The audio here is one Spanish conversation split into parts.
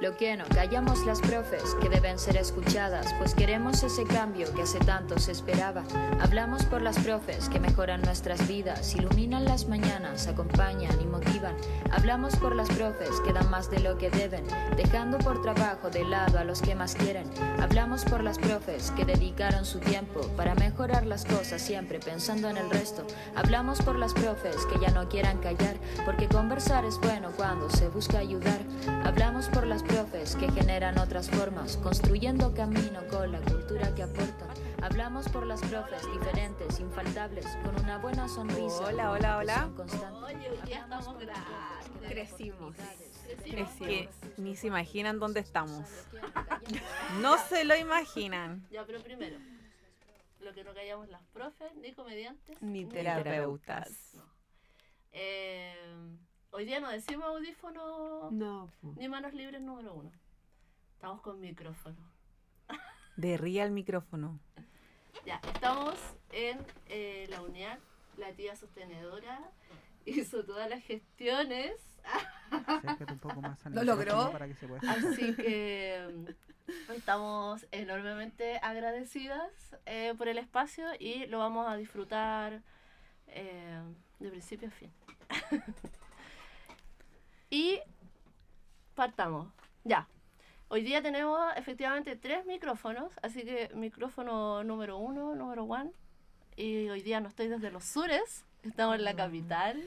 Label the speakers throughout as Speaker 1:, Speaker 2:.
Speaker 1: Lo que no callamos las profes que deben ser escuchadas, pues queremos ese cambio que hace tanto se esperaba. Hablamos por las profes que mejoran nuestras vidas, iluminan las mañanas, acompañan y motivan. Hablamos por las profes que dan más de lo que deben, dejando por trabajo de lado a los que más quieren. Hablamos por las profes que dedicaron su tiempo para mejorar las cosas siempre pensando en el resto. Hablamos por las profes que ya no quieran callar, porque conversar es bueno cuando se busca ayudar. Hablamos por las profes que generan otras formas, construyendo camino con la cultura que aportan. Hablamos por las profes diferentes, infaltables, con una buena sonrisa.
Speaker 2: Hola, hola, hola.
Speaker 1: Constante.
Speaker 3: ya estamos
Speaker 2: Crecimos.
Speaker 3: Crecimos.
Speaker 2: Que ni se imaginan dónde estamos. No se lo imaginan.
Speaker 3: Ya, pero primero, lo que no callamos las profes, ni comediantes,
Speaker 4: Ni
Speaker 2: Terapeutas.
Speaker 3: Eh, hoy día no decimos audífono
Speaker 4: No. po.
Speaker 3: ni manos libres número uno. Estamos con micrófono.
Speaker 2: De ría el micrófono.
Speaker 3: Ya, estamos en eh, la unidad, la tía sostenedora hizo todas las gestiones,
Speaker 5: Acércate un poco más al
Speaker 4: Lo
Speaker 5: micrófono
Speaker 4: logró.
Speaker 5: Para que se pueda.
Speaker 3: así que mm, estamos enormemente agradecidas eh, por el espacio y lo vamos a disfrutar eh, de principio a fin. y partamos, ya. Hoy día tenemos efectivamente tres micrófonos, así que micrófono número uno, número one. Y hoy día no estoy desde los sures, estamos en la capital.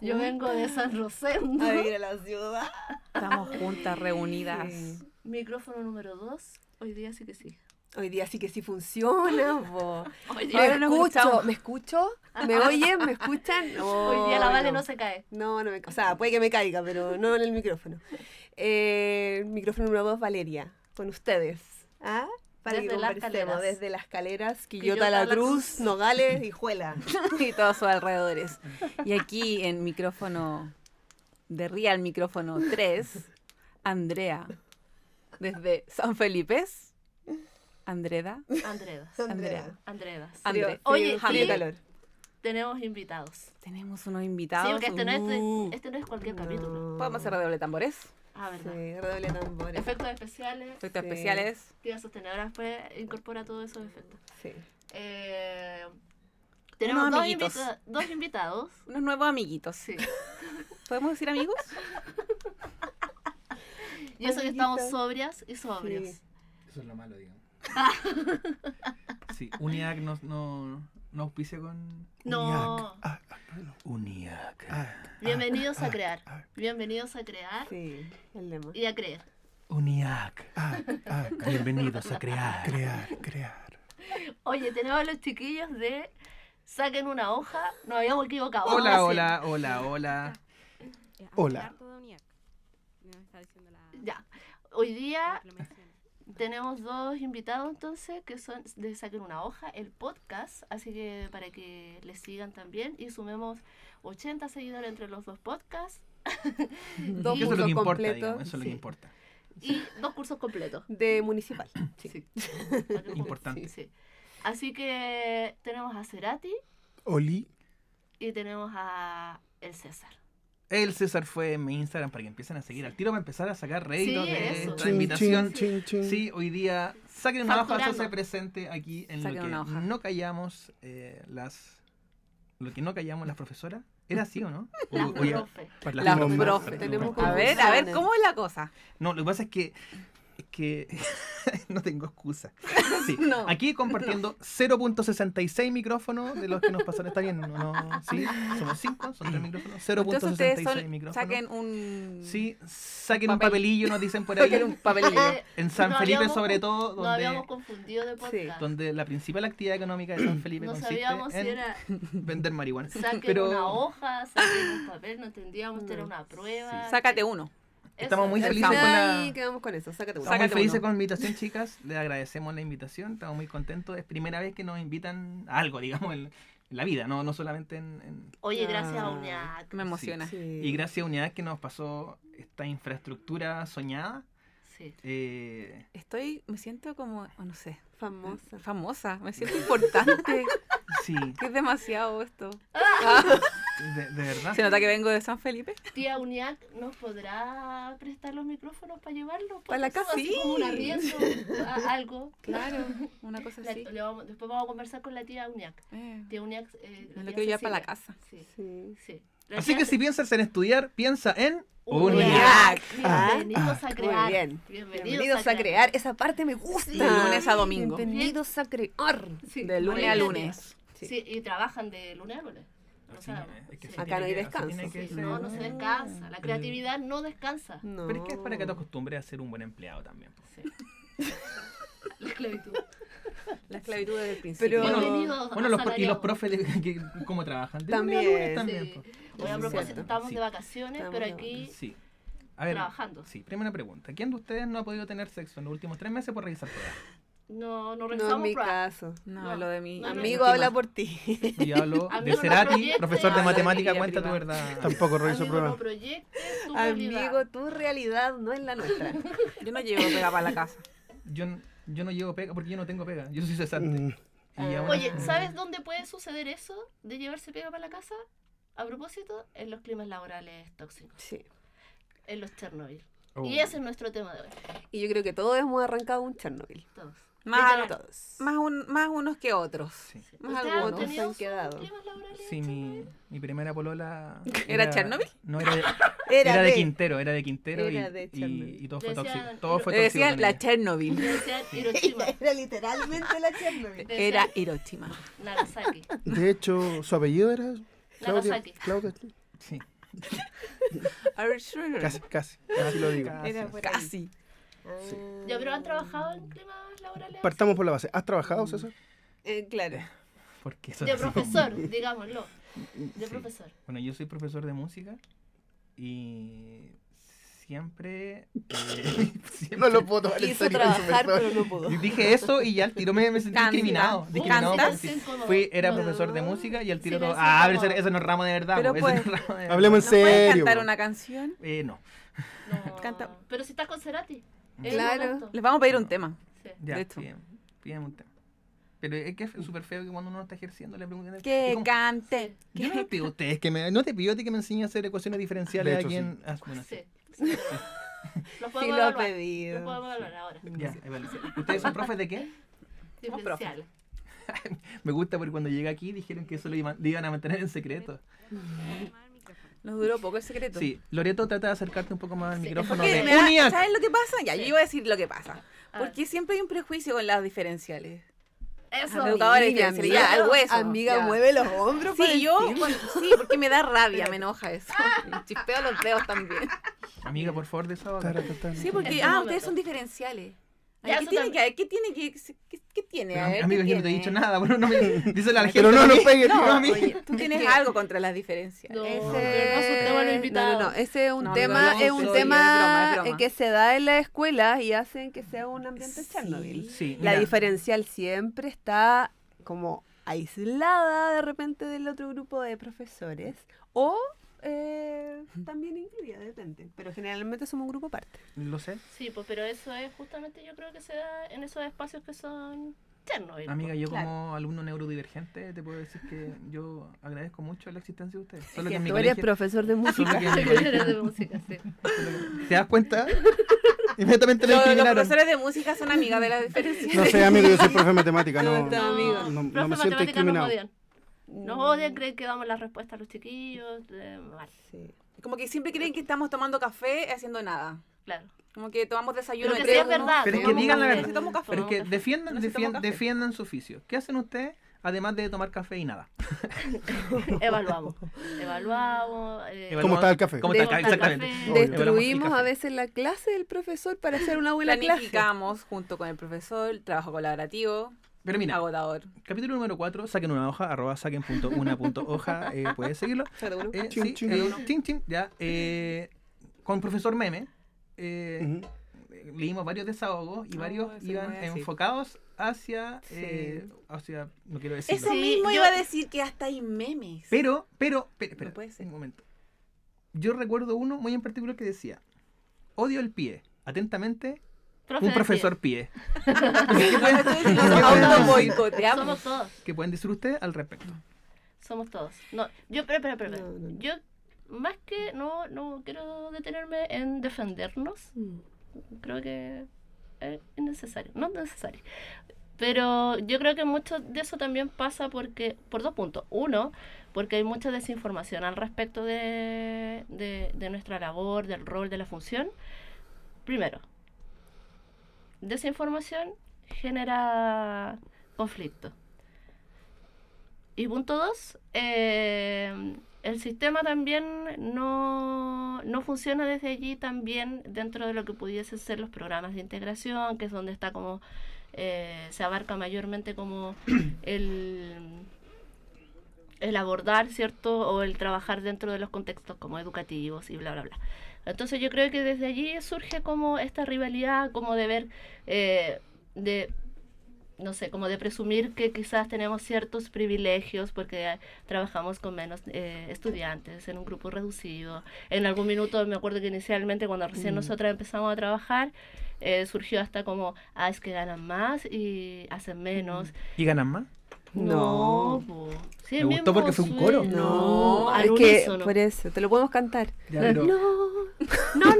Speaker 3: Yo vengo de San Rosendo.
Speaker 4: A ir a la ciudad.
Speaker 2: Estamos juntas, reunidas.
Speaker 4: Sí.
Speaker 3: Micrófono número dos, hoy día sí que sí.
Speaker 4: Hoy día sí que sí funciona. po.
Speaker 3: Hoy
Speaker 4: Me
Speaker 3: día,
Speaker 2: Ahora nos
Speaker 4: escucho,
Speaker 2: escuchamos.
Speaker 4: me escucho, me oyen, me escuchan.
Speaker 3: Ah. hoy día la
Speaker 4: Oh,
Speaker 3: Vale no se cae.
Speaker 4: No, no me ca- O sea, puede que me caiga, pero no en el micrófono. Eh, micrófono número 2, Valeria, con ustedes. ¿Ah? Para
Speaker 3: Desde
Speaker 4: que
Speaker 3: las
Speaker 4: conversemos
Speaker 3: caleras.
Speaker 4: desde las caleras,
Speaker 3: Quillota,
Speaker 4: Quillota, La
Speaker 3: La
Speaker 4: Cruz, Nogales y Juela.
Speaker 2: Y todos sus alrededores. Y aquí en micrófono, de ría el micrófono 3, Andrea. Desde San Felipe. Andreda.
Speaker 3: Andredas.
Speaker 2: Andrea.
Speaker 3: Andredas.
Speaker 2: Andrea.
Speaker 4: Frío-
Speaker 3: Oye,
Speaker 4: frío y
Speaker 3: sí.
Speaker 4: calor.
Speaker 3: Tenemos invitados.
Speaker 2: Tenemos unos
Speaker 3: Sí,
Speaker 2: invitados.
Speaker 3: porque este no, es,
Speaker 2: Uh.
Speaker 3: este no es cualquier capítulo.
Speaker 2: ¿Podemos hacer doble tambores?
Speaker 3: Ah, verdad.
Speaker 4: Sí, redoble de tambores.
Speaker 3: Efectos especiales.
Speaker 2: Efectos
Speaker 4: Sí.
Speaker 2: especiales.
Speaker 3: Tía sostenedora después incorpora todos esos efectos.
Speaker 4: Sí.
Speaker 3: Eh, tenemos
Speaker 2: Unos
Speaker 3: dos,
Speaker 2: amiguitos.
Speaker 3: invita- dos invitados.
Speaker 2: Unos nuevos amiguitos.
Speaker 3: Sí.
Speaker 2: ¿Podemos decir amigos?
Speaker 3: Y eso que
Speaker 4: Amiguitos.
Speaker 3: estamos sobrias y sobrios.
Speaker 4: Sí.
Speaker 5: Eso es lo malo, digamos. sí, UNIAC no, no, no auspicia con.
Speaker 3: No.
Speaker 5: Ah, UNIAC.
Speaker 3: Bienvenidos a crear. Bienvenidos a crear
Speaker 4: Sí, el lema.
Speaker 3: y a creer.
Speaker 5: UNIAC.
Speaker 6: Bienvenidos a crear.
Speaker 5: Ah, Crear, crear.
Speaker 3: Oye, tenemos a los chiquillos de Saquen una hoja. Nos habíamos equivocado.
Speaker 5: Hola,
Speaker 3: Vamos a
Speaker 5: hola, hola, hola.
Speaker 7: Ya,
Speaker 5: Hola.
Speaker 7: hablar Eh, todo uniac. No, está diciendo la-
Speaker 3: hacer- Ya. Hoy
Speaker 7: la
Speaker 3: día
Speaker 7: aclamación.
Speaker 3: tenemos dos invitados entonces que son de Saquen una hoja, el podcast, así que para que les sigan también y sumemos 80 seguidores entre los dos podcasts
Speaker 4: Dos
Speaker 5: Eso es lo
Speaker 4: cursos
Speaker 5: que importa,
Speaker 4: completos,
Speaker 5: digamos, eso es lo que
Speaker 4: sí,
Speaker 5: importa.
Speaker 3: y dos cursos completos.
Speaker 4: De municipal. Sí.
Speaker 3: Sí. Para que junten,
Speaker 5: Importante.
Speaker 3: sí. Así que tenemos a Cerati
Speaker 5: Oli.
Speaker 3: y tenemos a el César.
Speaker 5: El César fue en mi Instagram para que empiecen a seguir al tiro para empezar a sacar réditos
Speaker 3: Sí,
Speaker 5: de
Speaker 3: eso.
Speaker 5: esta
Speaker 3: Chin,
Speaker 5: invitación.
Speaker 2: Mm.
Speaker 5: Sí, hoy día saquen una hoja,
Speaker 3: Facturando.
Speaker 5: hacerse presente aquí en
Speaker 2: Saquen una
Speaker 5: lo que
Speaker 2: hoja.
Speaker 5: no callamos eh, las. Lo que no callamos las profesoras. ¿Era así o no?
Speaker 3: La
Speaker 5: O- oye,
Speaker 3: profe.
Speaker 5: las
Speaker 2: Las
Speaker 5: profes.
Speaker 2: profes.
Speaker 4: Tenemos
Speaker 2: A ver, a ver, ¿cómo es la cosa?
Speaker 5: No, lo que pasa es que, es que no tengo excusa. Sí,
Speaker 2: No,
Speaker 5: aquí compartiendo 0.66 micrófonos de los que nos pasaron. Está bien, no, no, sí, somos 5, son 3 micrófonos.
Speaker 2: Entonces ustedes
Speaker 5: 0.66
Speaker 2: son-
Speaker 5: micrófonos.
Speaker 2: saquen un...
Speaker 5: sí, saquen un
Speaker 2: papel.
Speaker 5: papelillo, nos dicen por ahí.
Speaker 2: saquen un papelillo.
Speaker 3: Eh,
Speaker 5: En San
Speaker 3: nos
Speaker 5: Felipe,
Speaker 3: habíamos
Speaker 5: sobre
Speaker 3: con-
Speaker 5: todo,
Speaker 3: Nos habíamos
Speaker 5: donde,
Speaker 3: confundido de podcast.
Speaker 5: donde la principal actividad económica de San Felipe
Speaker 3: no
Speaker 5: consiste
Speaker 3: sabíamos
Speaker 5: en
Speaker 3: si era
Speaker 5: vender marihuana.
Speaker 3: saquen
Speaker 5: Pero
Speaker 3: una hoja, saquen un papel, no entendíamos que era una prueba.
Speaker 2: Sácate uno.
Speaker 5: estamos muy
Speaker 4: Al
Speaker 5: felices con
Speaker 4: final
Speaker 5: la,
Speaker 4: quedamos con eso. Sácate uno.
Speaker 5: Estamos muy
Speaker 2: Sácate
Speaker 5: felices
Speaker 2: uno.
Speaker 5: con la invitación, chicas. Les agradecemos la invitación. Estamos muy contentos. Es primera vez que nos invitan a algo, digamos, en, en la vida, no, no solamente en. en-
Speaker 3: Oye, gracias a
Speaker 2: Ah.
Speaker 3: UNIAC.
Speaker 2: Me emociona.
Speaker 4: Sí.
Speaker 5: Y gracias a Unidad que nos pasó esta infraestructura soñada.
Speaker 3: Sí.
Speaker 5: Eh,
Speaker 2: Estoy, me siento como, oh, no sé,
Speaker 4: Famosa.
Speaker 2: famosa, me siento importante,
Speaker 5: sí.
Speaker 2: que es demasiado esto.
Speaker 5: De, de verdad.
Speaker 8: Ah, ¿Se nota que vengo de San Felipe?
Speaker 3: Tía Uniac nos podrá prestar los micrófonos para llevarlos
Speaker 4: Para la
Speaker 3: nosotros,
Speaker 4: casa.
Speaker 3: así como un
Speaker 4: Sí.
Speaker 3: arriendo, a- algo.
Speaker 8: Claro, una cosa
Speaker 3: La-
Speaker 8: así.
Speaker 3: le vamos- después vamos a conversar con la tía Uniac.
Speaker 8: Eh,
Speaker 3: Tía Uniac. eh,
Speaker 8: me lo
Speaker 3: tía
Speaker 8: quiero llevar para la
Speaker 3: Cecilia.
Speaker 8: casa.
Speaker 3: Sí,
Speaker 4: Sí.
Speaker 3: sí. La
Speaker 5: Así
Speaker 3: tía
Speaker 5: que
Speaker 3: Ce-
Speaker 5: si piensas en estudiar, piensa en
Speaker 4: Uniac.
Speaker 5: unidad.
Speaker 4: Ah,
Speaker 3: Bienvenidos a crear.
Speaker 4: Muy bien.
Speaker 3: Bienvenidos,
Speaker 4: Bienvenidos a crear. Esa parte me gusta.
Speaker 8: De lunes a domingo.
Speaker 4: Bienvenidos a crear.
Speaker 3: Sí,
Speaker 8: De lunes a
Speaker 3: muy bien.
Speaker 8: lunes.
Speaker 3: Sí. y trabajan de lunes a lunes. O sea,
Speaker 5: Es que
Speaker 3: sí.
Speaker 5: se
Speaker 4: Acá
Speaker 5: tiene
Speaker 4: no hay
Speaker 5: que-
Speaker 4: descanso.
Speaker 5: así tiene que
Speaker 3: Sí,
Speaker 5: ser.
Speaker 3: no, no se descansa. La creatividad no descansa.
Speaker 4: No.
Speaker 5: Pero es que es para que te acostumbres a ser un buen empleado también. po.
Speaker 3: Sí. La esclavitud.
Speaker 8: La esclavitud desde el principio.
Speaker 4: Pero-
Speaker 5: Bueno,
Speaker 3: Bienvenidos
Speaker 5: Bueno, los, pro- y los
Speaker 3: asalariados.
Speaker 5: profes, de- que- ¿cómo trabajan? De lunes a
Speaker 4: También,
Speaker 5: lunes también.
Speaker 3: Sí.
Speaker 5: po.
Speaker 3: Hoy a
Speaker 4: Sí,
Speaker 3: propósito,
Speaker 4: cierto.
Speaker 3: estamos
Speaker 5: Sí.
Speaker 3: de vacaciones,
Speaker 4: Estamos de
Speaker 3: pero aquí
Speaker 5: Sí. A ver,
Speaker 3: trabajando.
Speaker 5: sí, primera pregunta. ¿Quién de ustedes no ha podido tener sexo en los últimos tres meses por revisar pruebas?
Speaker 3: no, no
Speaker 4: no en
Speaker 3: revisamos
Speaker 4: mi
Speaker 3: pruebas.
Speaker 4: caso.
Speaker 8: no,
Speaker 3: No,
Speaker 8: lo de mi
Speaker 3: no, no,
Speaker 4: Amigo,
Speaker 8: mi
Speaker 4: habla
Speaker 8: última-
Speaker 4: por ti.
Speaker 5: Yo hablo de
Speaker 3: Amigo, no
Speaker 5: Cerati,
Speaker 3: proyectes.
Speaker 5: profesor de
Speaker 3: Habla de
Speaker 5: matemática,
Speaker 8: vida
Speaker 5: cuenta tu
Speaker 8: privada.
Speaker 5: verdad.
Speaker 6: Tampoco reviso
Speaker 3: Amigo,
Speaker 6: pruebas.
Speaker 3: no proyectes tu
Speaker 4: Amigo,
Speaker 3: realidad.
Speaker 4: tu realidad no es la nuestra.
Speaker 8: Yo no llevo pega para la casa.
Speaker 5: Yo, n- yo no llevo pega porque yo no tengo pega. Yo soy cesante.
Speaker 6: Mm.
Speaker 5: Y ahora-
Speaker 3: Oye, ¿sabes dónde puede suceder eso de llevarse pega para la casa? A propósito, en los climas laborales tóxicos,
Speaker 4: Sí.
Speaker 3: en los Chernobyl.
Speaker 5: Oh.
Speaker 3: Y ese es nuestro tema de hoy,
Speaker 4: Y yo creo que todos hemos arrancado un Chernobyl.
Speaker 3: todos.
Speaker 8: Más,
Speaker 4: Todos.
Speaker 8: más, un- más unos que otros.
Speaker 5: Sí.
Speaker 3: Sí.
Speaker 8: Más
Speaker 3: ¿Ustedes
Speaker 8: algunos
Speaker 3: han
Speaker 4: se han
Speaker 3: tenido sus
Speaker 4: quedado.
Speaker 3: climas laborales?
Speaker 5: Sí, mi, mi primera polola.
Speaker 8: ¿Era Chernobyl?
Speaker 5: No, era de,
Speaker 4: Era,
Speaker 5: era de
Speaker 4: de-
Speaker 5: Quintero, era de Quintero
Speaker 4: Era
Speaker 5: y,
Speaker 4: de
Speaker 5: y-
Speaker 4: Chernobyl.
Speaker 5: y todo fue
Speaker 3: Decían-
Speaker 5: tóxico. Todo fue
Speaker 8: Le
Speaker 5: tóxico.
Speaker 8: decían
Speaker 5: con
Speaker 8: la
Speaker 5: ella.
Speaker 8: Chernobyl.
Speaker 3: Le decían Hiroshima,
Speaker 4: Era literalmente la Chernobyl.
Speaker 3: le
Speaker 8: Era
Speaker 3: decían
Speaker 8: Hiroshima.
Speaker 3: Nagasaki.
Speaker 6: Mm, De hecho, su apellido era. Claudia.
Speaker 3: Nagasaki.
Speaker 6: Claudia.
Speaker 5: Sí.
Speaker 8: Are you sure?
Speaker 6: Casi, casi. Casi lo digo.
Speaker 5: Casi.
Speaker 8: Casi.
Speaker 3: Ya, pero han trabajado en climas laborales.
Speaker 6: Partamos por la base. ¿Has trabajado, César?
Speaker 4: Eh, claro.
Speaker 5: Porque eso
Speaker 3: De
Speaker 5: es así como-
Speaker 3: profesor, digámoslo. De
Speaker 5: Sí.
Speaker 3: profesor.
Speaker 5: Bueno, yo soy profesor de música y siempre. eh, siempre-
Speaker 6: No lo puedo tomar en
Speaker 4: Quiso
Speaker 6: serio. eso me
Speaker 4: trabajar,
Speaker 6: estaba-
Speaker 4: pero no pudo.
Speaker 5: Y dije eso y ya al tiro me, me sentí
Speaker 8: Canta.
Speaker 5: discriminado. discriminado
Speaker 8: Canta.
Speaker 5: porque sí. pues, Fui, era profesor de música y al tiro
Speaker 3: Sí,
Speaker 5: todo.
Speaker 3: me
Speaker 5: Ah, pero
Speaker 3: siento
Speaker 5: ese, ese no es ramo de verdad.
Speaker 8: Pero
Speaker 5: po, ese no es
Speaker 8: pues,
Speaker 5: ramo de verdad".
Speaker 6: Hablemos en
Speaker 8: ¿No puedes
Speaker 6: serio.
Speaker 8: cantar una canción?
Speaker 5: Eh, no.
Speaker 3: No.
Speaker 8: Canta.
Speaker 3: Pero si estás con Cerati. es
Speaker 4: Claro.
Speaker 3: Roberto.
Speaker 8: Les vamos a pedir un tema.
Speaker 3: Sí.
Speaker 5: Ya,
Speaker 8: De hecho.
Speaker 5: piden- piden un tema. Pero es que es súper feo que cuando uno no está ejerciendo le preguntan. es
Speaker 8: Que
Speaker 5: como,
Speaker 8: cante.
Speaker 5: Yo no le pido a ustedes que me. No te pido a ti que me enseñes a hacer ecuaciones diferenciales
Speaker 6: De hecho,
Speaker 5: aquí en. Ah, bueno, sí.
Speaker 3: Sí. sí. Los
Speaker 4: Sí
Speaker 3: podemos
Speaker 4: lo ha
Speaker 3: evaluar. Los
Speaker 4: pedido.
Speaker 3: podemos evaluar ahora.
Speaker 5: Ya, evaluación. ¿Ustedes son profes de qué?
Speaker 3: Diferencial.
Speaker 5: Me gusta porque cuando llegué aquí dijeron que eso lo iban, lo iban a mantener en secreto.
Speaker 8: Nos duró poco el secreto.
Speaker 5: Sí, Loreto trata de acercarte un poco más al
Speaker 3: Sí,
Speaker 5: micrófono.
Speaker 8: Porque
Speaker 5: de
Speaker 8: me da-
Speaker 5: Uniac.
Speaker 8: ¿Sabes lo que pasa? Ya, yo
Speaker 3: Sí.
Speaker 8: iba a decir lo que pasa.
Speaker 3: A ver.
Speaker 8: Porque siempre hay un prejuicio con las diferenciales.
Speaker 3: Eso.
Speaker 8: Los educadores
Speaker 4: Mira,
Speaker 8: diferenciales, ya, al hueso.
Speaker 4: Amiga,
Speaker 8: ya.
Speaker 4: mueve los hombros. para
Speaker 8: Sí, yo,
Speaker 4: decir.
Speaker 8: bueno, sí, porque me da rabia, me enoja eso. Y Chispeo los dedos también.
Speaker 5: Amiga, por favor, de esa boca.
Speaker 6: Taratata.
Speaker 8: Sí, porque,
Speaker 3: Este
Speaker 8: ah,
Speaker 3: momento.
Speaker 8: ustedes son diferenciales. Ay,
Speaker 3: Ya,
Speaker 8: ¿Qué
Speaker 3: eso
Speaker 8: tiene
Speaker 3: también.
Speaker 8: que haber? ¿Qué tiene que.? ¿Qué, qué tiene?
Speaker 5: Pero,
Speaker 8: A ver, ¿qué
Speaker 5: Ah, amigo, yo no te he
Speaker 8: tiene?
Speaker 5: dicho nada. Bueno, no me dice la gente.
Speaker 6: Pero no
Speaker 5: a mí.
Speaker 6: nos pegues.
Speaker 8: No,
Speaker 6: no a mí.
Speaker 8: oye, tú tienes algo contra las diferencias.
Speaker 3: No,
Speaker 4: Ese-
Speaker 3: pero no asustemos a los invitados.
Speaker 4: No, no, no, ese es un
Speaker 8: No,
Speaker 4: tema,
Speaker 8: no,
Speaker 4: es un
Speaker 8: soy- es broma,
Speaker 4: tema
Speaker 8: es broma.
Speaker 4: eh, que se da en las escuelas y hacen que sea un ambiente Chernobyl.
Speaker 5: Sí,
Speaker 4: La
Speaker 5: mira,
Speaker 4: diferencial siempre está como aislada de repente del otro grupo de profesores o eh, también incluida, depende. Pero generalmente somos un grupo aparte.
Speaker 5: Lo sé.
Speaker 3: Sí, pues, pero eso es justamente, yo creo que se da en esos espacios que son Chernobyl.
Speaker 5: Amiga, yo
Speaker 4: Claro.
Speaker 5: como alumno neurodivergente te puedo decir que yo agradezco mucho la existencia de ustedes. Solo que, en mi
Speaker 4: Tú eres
Speaker 5: colegio-
Speaker 4: profesor de música.
Speaker 5: solo que en mi
Speaker 3: Profesores
Speaker 5: colegio-
Speaker 3: de música, sí.
Speaker 5: ¿Te das cuenta? Inmediatamente me
Speaker 8: Los, los
Speaker 5: discriminaron.
Speaker 8: profesores de música son amigas de las diferencias.
Speaker 6: No sé, amigo, yo soy profe de matemática. No,
Speaker 4: No, amigo.
Speaker 6: no- no
Speaker 3: Profe
Speaker 6: me
Speaker 3: de
Speaker 6: siento
Speaker 3: matemática
Speaker 6: discriminado.
Speaker 3: Nos odian. Nos odian, creen que damos la respuesta a los chiquillos. eh, mal,
Speaker 4: Sí.
Speaker 8: Como que siempre creen que estamos tomando café haciendo nada.
Speaker 3: claro.
Speaker 8: Como que tomamos desayuno.
Speaker 3: Pero que
Speaker 8: entre
Speaker 3: sea
Speaker 8: uno.
Speaker 3: verdad.
Speaker 5: Pero es que
Speaker 3: tomamos
Speaker 5: digan la
Speaker 3: café,
Speaker 5: verdad.
Speaker 8: Se toma café.
Speaker 5: Pero es que
Speaker 3: tomamos
Speaker 5: defiendan,
Speaker 8: No se toma
Speaker 5: defien-
Speaker 8: café.
Speaker 5: defiendan su oficio. ¿Qué hacen ustedes además de tomar café y nada?
Speaker 3: café. Evaluamos. Evaluamos. eh,
Speaker 5: Evaluamos
Speaker 6: ¿Cómo está el café?
Speaker 5: ¿Cómo está el
Speaker 3: Cómo está
Speaker 5: café?
Speaker 3: el café.
Speaker 5: Exactamente. Obvio.
Speaker 4: Destruimos a
Speaker 5: Evaluamos el
Speaker 4: veces la clase del profesor para hacer una buena clase.
Speaker 8: Planificamos junto con el profesor, trabajo colaborativo,
Speaker 5: café. Pero mira,
Speaker 8: agotador.
Speaker 5: capítulo número 4, saquen una hoja, arroba saquen punto una punto hoja, eh, puedes seguirlo. Eh,
Speaker 6: Chin,
Speaker 5: sí,
Speaker 6: chin.
Speaker 5: eh, chin, chin, ya. eh, con profesor Meme eh,
Speaker 6: Ujú.
Speaker 5: leímos varios desahogos y
Speaker 8: Ah,
Speaker 5: varios
Speaker 8: eso
Speaker 5: iban
Speaker 8: iba a decir.
Speaker 5: enfocados hacia, eh, hacia no quiero decirlo.
Speaker 8: Eso
Speaker 3: Sí,
Speaker 8: mismo
Speaker 3: yo-
Speaker 8: iba a decir que hasta hay memes.
Speaker 5: Pero, pero, pero, espera,
Speaker 8: puede ser.
Speaker 5: un momento. Yo recuerdo uno muy en particular que decía, odio el pie, atentamente,
Speaker 3: profe
Speaker 5: un
Speaker 3: del
Speaker 5: profesor pie.
Speaker 8: Nosotros nos
Speaker 5: pueden
Speaker 8: auto
Speaker 5: decir?
Speaker 8: boicoteamos.
Speaker 3: Somos todos.
Speaker 5: ¿Qué pueden decir ustedes al respecto?
Speaker 3: Somos todos. No, yo, pero, pero, pero, pero,
Speaker 4: No, no, no.
Speaker 3: yo más que no, no quiero detenerme en defendernos.
Speaker 4: Mm.
Speaker 3: Creo que es innecesario, no es necesario. Pero yo creo que mucho de eso también pasa porque, por dos puntos. Uno, porque hay mucha desinformación al respecto de, de, de nuestra labor, del rol, de la función. Primero, desinformación genera conflicto. Y punto dos, eh, el sistema también no, no funciona desde allí también dentro de lo que pudiesen ser los programas de integración, que es donde está como, eh, se abarca mayormente como el, el abordar, ¿cierto? O el trabajar dentro de los contextos como educativos y bla, bla, bla. Entonces yo creo que desde allí surge como esta rivalidad, como de ver, eh, de no sé, como de presumir que quizás tenemos ciertos privilegios porque eh, trabajamos con menos eh, estudiantes, en un grupo reducido. En algún minuto me acuerdo que inicialmente cuando
Speaker 5: Mm.
Speaker 3: recién nosotras empezamos a trabajar, eh, surgió hasta como, ah, es que ganan más y hacen menos.
Speaker 5: ¿Y ganan más?
Speaker 4: No.
Speaker 3: po. Sí,
Speaker 5: Mm. Me
Speaker 3: el
Speaker 5: gustó
Speaker 3: mismo
Speaker 5: porque fue un coro.
Speaker 3: sueldo.
Speaker 4: No,
Speaker 3: Al
Speaker 4: es que
Speaker 3: unísono.
Speaker 4: por eso, te lo podemos cantar.
Speaker 5: Ya, pero,
Speaker 4: No, no, no,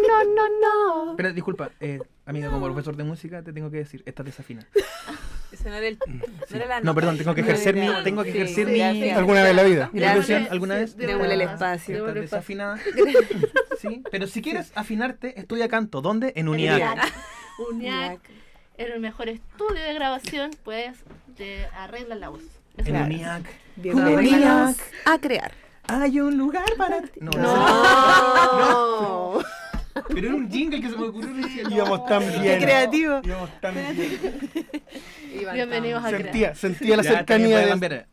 Speaker 4: no.
Speaker 5: pero disculpa, eh, amiga, como profesor de música te tengo que decir, estás desafinada.
Speaker 2: Ese no era el. No, era la
Speaker 5: No,
Speaker 2: nota.
Speaker 5: perdón, tengo que
Speaker 2: No
Speaker 5: ejercer
Speaker 2: era-
Speaker 5: mi- tengo que
Speaker 2: sí,
Speaker 5: ejercer mi-
Speaker 2: gracias.
Speaker 6: Alguna vez en la vida.
Speaker 5: ¿Mi
Speaker 2: Gracias.
Speaker 5: profesión alguna vez?
Speaker 4: Devuelve el espacio.
Speaker 5: Estás
Speaker 3: Devuelve el espacio.
Speaker 5: desafinada. Sí, pero si quieres afinarte, estudia canto. ¿Dónde? En
Speaker 3: Uniac.
Speaker 5: Uniac.
Speaker 3: Uniac, en el mejor estudio de grabación, pues te arreglan la voz. Eso
Speaker 5: En
Speaker 3: es.
Speaker 5: Uniac.
Speaker 4: Bienvenidos a crear.
Speaker 5: Hay un lugar para ti. No, no.
Speaker 4: No.
Speaker 5: Pero era un jingle que se me ocurrió recién.
Speaker 6: Íbamos tan
Speaker 5: Qué
Speaker 6: bien.
Speaker 4: creativo.
Speaker 6: Íbamos tan bien.
Speaker 3: Bienvenidos a crear.
Speaker 6: Sentía, sentía la
Speaker 5: Ya, también
Speaker 6: cercanía
Speaker 5: puede
Speaker 6: de...
Speaker 5: cambiar.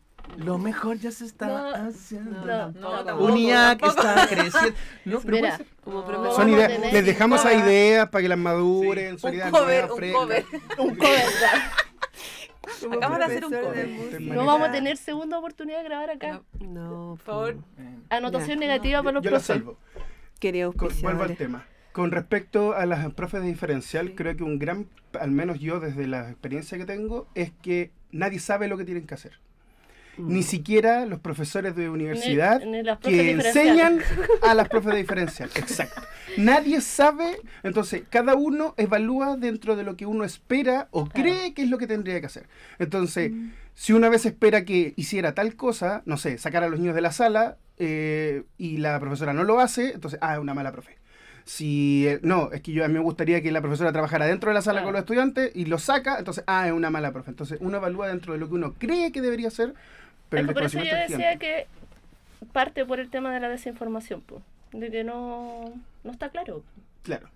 Speaker 5: Lo mejor ya se está
Speaker 3: No,
Speaker 5: haciendo.
Speaker 3: no,
Speaker 2: No, tampoco.
Speaker 5: Uniac está creciendo. No, pero
Speaker 3: Mira,
Speaker 5: puede ser-
Speaker 2: Como
Speaker 3: No,
Speaker 2: profesor.
Speaker 3: vamos
Speaker 6: Son
Speaker 3: a
Speaker 6: ideas.
Speaker 3: tener
Speaker 6: Les dejamos a
Speaker 3: que-
Speaker 6: ideas para que las maduren.
Speaker 2: Un
Speaker 6: son ideas
Speaker 2: cover,
Speaker 6: nuevas,
Speaker 2: un
Speaker 6: frescas.
Speaker 2: cover.
Speaker 6: Un
Speaker 2: Acabamos de hacer un
Speaker 4: profesor
Speaker 2: cover.
Speaker 4: de música.
Speaker 6: No
Speaker 3: No vamos a tener segunda oportunidad de grabar acá.
Speaker 4: No,
Speaker 2: Por favor.
Speaker 5: Eh,
Speaker 3: Anotación negativa para los
Speaker 6: Yo lo
Speaker 3: profes.
Speaker 6: salvo.
Speaker 4: Queridos
Speaker 6: Con- vuelvo al
Speaker 4: auspiciadores.
Speaker 6: tema. Con respecto a las profes de diferencial, creo que un gran, al menos yo desde la experiencia que tengo, es que nadie sabe lo que tienen que hacer. Ni siquiera los profesores de universidad
Speaker 3: Mm. Ni- ni las profes
Speaker 6: que
Speaker 3: diferenciales.
Speaker 6: enseñan a las profes de diferencial. Exacto. Nadie sabe, entonces cada uno evalúa dentro de lo que uno espera o
Speaker 3: Claro. Mm.
Speaker 6: cree que es lo que tendría que hacer. Entonces, si una vez espera que hiciera tal cosa, no sé, sacar a los niños de la sala eh, y la profesora no lo hace, entonces, ah, es una mala profe. Si eh, no, es que yo a mí me gustaría que la profesora trabajara dentro de la sala
Speaker 3: Claro.
Speaker 6: con los estudiantes y lo saca, entonces, ah, es una mala profe. Entonces, uno evalúa dentro de lo que uno cree que debería hacer, pero
Speaker 3: Es
Speaker 6: el
Speaker 3: que por eso yo
Speaker 6: desconocimiento es
Speaker 3: decía
Speaker 6: gigante.
Speaker 3: que parte por el tema de la desinformación, po. de que no, no está claro.
Speaker 6: Claro.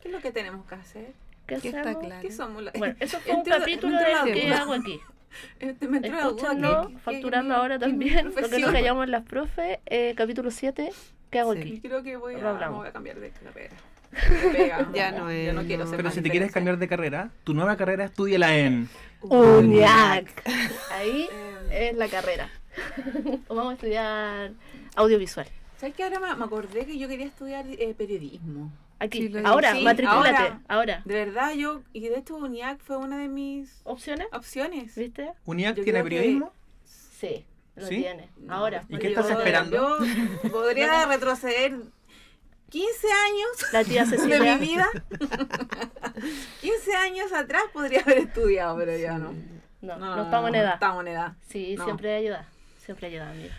Speaker 2: ¿Qué es lo que tenemos que hacer?
Speaker 3: ¿Qué
Speaker 4: Que está
Speaker 3: hacemos?
Speaker 4: claro.
Speaker 2: ¿Qué somos? la-
Speaker 3: Bueno, eso fue un
Speaker 2: Entró la-
Speaker 3: capítulo
Speaker 2: entró la
Speaker 3: del que
Speaker 2: duda.
Speaker 3: hago aquí.
Speaker 2: Este, me entró la duda
Speaker 3: Escúchenlo,
Speaker 2: que- que-
Speaker 3: facturando
Speaker 2: que-
Speaker 3: ahora
Speaker 2: que mi
Speaker 3: también, lo que nos
Speaker 2: profesión.
Speaker 3: callamos las profes, eh, capítulo 7, ¿qué hago
Speaker 4: Sí.
Speaker 3: aquí?
Speaker 2: Creo que voy a,
Speaker 3: Lo hablamos.
Speaker 2: me voy a cambiar de carrera. Me pega,
Speaker 4: Ya
Speaker 2: no,
Speaker 4: no
Speaker 2: Yo
Speaker 4: es,
Speaker 2: no quiero
Speaker 4: no.
Speaker 2: ser
Speaker 5: Pero
Speaker 2: más
Speaker 5: si te quieres
Speaker 2: diferencial.
Speaker 5: cambiar de carrera, tu nueva carrera E estudiala en.
Speaker 3: UNIAC. Ahí
Speaker 2: Eh,
Speaker 3: es la carrera. Vamos a estudiar audiovisual.
Speaker 2: ¿Sabes qué? Ahora me- me acordé que yo quería estudiar eh, periodismo.
Speaker 3: Aquí,
Speaker 4: Sí, lo
Speaker 3: ahora,
Speaker 2: dije. Sí,
Speaker 3: matricúlate, ahora.
Speaker 2: De verdad, yo. Y de hecho, UNIAC fue una de mis
Speaker 3: ¿Opciones?
Speaker 2: opciones.
Speaker 3: ¿Viste?
Speaker 5: Uniac
Speaker 2: Yo
Speaker 5: tiene
Speaker 2: creo que-
Speaker 5: periodismo.
Speaker 3: Sí, lo
Speaker 5: ¿Sí?
Speaker 3: tiene.
Speaker 2: No,
Speaker 3: Ahora.
Speaker 5: ¿Y qué
Speaker 2: yo-
Speaker 5: estás esperando?
Speaker 2: Yo podría retroceder 15 años
Speaker 3: La tía
Speaker 2: de mi
Speaker 3: Cecilia.
Speaker 2: vida. 15 años atrás podría haber estudiado, pero ya no.
Speaker 3: No, no, estamos en edad.
Speaker 2: Estamos en edad.
Speaker 3: Sí,
Speaker 2: No.
Speaker 3: siempre ayuda. Siempre ayuda, amiga.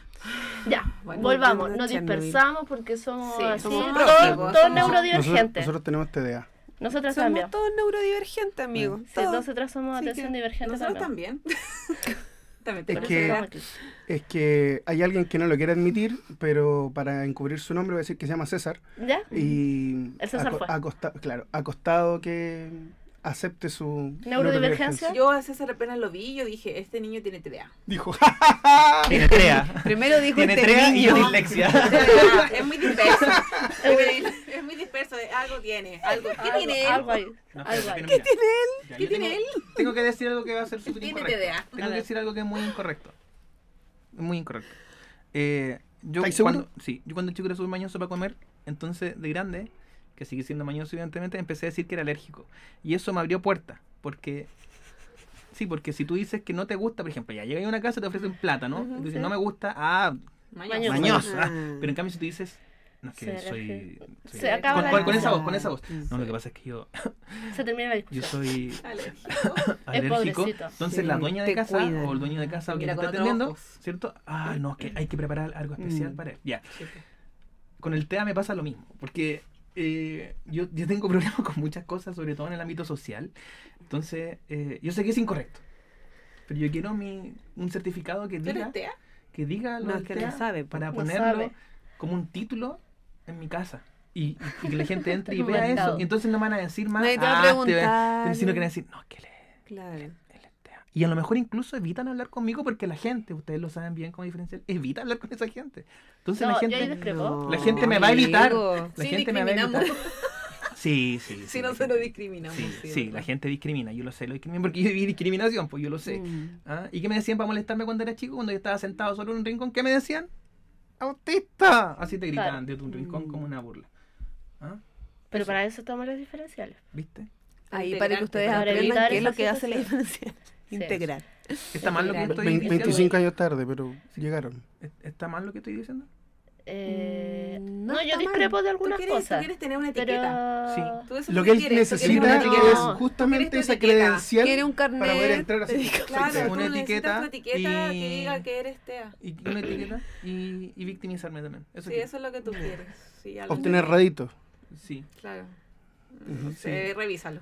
Speaker 3: Ya,
Speaker 2: Bueno,
Speaker 3: volvamos.
Speaker 4: volviendo a
Speaker 3: Nos
Speaker 4: Chernobyl.
Speaker 3: dispersamos porque somos
Speaker 2: Sí,
Speaker 3: así,
Speaker 2: somos
Speaker 3: todos-
Speaker 2: prófugos,
Speaker 3: todos
Speaker 2: somos-
Speaker 6: Nosotros,
Speaker 3: neurodivergentes.
Speaker 6: nosotros tenemos este TDA.
Speaker 3: Nosotras
Speaker 4: Somos
Speaker 3: también.
Speaker 4: todos neurodivergentes, amigos.
Speaker 3: Sí,
Speaker 4: todos.
Speaker 3: nosotras somos
Speaker 4: Así
Speaker 3: atención
Speaker 4: que
Speaker 3: divergente
Speaker 2: Nosotros
Speaker 3: también.
Speaker 2: también. también
Speaker 6: Es
Speaker 2: tenemos
Speaker 6: que-
Speaker 2: edad.
Speaker 3: Estamos aquí.
Speaker 6: Es que hay alguien que no lo quiere admitir, pero para encubrir su nombre voy a decir que se llama César.
Speaker 3: ¿Ya?
Speaker 6: Y
Speaker 3: El César
Speaker 6: ha co-
Speaker 3: fue.
Speaker 6: ha costa- claro, ha costado que acepte su
Speaker 3: ¿Neurodivergencia?
Speaker 2: Yo a César apenas lo vi y yo dije, este niño tiene TDA.
Speaker 6: Dijo, ¡ja, ja, ja!
Speaker 5: Tiene TREA.
Speaker 4: Primero dijo
Speaker 5: Tiene
Speaker 4: este
Speaker 5: TREA y yo
Speaker 4: niño.
Speaker 5: dislexia.
Speaker 2: TDA, es muy disperso. Es- es muy disperso, es- algo tiene. Algo, ¿Qué
Speaker 3: Algo-
Speaker 2: tiene él?
Speaker 3: algo ahí, algo ahí.
Speaker 5: ¿Qué tiene él?
Speaker 2: ¿Qué tiene él?
Speaker 5: Tengo que decir algo que va a ser súper
Speaker 2: Tiene
Speaker 5: incorrecto.
Speaker 2: TDA.
Speaker 5: Tengo que decir algo que es muy incorrecto. Muy incorrecto. Eh, yo
Speaker 6: ¿Estáis
Speaker 5: cuando, sí, yo cuando chico era súper mañoso para comer, entonces de grande, que sigue siendo mañoso evidentemente, empecé a decir que era alérgico. Y eso me abrió puertas, porque Sí, porque si tú dices que no te gusta, por ejemplo, ya llegas a una casa y te ofrecen plata, ¿no?
Speaker 3: Ujú,
Speaker 5: Y tú dices,
Speaker 3: sí.
Speaker 5: no me gusta, ah,
Speaker 3: Mañoso.
Speaker 5: mañoso. ah. Pero en cambio, si tú dices, no, es que
Speaker 3: Se
Speaker 5: soy. soy-
Speaker 3: Se acaba
Speaker 5: con,
Speaker 3: la
Speaker 5: con- con esa
Speaker 3: discusión.
Speaker 5: voz, con esa voz.
Speaker 4: Mm.
Speaker 5: No, lo que pasa es que yo,
Speaker 3: Se termina la
Speaker 5: yo
Speaker 3: discusión.
Speaker 5: soy
Speaker 3: Es
Speaker 5: alérgico.
Speaker 3: pobrecito.
Speaker 5: Entonces,
Speaker 2: Sí,
Speaker 5: la dueña de
Speaker 2: te
Speaker 5: casa
Speaker 2: cuidan.
Speaker 5: o el dueño de casa o quien
Speaker 2: Mira
Speaker 5: te está
Speaker 2: con otros
Speaker 5: atendiendo,
Speaker 2: ojos.
Speaker 5: ¿cierto? Ah, no, es que hay que preparar algo especial
Speaker 2: Mm.
Speaker 5: para él. Ya. Con el TEA me pasa lo mismo, porque eh, yo, yo tengo problemas con muchas cosas, sobre todo en el ámbito social. Entonces, eh, yo sé que es incorrecto, pero yo quiero mi, un certificado que
Speaker 8: ¿Tú
Speaker 5: diga,
Speaker 8: eres tea?
Speaker 5: que diga lo
Speaker 2: No,
Speaker 5: del
Speaker 2: es que no
Speaker 5: TEA
Speaker 2: sabe, po.
Speaker 5: para
Speaker 3: No
Speaker 5: ponerlo
Speaker 3: sabe.
Speaker 5: como un título en mi casa. Y, y que la gente entre y
Speaker 3: Un
Speaker 5: vea eso.
Speaker 3: mercado.
Speaker 5: Y entonces no me van a decir más.
Speaker 2: Nadie te va a
Speaker 5: "Ah, te
Speaker 2: preguntar".
Speaker 5: pero si no quieren decir, no, que le
Speaker 2: Claro.
Speaker 5: el tema. Y a lo mejor incluso evitan hablar conmigo porque la gente, ustedes lo saben bien como diferencial, evita hablar con esa gente. Entonces
Speaker 3: No,
Speaker 5: la
Speaker 3: yo
Speaker 5: gente,
Speaker 3: ahí discrepo.
Speaker 5: la gente me va a evitar.
Speaker 2: amigo.
Speaker 5: La
Speaker 8: Sí,
Speaker 5: gente me va a evitar.
Speaker 8: discriminamos.
Speaker 5: Sí, sí.
Speaker 8: Si
Speaker 5: la
Speaker 8: nosotros
Speaker 5: gente-
Speaker 8: discriminamos.
Speaker 5: Sí,
Speaker 8: es
Speaker 5: sí, la
Speaker 8: verdad.
Speaker 5: gente discrimina, yo lo sé, lo discrimina porque yo viví discriminación, pues yo lo sé.
Speaker 8: Mm.
Speaker 5: ¿Ah? ¿Y qué me decían para molestarme cuando era chico, cuando yo estaba sentado solo en un rincón? ¿Qué me decían? ¡Autista! Así te gritaban desde un rincón
Speaker 8: Mm.
Speaker 5: como una burla. ¿Ah?
Speaker 3: Pero para eso estamos los diferenciales.
Speaker 5: ¿Viste?
Speaker 2: Ahí para que ustedes
Speaker 3: Para
Speaker 2: aprendan
Speaker 3: evitar
Speaker 2: qué es
Speaker 3: esa
Speaker 2: lo que hace la
Speaker 3: situación.
Speaker 2: diferencia.
Speaker 3: Sí.
Speaker 8: Integrar.
Speaker 5: ¿Está mal lo que yo estoy
Speaker 6: Vein-
Speaker 5: diciendo?
Speaker 6: 25 años tarde, pero llegaron.
Speaker 5: ¿Est- ¿Está mal lo que estoy diciendo?
Speaker 3: Eh,
Speaker 8: Mm,
Speaker 3: no,
Speaker 8: está
Speaker 3: yo
Speaker 8: mal.
Speaker 3: discrepo de algunas
Speaker 8: tú quieres, tú
Speaker 3: cosas.
Speaker 8: quieres tener una etiqueta.
Speaker 3: Pero.
Speaker 5: Sí.
Speaker 8: Tú eso
Speaker 6: Lo
Speaker 8: tú
Speaker 6: que
Speaker 8: quieres,
Speaker 6: él
Speaker 8: tú quieres
Speaker 6: necesita
Speaker 8: una
Speaker 6: es
Speaker 8: etiqueta.
Speaker 6: justamente
Speaker 8: Tú quieres tu
Speaker 6: esa
Speaker 8: etiqueta.
Speaker 6: credencial
Speaker 2: Quiere un
Speaker 6: para poder
Speaker 2: carnet.
Speaker 6: entrar así.
Speaker 8: Claro,
Speaker 5: Una
Speaker 8: tú necesitas
Speaker 5: etiqueta
Speaker 8: tu etiqueta
Speaker 5: y-
Speaker 8: que diga que eres tea.
Speaker 5: Y una etiqueta y, y victimizarme también. Eso
Speaker 8: Sí,
Speaker 5: quiero.
Speaker 8: eso es lo que tú quieres. Sí, algo
Speaker 6: Obtener
Speaker 8: así.
Speaker 6: raditos.
Speaker 5: Sí.
Speaker 8: Claro.
Speaker 5: Ujú,
Speaker 8: Eh,
Speaker 5: sí.
Speaker 8: revísalo.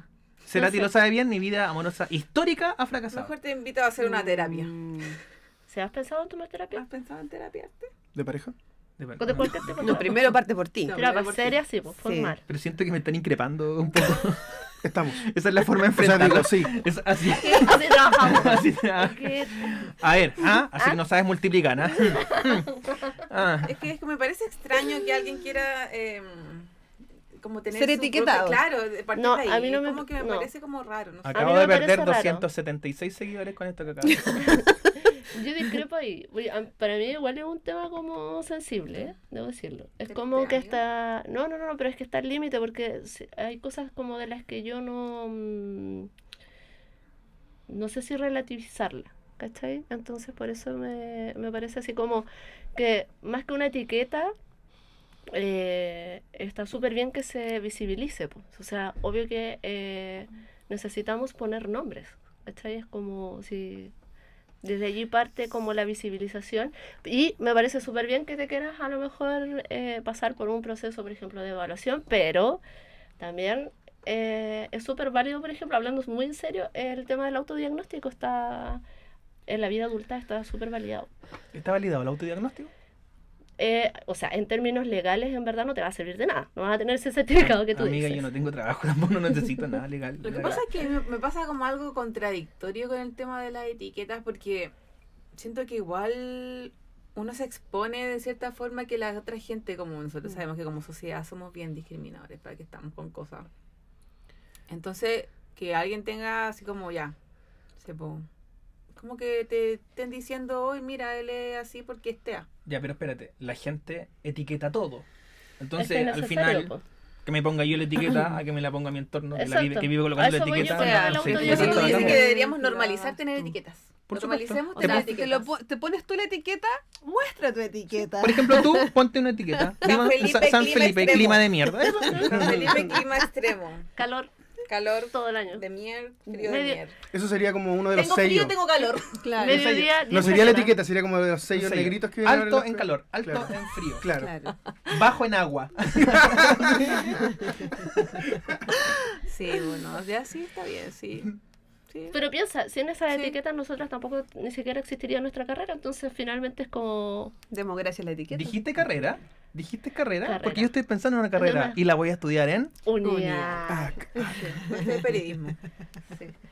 Speaker 5: Cerati
Speaker 3: No sé.
Speaker 5: lo sabe bien, mi vida amorosa histórica ha fracasado.
Speaker 8: Mejor te invito a hacer una terapia.
Speaker 3: ¿Se has pensado en tomar terapia?
Speaker 8: ¿Has pensado en terapia?
Speaker 6: ¿De pareja?
Speaker 5: De verdad.
Speaker 3: De cualquier tipo.
Speaker 2: No, primero parte por ti.
Speaker 8: No,
Speaker 3: Terapia
Speaker 8: porque-
Speaker 3: seria, sí, pues, formal.
Speaker 5: Pero siento que me están increpando un poco.
Speaker 6: Estamos.
Speaker 5: Esa es la forma de
Speaker 6: O sea,
Speaker 5: enfrentarlo.
Speaker 6: digo, sí.
Speaker 5: Es así.
Speaker 3: Así trabajamos.
Speaker 5: Así- ah.
Speaker 3: Porque-
Speaker 5: A ver, ¿ah? así que no sabes multiplicar, ¿ah? Ah,
Speaker 8: Es que, es que me parece extraño que alguien quiera eh, como tener
Speaker 2: Ser
Speaker 8: su
Speaker 2: etiquetado.
Speaker 8: propia- claro, de partir
Speaker 3: No,
Speaker 8: de ahí.
Speaker 3: a mí no me-
Speaker 8: como que me
Speaker 3: no.
Speaker 8: parece como raro. No sé.
Speaker 5: Acabo
Speaker 3: me
Speaker 5: de perder
Speaker 3: parece raro.
Speaker 5: 276 seguidores con esto que acabo de hacer.
Speaker 3: Yo discrepo ahí. Oye, a- Para mí igual es un tema como sensible, ¿eh? debo decirlo. Es
Speaker 8: ¿Te-
Speaker 3: como
Speaker 8: te
Speaker 3: que
Speaker 8: da
Speaker 3: está... No, no, no, no, pero es que está al límite porque si- hay cosas como de las que yo no... mm, No sé si relativizarla, ¿cachai? Entonces por eso me, me parece así como que más que una etiqueta... eh, está súper bien que se visibilice, pues. o sea, obvio que eh, necesitamos poner nombres, ¿cachai? Es como si desde allí parte como la visibilización y me parece súper bien que te quieras a lo mejor eh, pasar por un proceso, por ejemplo, de evaluación, pero también eh, es súper válido, por ejemplo, hablando muy en serio, el tema del autodiagnóstico está en la vida adulta está súper validado.
Speaker 5: ¿Está validado el autodiagnóstico?
Speaker 3: Eh, o sea, en términos legales en verdad no te va a servir de nada, no vas a tener ese certificado que tú
Speaker 5: Amiga,
Speaker 3: dices.
Speaker 5: yo no tengo trabajo, tampoco no necesito nada legal.
Speaker 8: Lo que pasa es que me, me pasa como algo contradictorio con el tema de las etiquetas porque siento que igual uno se expone de cierta forma que la otra gente, como
Speaker 5: Mm.
Speaker 8: nosotros sabemos que como sociedad somos bien discriminadores para que estamos con cosas. Entonces, que alguien tenga así como ya, se po- como que te estén diciendo, hoy mira, él es así porque es tea.
Speaker 5: Ya, pero espérate, la gente etiqueta todo.
Speaker 3: Es
Speaker 5: Entonces,
Speaker 3: que Este es
Speaker 5: al
Speaker 3: necesario,
Speaker 5: final,
Speaker 3: po.
Speaker 5: que me ponga yo la etiqueta a que me la ponga mi entorno que, la vive,
Speaker 3: Exacto.
Speaker 5: que vive
Speaker 3: A
Speaker 5: colocando la
Speaker 3: eso voy yo
Speaker 5: etiqueta.
Speaker 8: con el
Speaker 5: no sé,
Speaker 3: autodiagnóstico.
Speaker 5: por
Speaker 8: Entonces tú
Speaker 5: eso estaba
Speaker 8: dices
Speaker 5: hablando.
Speaker 8: que
Speaker 3: también.
Speaker 8: deberíamos normalizar tener etiquetas.
Speaker 5: Por supuesto.
Speaker 8: Normalicemos
Speaker 3: O
Speaker 2: Te,
Speaker 8: tener
Speaker 3: sea,
Speaker 2: pon- te
Speaker 8: etiquetas.
Speaker 2: lo pon- te pones tú la etiqueta, muestra tu etiqueta.
Speaker 5: Por ejemplo, tú ponte una etiqueta. Viva- Sa-
Speaker 8: Felipe,
Speaker 5: San
Speaker 8: clima
Speaker 5: Felipe,
Speaker 8: extremo.
Speaker 5: clima de mierda.
Speaker 8: San Felipe, clima extremo.
Speaker 3: Calor
Speaker 8: Calor
Speaker 3: todo el año.
Speaker 8: de mier, frío de
Speaker 3: Medio-
Speaker 8: mier.
Speaker 6: Eso sería como uno de los
Speaker 8: Tengo
Speaker 6: sellos.
Speaker 8: frío, tengo calor.
Speaker 2: Claro.
Speaker 3: Mediodía,
Speaker 6: No
Speaker 3: 10
Speaker 6: sería
Speaker 3: personas.
Speaker 6: la etiqueta, sería como de los sellos
Speaker 5: Sello.
Speaker 6: negritos que vienen
Speaker 5: Alto
Speaker 6: ahora
Speaker 5: en
Speaker 6: las-
Speaker 5: calor, alto
Speaker 6: Claro.
Speaker 5: en frío,
Speaker 6: Claro.
Speaker 2: Claro.
Speaker 5: bajo en agua.
Speaker 8: Sí, bueno, ya sí está bien, sí. Sí.
Speaker 3: Pero piensa, sin esas
Speaker 8: Sí.
Speaker 3: etiquetas nosotras tampoco ni siquiera existiría nuestra carrera, entonces finalmente es como...
Speaker 2: Democracia es la etiqueta.
Speaker 5: ¿Dijiste carrera? ¿Dijiste carrera?
Speaker 3: Carrera.
Speaker 5: Porque yo estoy pensando en una carrera
Speaker 3: Una.
Speaker 5: y la voy a estudiar en.
Speaker 3: Unidad.
Speaker 8: Es periodismo.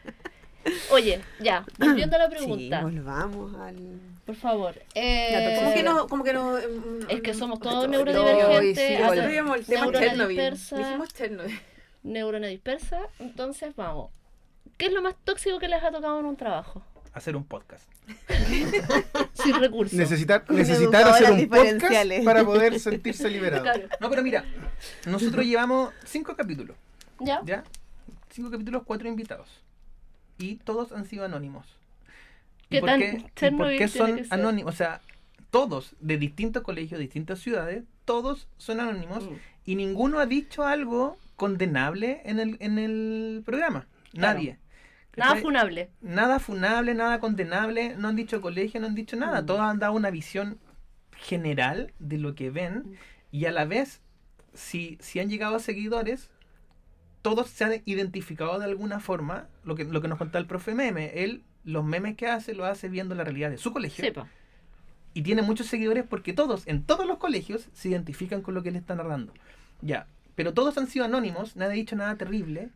Speaker 3: Oye, ya, volviendo a la
Speaker 2: Sí,
Speaker 3: pregunta,
Speaker 2: volvamos al.
Speaker 3: por favor. eh,
Speaker 2: Ya, pero
Speaker 8: Como que no, como que no. mm,
Speaker 3: Es que somos todos
Speaker 8: no,
Speaker 3: neurodivergentes,
Speaker 2: no, sí,
Speaker 3: atra-
Speaker 2: volvemos.
Speaker 8: Dijimos el tema
Speaker 3: neurona
Speaker 8: Chernobyl.
Speaker 3: dispersa.
Speaker 8: Dijimos Chernobyl.
Speaker 3: neurona dispersa, entonces vamos. ¿Qué es lo más tóxico que les ha tocado en un trabajo?
Speaker 5: Hacer un podcast.
Speaker 3: Sin recursos.
Speaker 6: Necesitar,
Speaker 2: Con
Speaker 6: necesitar hacer
Speaker 2: educadoras
Speaker 6: un podcast
Speaker 2: diferenciales.
Speaker 6: para poder sentirse liberado.
Speaker 3: Claro.
Speaker 5: No, pero mira, nosotros llevamos cinco capítulos,
Speaker 3: ¿Ya?
Speaker 5: ¿ya? Cinco capítulos, cuatro invitados. y todos han sido anónimos.
Speaker 3: ¿Qué tan
Speaker 5: y
Speaker 3: Chernobyl
Speaker 5: por
Speaker 3: tiene
Speaker 5: qué son
Speaker 3: que ser?
Speaker 5: anónimos? O sea, todos de distintos colegios, distintas ciudades, todos son anónimos
Speaker 3: Uh.
Speaker 5: y ninguno ha dicho algo condenable en el, en el programa.
Speaker 6: Claro.
Speaker 5: Nadie.
Speaker 3: Nada
Speaker 5: ¿Cachai?
Speaker 3: funable.
Speaker 5: nada funable, nada condenable, no han dicho colegio, no han dicho nada. Todos han dado una visión general de lo que ven y a la vez, si, si han llegado a seguidores, todos se han identificado de alguna forma, lo que, lo que nos contaba el profe Meme, él los memes que hace lo hace viendo la realidad de su colegio
Speaker 3: Sepa.
Speaker 5: y tiene muchos seguidores porque todos, en todos los colegios, se identifican con lo que él está narrando. Ya, pero todos han sido anónimos, nadie ha dicho nada terrible.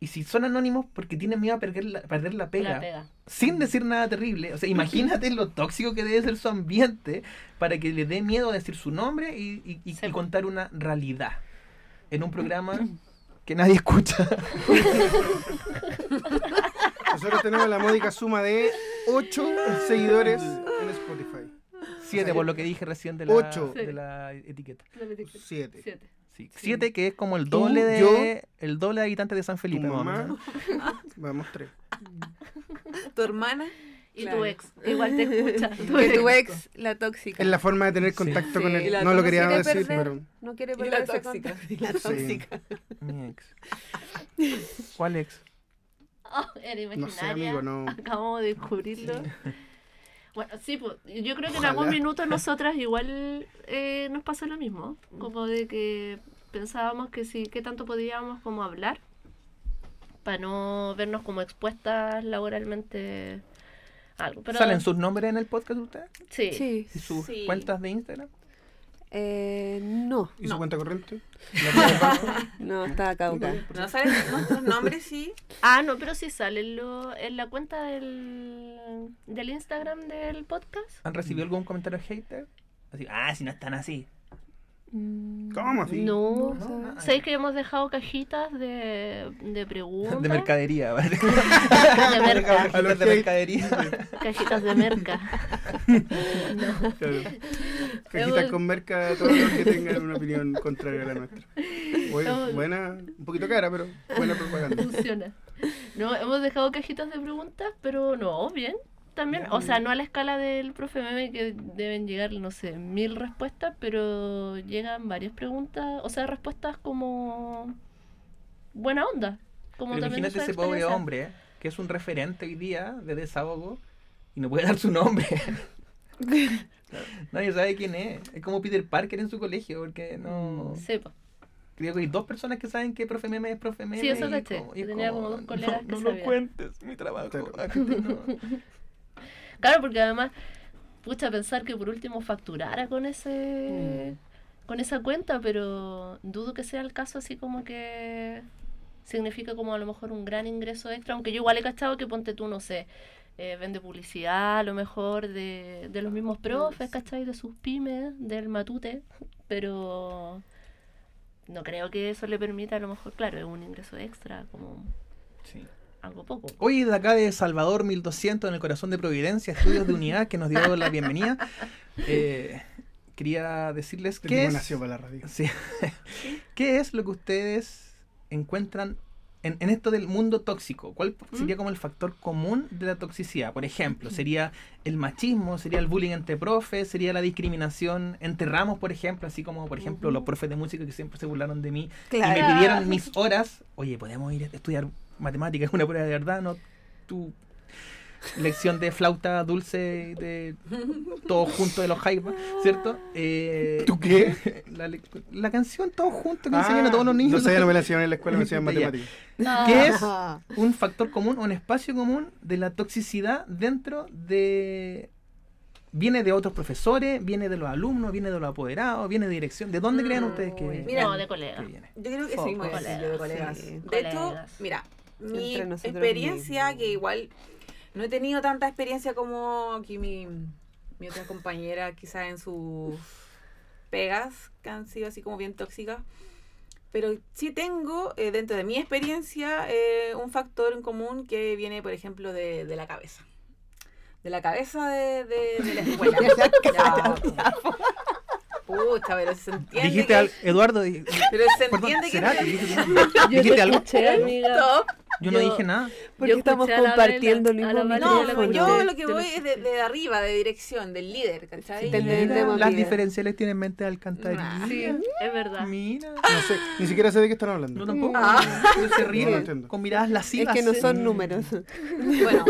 Speaker 5: Y si son anónimos porque tienen miedo a perder la, perder la pega,
Speaker 3: La pega.
Speaker 5: sin decir nada terrible. O sea, imagínate lo tóxico que debe ser su ambiente para que le dé miedo decir su nombre y, y- y-
Speaker 3: Sí.
Speaker 5: y contar una realidad en un programa que nadie escucha.
Speaker 6: Nosotros tenemos la módica suma de 8 seguidores en Spotify.
Speaker 5: Siete, por lo que dije recién de la,
Speaker 6: Ocho.
Speaker 5: de la etiqueta.
Speaker 3: 7.
Speaker 6: Siete.
Speaker 5: Sí.
Speaker 6: Sí.
Speaker 5: Siete, que es como el
Speaker 6: Tú,
Speaker 5: doble de
Speaker 6: yo,
Speaker 5: el doble de habitantes de San
Speaker 6: Tu
Speaker 5: Felipe. más o
Speaker 6: mamá.
Speaker 5: menos.
Speaker 6: Vamos, tres.
Speaker 8: Tu hermana
Speaker 3: Y
Speaker 8: Claro.
Speaker 3: tu ex. Igual te escucha. Tu
Speaker 2: Que
Speaker 3: ex.
Speaker 2: tu ex, la tóxica.
Speaker 6: Es la forma de tener contacto
Speaker 2: Sí.
Speaker 6: con
Speaker 2: Y
Speaker 6: él.
Speaker 2: la
Speaker 6: No lo quería
Speaker 4: quiere
Speaker 6: decir,
Speaker 4: perder.
Speaker 6: pero.
Speaker 4: No quiere
Speaker 8: y
Speaker 4: perder
Speaker 8: la
Speaker 4: ese
Speaker 8: tóxica.
Speaker 4: contacto.
Speaker 8: Y la
Speaker 6: Sí.
Speaker 8: tóxica.
Speaker 5: Mi ex. ¿Cuál ex?
Speaker 3: Oh, era imaginaria.
Speaker 6: No sé, amigo, no.
Speaker 3: Acabamos de descubrirlo. Bueno, sí, pues, yo creo que en
Speaker 6: Ojalá.
Speaker 3: algún minuto nosotras igual eh, nos pasó lo mismo. Como de que pensábamos que sí, que tanto podíamos como hablar para no vernos como expuestas laboralmente a algo. Pero,
Speaker 5: ¿Salen sus nombres en el podcast de ustedes?
Speaker 3: Sí.
Speaker 4: Sí.
Speaker 5: ¿Y sus
Speaker 8: Sí.
Speaker 5: cuentas de Instagram?
Speaker 4: Eh, no,
Speaker 6: ¿Y su cuenta corriente?
Speaker 4: no, está caduca.
Speaker 8: ¿No sabes nuestros nombres? Sí.
Speaker 3: Ah, no, pero sí sale en lo- en la cuenta del, del Instagram del podcast.
Speaker 5: ¿Han recibido algún comentario hater? Así, ah, si no están así.
Speaker 6: ¿Cómo así?
Speaker 3: No.
Speaker 5: ¿No? Ah,
Speaker 3: ¿Sabéis que hemos dejado cajitas de, de preguntas?
Speaker 5: De mercadería, ¿vale?
Speaker 3: De merca.
Speaker 5: A los de
Speaker 6: hate.
Speaker 5: mercadería.
Speaker 3: Cajitas de merca.
Speaker 6: Cajitas con merca a todos los que tengan una opinión contraria a la nuestra. Oye, buena, un poquito cara, pero buena propaganda. Este
Speaker 3: Funciona. No, hemos dejado cajitas de preguntas, pero no, bien. También, o sea, no a la escala del profe meme que deben llegar, no sé, mil respuestas, pero llegan varias preguntas, o sea, respuestas como buena onda. Como también
Speaker 5: Pero imagínate
Speaker 3: nuestra
Speaker 5: ese pobre
Speaker 3: experiencia.
Speaker 5: hombre que es un referente hoy día de desahogo y no puede dar su nombre. Nadie sabe quién es. Es como Peter Parker en su colegio, porque no.
Speaker 3: Sepa.
Speaker 5: Creo que hay dos personas que saben que profe meme es profe meme.
Speaker 3: Sí, eso
Speaker 5: y
Speaker 3: caché.
Speaker 5: como- y es
Speaker 3: Tenía como dos
Speaker 5: no-
Speaker 3: colegas que
Speaker 5: No, lo
Speaker 3: sabían.
Speaker 5: cuentes, mi trabajo. Ah,
Speaker 6: Claro.
Speaker 5: Aquí no.
Speaker 3: Claro, porque además, pucha, pensar que por último facturara con ese
Speaker 8: Mm.
Speaker 3: con esa cuenta, pero dudo que sea el caso así como que significa como a lo mejor un gran ingreso extra, aunque yo igual he cachado que ponte tú, no sé, eh, vende publicidad a lo mejor de, de los mismos profes, ¿cachai? De sus pymes, del matute, pero no creo que eso le permita a lo mejor, claro, es un ingreso extra, como
Speaker 5: Sí.
Speaker 3: algo poco.
Speaker 5: Hoy de acá de Salvador 1200, en el corazón de Providencia, estudios de unidad, que nos dio la bienvenida. Eh, quería decirles
Speaker 6: Este
Speaker 5: que.
Speaker 6: tipo
Speaker 5: es-
Speaker 6: nació para la radio.
Speaker 5: Sí. ¿Qué es lo que ustedes encuentran en, en esto del mundo tóxico? ¿Cuál sería como el factor común de la toxicidad? Por ejemplo, ¿sería el machismo? ¿Sería el bullying entre profes? ¿Sería la discriminación entre ramos, por ejemplo? Así como, por ejemplo, los profes de música que siempre se burlaron de mí y me
Speaker 2: Claro.
Speaker 5: pidieron mis horas. Oye, podemos ir a estudiar matemáticas, es una prueba de verdad, no tu lección de flauta dulce de todo junto de los Jaivas, ¿cierto? Eh,
Speaker 6: ¿Tú qué?
Speaker 5: la, le- la canción todo junto que
Speaker 6: Ah,
Speaker 5: enseñan a todos los niños.
Speaker 6: No sabía, no me la enseñaron en la escuela, me enseñaban
Speaker 5: Ya.
Speaker 6: matemáticas.
Speaker 8: Ah.
Speaker 5: que es
Speaker 4: Ah,
Speaker 5: un factor común, un espacio común de la toxicidad dentro de... Viene de otros profesores, viene de los alumnos, viene de los apoderados, viene de dirección. ¿De dónde creen ustedes que,
Speaker 8: Mm, Mira,
Speaker 3: no, de
Speaker 5: que
Speaker 3: colega.
Speaker 5: viene?
Speaker 8: Yo creo que sí, mismo
Speaker 4: Focos.
Speaker 8: decir yo de colegas.
Speaker 4: Sí.
Speaker 8: De hecho,
Speaker 3: Colegas.
Speaker 8: mira, mi
Speaker 4: Entre nosotros
Speaker 8: experiencia,
Speaker 4: mismos.
Speaker 8: que igual no he tenido tanta experiencia como aquí mi, mi otra compañera, quizás en sus pegas, que han sido así como bien tóxicas. Pero sí tengo, eh, dentro de mi experiencia, eh, un factor en común que viene, por ejemplo, de, de la cabeza. De la cabeza de, de- de la escuela. Ya. Pucha, pero se entiende.
Speaker 5: Dijiste
Speaker 8: que-
Speaker 5: al Eduardo, di-
Speaker 8: Pero se
Speaker 5: perdón,
Speaker 8: entiende que
Speaker 5: Cerati, dijiste-
Speaker 3: Yo
Speaker 5: dijiste
Speaker 3: te
Speaker 5: algo.
Speaker 3: escuché, amiga.
Speaker 8: Top.
Speaker 5: Yo no
Speaker 3: Yo-
Speaker 5: dije nada.
Speaker 4: Porque
Speaker 3: Yo
Speaker 4: estamos
Speaker 3: escuché a la
Speaker 4: compartiendo el
Speaker 3: Bela- a
Speaker 4: mismo
Speaker 3: la Bela
Speaker 4: micrófono.
Speaker 3: hablar
Speaker 8: No,
Speaker 3: con
Speaker 8: yo
Speaker 3: ustedes,
Speaker 8: lo que
Speaker 3: yo
Speaker 8: voy
Speaker 3: no
Speaker 8: es de, de arriba, de dirección, del líder, ¿cachai?
Speaker 4: Sí, Del líder.
Speaker 5: Mira,
Speaker 4: tema
Speaker 5: las
Speaker 4: líder.
Speaker 5: diferenciales tienen mente de alcantarilla.
Speaker 3: Ah, Sí, es verdad.
Speaker 5: Mira.
Speaker 6: No sé, ni siquiera sé de qué están hablando.
Speaker 5: No tampoco.
Speaker 8: Ah.
Speaker 5: No se ríe.
Speaker 6: No lo entiendo.
Speaker 5: con miradas
Speaker 4: Es
Speaker 5: lascivas.
Speaker 4: que no son
Speaker 5: Mm.
Speaker 4: números.
Speaker 8: Bueno,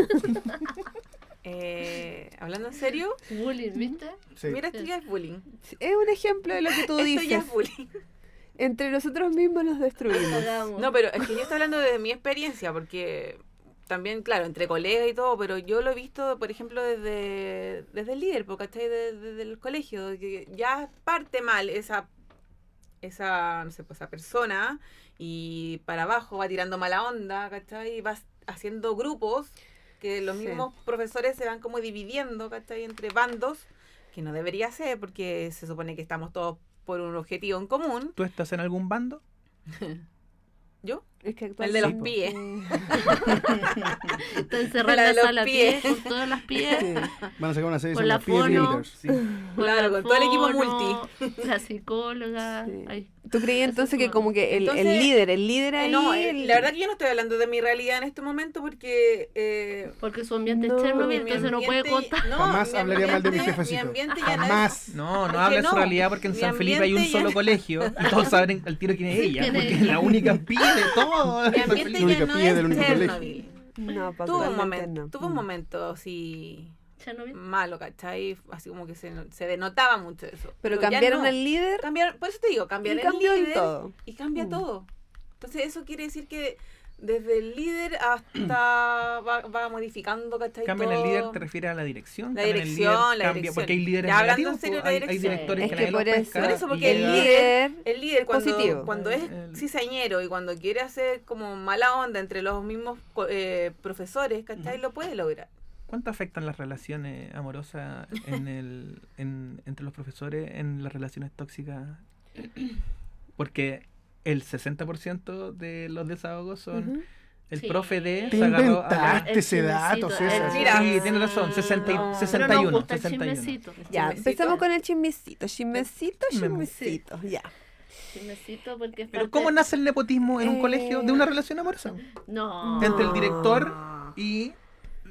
Speaker 8: eh, hablando en serio,
Speaker 3: Bullying, ¿viste?
Speaker 6: Sí.
Speaker 8: mira, esto ya es bullying.
Speaker 4: Es un ejemplo de lo que tú
Speaker 8: Esto ya
Speaker 4: dices.
Speaker 8: es bullying.
Speaker 4: Entre nosotros mismos nos destruimos.
Speaker 3: Hagamos.
Speaker 8: No, pero es que yo estoy hablando desde mi experiencia, porque también, claro, entre colegas y todo, pero yo lo he visto, por ejemplo, desde, desde el líder, porque está desde el colegio, de que ya parte mal esa, esa, no sé, pues, esa persona y para abajo va tirando mala onda, ¿cachai? Y va haciendo grupos que los
Speaker 4: Sí.
Speaker 8: mismos profesores se van como dividiendo, ¿cachai? Entre bandos, que no debería ser, porque se supone que estamos todos por un objetivo en común.
Speaker 5: ¿Tú estás en algún bando?
Speaker 8: ¿Yo?
Speaker 4: Es que
Speaker 8: El de los pies.
Speaker 4: actualmente-
Speaker 3: Está encerrada
Speaker 8: La de
Speaker 3: en la
Speaker 8: los
Speaker 3: sala
Speaker 8: pies.
Speaker 3: pies, con todas las pies,
Speaker 6: Van a sacar una serie
Speaker 3: Con
Speaker 6: sobre
Speaker 3: la
Speaker 6: los Peer
Speaker 3: fono.
Speaker 6: Leaders.
Speaker 5: Sí.
Speaker 3: con
Speaker 8: Claro,
Speaker 3: la
Speaker 8: con todo el equipo
Speaker 3: fono, La psicóloga.
Speaker 4: Sí.
Speaker 3: ay.
Speaker 4: ¿Tú
Speaker 3: Eso
Speaker 4: creías entonces
Speaker 3: es
Speaker 4: que
Speaker 3: todo.
Speaker 4: como que el, el
Speaker 8: Entonces,
Speaker 4: líder, el líder
Speaker 8: Eh,
Speaker 4: ahí...
Speaker 8: no, eh,
Speaker 4: el-
Speaker 8: la verdad que yo no estoy hablando de mi realidad en este momento porque... eh,
Speaker 3: Porque su ambiente
Speaker 4: No,
Speaker 3: es
Speaker 8: mi
Speaker 3: Chernobyl, entonces no puede
Speaker 8: ambiente-
Speaker 3: contar.
Speaker 8: no,
Speaker 6: Jamás
Speaker 8: mi
Speaker 6: hablaría mal de mi
Speaker 8: ambiente-
Speaker 6: jefecito.
Speaker 8: Mi ambiente ya no es-
Speaker 6: Jamás.
Speaker 5: No,
Speaker 8: Es
Speaker 5: no
Speaker 8: que
Speaker 5: habla de su
Speaker 8: no.
Speaker 5: realidad porque en
Speaker 8: Mi
Speaker 5: San Felipe hay un
Speaker 8: ambiente ya-
Speaker 5: solo colegio y todos saben al tiro quién es ella,
Speaker 3: ¿Quién es?
Speaker 5: porque es la única pía de todo.
Speaker 8: Mi
Speaker 5: San
Speaker 8: ambiente
Speaker 5: Felipe.
Speaker 6: única
Speaker 8: ya no
Speaker 6: pía del único
Speaker 8: es
Speaker 6: colegio.
Speaker 8: Chernobyl.
Speaker 4: No, pa-
Speaker 8: Tuvo un
Speaker 4: actualmente
Speaker 8: momento,
Speaker 4: no.
Speaker 8: tuvo un momento así
Speaker 3: Chernobyl.
Speaker 8: malo, ¿cachai? Así como que se, se denotaba mucho eso.
Speaker 4: Pero
Speaker 8: ya
Speaker 4: cambiaron
Speaker 8: no.
Speaker 4: el líder
Speaker 8: Cambiaron- por eso te digo, cambiar
Speaker 4: y
Speaker 8: el
Speaker 4: cambió en
Speaker 8: líder
Speaker 4: todo.
Speaker 8: y cambia
Speaker 4: Mm.
Speaker 8: todo. Entonces eso quiere decir que desde el líder hasta va, va modificando, ¿cachai?
Speaker 5: Cambian el
Speaker 8: Todo.
Speaker 5: líder, te refieres a la dirección.
Speaker 8: La
Speaker 5: Cambian el
Speaker 8: dirección,
Speaker 5: líder,
Speaker 8: la
Speaker 5: cambia,
Speaker 8: dirección.
Speaker 5: Porque hay líderes
Speaker 8: Ya hablando en
Speaker 5: negativos,
Speaker 8: serio de
Speaker 5: pues, hay, hay
Speaker 8: dirección.
Speaker 5: directores
Speaker 4: Es
Speaker 5: que,
Speaker 4: que
Speaker 5: nadie los
Speaker 4: por eso-
Speaker 5: pesca
Speaker 8: Por eso,
Speaker 5: y
Speaker 8: porque
Speaker 4: El
Speaker 8: Ya.
Speaker 5: llega-
Speaker 4: líder...
Speaker 8: El líder cuando,
Speaker 4: Positivo.
Speaker 8: cuando es
Speaker 5: El-
Speaker 8: cizañero y cuando quiere hacer como mala onda entre los mismos co- eh, profesores, ¿cachai? Lo puede lograr.
Speaker 5: ¿Cuánto afectan las relaciones amorosas en el, en- entre los profesores en las relaciones tóxicas? Porque el 60% de los desahogos son
Speaker 4: Ujú.
Speaker 5: el
Speaker 3: Sí.
Speaker 5: profe de...
Speaker 6: Te
Speaker 5: se agarró a la-
Speaker 6: inventaste ese dato,
Speaker 3: chismecito,
Speaker 6: César.
Speaker 8: el- Mira.
Speaker 5: Sí, tiene razón, 60 y-
Speaker 8: No.
Speaker 5: 61.
Speaker 3: Pero nos gusta el
Speaker 5: 61.
Speaker 3: chismecito.
Speaker 4: Ya,
Speaker 8: Chismecito.
Speaker 4: empezamos con el chismecito, chismecito,
Speaker 5: Chismecito.
Speaker 4: chismecito, ya.
Speaker 3: Chismecito porque es
Speaker 5: Pero
Speaker 3: parte-
Speaker 5: ¿cómo nace el nepotismo en un
Speaker 4: Eh.
Speaker 5: colegio de una relación amorosa?
Speaker 3: No.
Speaker 5: Entre el director y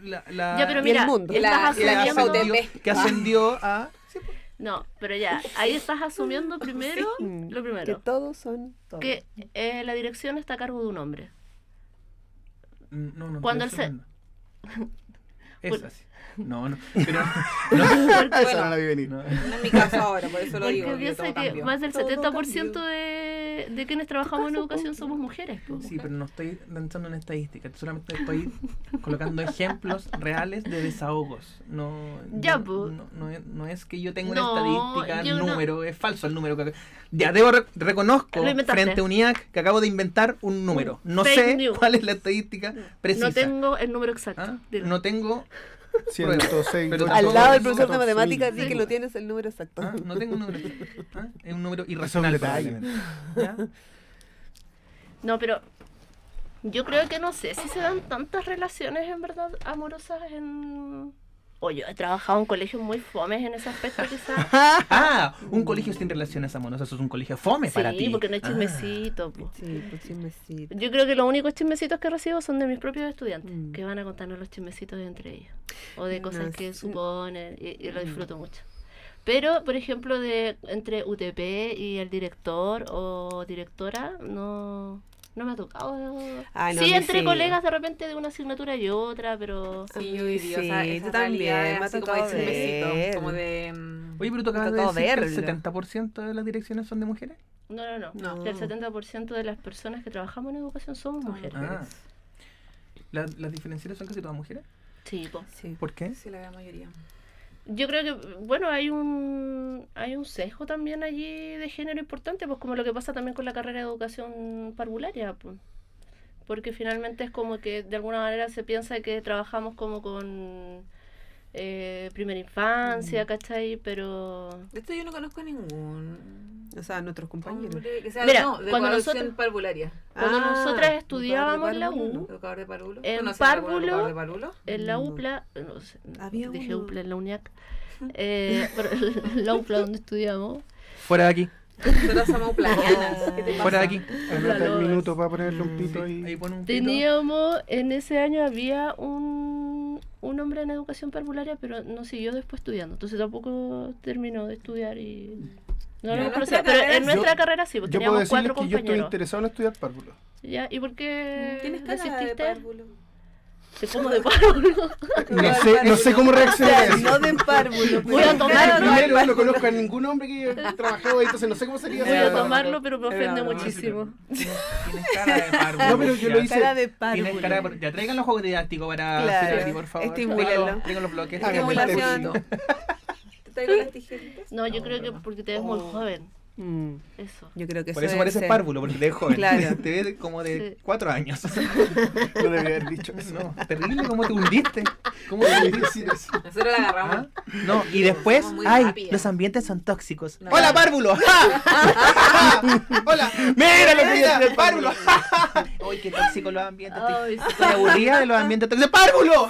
Speaker 5: la... la-
Speaker 3: Ya, pero
Speaker 4: Y el
Speaker 3: mira,
Speaker 4: mundo.
Speaker 3: estás
Speaker 8: La-
Speaker 5: que
Speaker 8: la
Speaker 3: asumiendo-
Speaker 8: SOTP.
Speaker 5: ascendió, que ascendió a... sí, pues,
Speaker 3: No, pero ya, ahí estás asumiendo primero
Speaker 4: Mm,
Speaker 3: lo
Speaker 4: Que
Speaker 3: primero,
Speaker 4: todos son todos.
Speaker 3: que eh, la dirección está a cargo de un hombre.
Speaker 5: No, no.
Speaker 3: Cuando
Speaker 5: pero
Speaker 3: él se-
Speaker 5: eso no. Es
Speaker 3: Bueno.
Speaker 5: así. No, no. Pero, no,
Speaker 6: Ah, Esa no la vi venir.
Speaker 8: No
Speaker 5: no.
Speaker 8: es mi caso ahora, por eso lo
Speaker 3: Porque
Speaker 8: digo. yo
Speaker 3: piensa
Speaker 8: todo
Speaker 3: que
Speaker 8: cambio.
Speaker 3: más del
Speaker 8: Todo
Speaker 3: 70%
Speaker 8: cambio.
Speaker 3: de, de quienes trabajamos en educación somos mujeres. po.
Speaker 5: Sí, pero no estoy lanzando una estadística, solamente estoy colocando ejemplos reales de desahogos. No,
Speaker 3: Ya,
Speaker 5: no,
Speaker 3: pues.
Speaker 5: no, no es- no es que yo tenga una
Speaker 3: No,
Speaker 5: estadística,
Speaker 3: yo no-
Speaker 5: número, es falso el número. que- Ya, debo re- reconozco
Speaker 3: Lo inventaste.
Speaker 5: frente a UNIAC que acabo de inventar un número. No
Speaker 3: Fake
Speaker 5: sé
Speaker 3: news.
Speaker 5: cuál es la estadística precisa.
Speaker 3: No tengo el número exacto.
Speaker 5: ¿Ah?
Speaker 3: Dilo.
Speaker 5: No tengo,
Speaker 6: 106,
Speaker 5: Pero
Speaker 6: dos-
Speaker 4: Al lado del profesor de
Speaker 6: dos-
Speaker 4: matemáticas
Speaker 6: mil.
Speaker 4: di que lo tienes el número exacto.
Speaker 5: ah, no tengo un número. Ah, Es un número irracional.
Speaker 6: detalle.
Speaker 5: probablemente. ¿Ya?
Speaker 3: No, pero yo creo que no sé si se dan tantas relaciones en verdad amorosas en... O yo he trabajado en colegios muy fomes en ese aspecto quizás.
Speaker 5: Ah, un colegio sin relaciones amorosas eso es un colegio fome para ti.
Speaker 3: Sí, porque no es
Speaker 5: Ah.
Speaker 3: chismecito. po.
Speaker 4: Sí, pues chismecito.
Speaker 3: Yo creo que los únicos chismecitos que recibo son de mis propios estudiantes,
Speaker 4: Mm.
Speaker 3: que van a contarnos los chismecitos de entre ellos, o de cosas
Speaker 4: No Mm.
Speaker 3: que
Speaker 4: sé.
Speaker 3: suponen, y, y lo disfruto mucho. Pero, por ejemplo, de entre UTP y el director o directora, no, no me ha tocado.
Speaker 4: Ah, no, a
Speaker 3: sí,
Speaker 4: mí
Speaker 3: entre
Speaker 4: sí. Ah.
Speaker 3: colegas de repente de una asignatura y otra, pero...
Speaker 8: Sí, yo diría, o sea,
Speaker 4: Sí,
Speaker 8: esa
Speaker 4: tú también,
Speaker 8: realidad es
Speaker 4: me ha
Speaker 8: así como de
Speaker 4: tocado ver.
Speaker 8: chismecito, como de... mm,
Speaker 5: Oye, pero tú acabas de
Speaker 4: tocó
Speaker 5: decir que el
Speaker 4: verlo.
Speaker 5: 70% de las direcciones son de mujeres.
Speaker 3: No, no, no.
Speaker 4: No.
Speaker 3: El 70% de las personas que trabajamos en educación somos mujeres.
Speaker 5: Ah. La- las diferenciales son casi todas mujeres.
Speaker 3: Sí, po.
Speaker 4: Sí.
Speaker 5: ¿Por qué?
Speaker 8: Sí, la gran mayoría.
Speaker 3: Yo creo que, bueno, hay un, hay un sesgo también allí de género importante, pues como lo que pasa también con la carrera de educación parvularia, pues. porque finalmente es como que de alguna manera se piensa que trabajamos como con eh, primera infancia,
Speaker 4: Mm.
Speaker 3: ¿cachai? Pero...
Speaker 8: De esto yo no conozco ningún...
Speaker 4: O sea, nuestros compañeros.
Speaker 8: hombre que sea,
Speaker 3: Mira,
Speaker 8: no, de
Speaker 3: cuando
Speaker 8: coalición
Speaker 3: nosotros-
Speaker 8: parvularia.
Speaker 3: Cuando
Speaker 4: Ah,
Speaker 3: nosotras
Speaker 4: ¿educador de
Speaker 3: estudiábamos en la
Speaker 4: párvulo,
Speaker 3: U,
Speaker 4: no?
Speaker 8: Educador de párvulo.
Speaker 3: En
Speaker 8: ¿Conocen algún
Speaker 3: párvulo-
Speaker 8: educador de párvulo?
Speaker 3: En la
Speaker 4: No.
Speaker 3: UPLA, no sé, no,
Speaker 4: Mm. Había
Speaker 3: dije
Speaker 4: uno.
Speaker 3: UPLA en la UNIAC, eh, pero en la UPLA donde estudiamos,
Speaker 5: Fuera de aquí.
Speaker 8: Nosotras somos plagianas. ¿Qué te pasa?
Speaker 5: Fuera de aquí.
Speaker 6: Anota el
Speaker 3: Valores.
Speaker 6: minuto para ponerle un pito
Speaker 5: Mm, Sí,
Speaker 6: ahí.
Speaker 5: Ahí pone un pito.
Speaker 3: Teníamos, en ese año había un, un hombre en educación parvularia, pero no siguió después estudiando. Entonces tampoco terminó de estudiar y... No lo
Speaker 5: Ya.
Speaker 3: hemos
Speaker 8: En nuestra
Speaker 3: conocido, pero
Speaker 8: carrera
Speaker 3: en
Speaker 8: sí.
Speaker 3: nuestra carrera sí, pues
Speaker 6: Yo puedo
Speaker 3: teníamos
Speaker 6: decirles
Speaker 3: cuatro
Speaker 6: que yo estoy
Speaker 3: compañeros.
Speaker 6: interesado en estudiar párvulo.
Speaker 3: ¿Ya? ¿Y por qué
Speaker 8: Tienes cara de
Speaker 3: desististe?
Speaker 8: párvulo.
Speaker 3: Te pongo de párvulo.
Speaker 6: No sé, no sé cómo reaccionar a eso.
Speaker 4: No de párvulo. pues,
Speaker 3: Voy a
Speaker 4: pero-
Speaker 3: tomar-
Speaker 6: Primero, no conozco a ningún hombre que haya trabajado ahí, entonces no sé cómo sería.
Speaker 3: Voy
Speaker 6: esa-
Speaker 3: a tomarlo, pero me
Speaker 8: Era
Speaker 3: ofende
Speaker 8: broma,
Speaker 3: muchísimo.
Speaker 5: Tienes tienes cara de párvulo.
Speaker 6: No, pero yo lo
Speaker 5: Ya.
Speaker 6: hice.
Speaker 4: Cara de
Speaker 5: Tienes cara de
Speaker 4: párvulo.
Speaker 5: párvulo. Ya traigan los juegos didácticos para
Speaker 4: Claro.
Speaker 5: hacer aquí, por favor.
Speaker 4: Estimúlenlo.
Speaker 5: Traigan los- Traigan los bloques.
Speaker 6: Háganle un
Speaker 8: Estimulación.
Speaker 6: testito.
Speaker 8: ¿Te traigo las tijeritas?
Speaker 3: No, yo creo que porque te ves muy
Speaker 8: Oh.
Speaker 3: joven.
Speaker 4: Mm,
Speaker 3: Eso.
Speaker 4: Yo creo que
Speaker 5: Por eso
Speaker 4: debe
Speaker 5: pareces
Speaker 4: ser.
Speaker 5: párvulo, porque te ves joven.
Speaker 4: Claro.
Speaker 5: Te ves como de
Speaker 3: Sí.
Speaker 5: cuatro años.
Speaker 6: No debía haber dicho eso.
Speaker 5: No, terrible cómo te hundiste. ¿Cómo te
Speaker 6: Debí
Speaker 5: hundiste?
Speaker 6: decir eso.
Speaker 8: Nosotros la agarramos.
Speaker 5: ¿Ah? No, y después,
Speaker 8: Somos muy
Speaker 5: ay,
Speaker 8: rápidas.
Speaker 5: los ambientes son tóxicos.
Speaker 8: No.
Speaker 5: ¡Hola, párvulo! ¡Ja! ¡Ja! ¡Hola! ¡Mira lo que dice el párvulo! ¡Ja, ja, ja! ¡Uy, qué tóxico los ambientes! Estoy,
Speaker 3: Ay, sí.
Speaker 5: estoy aburrida de los ambientes tóxicos. ¡Párvulo!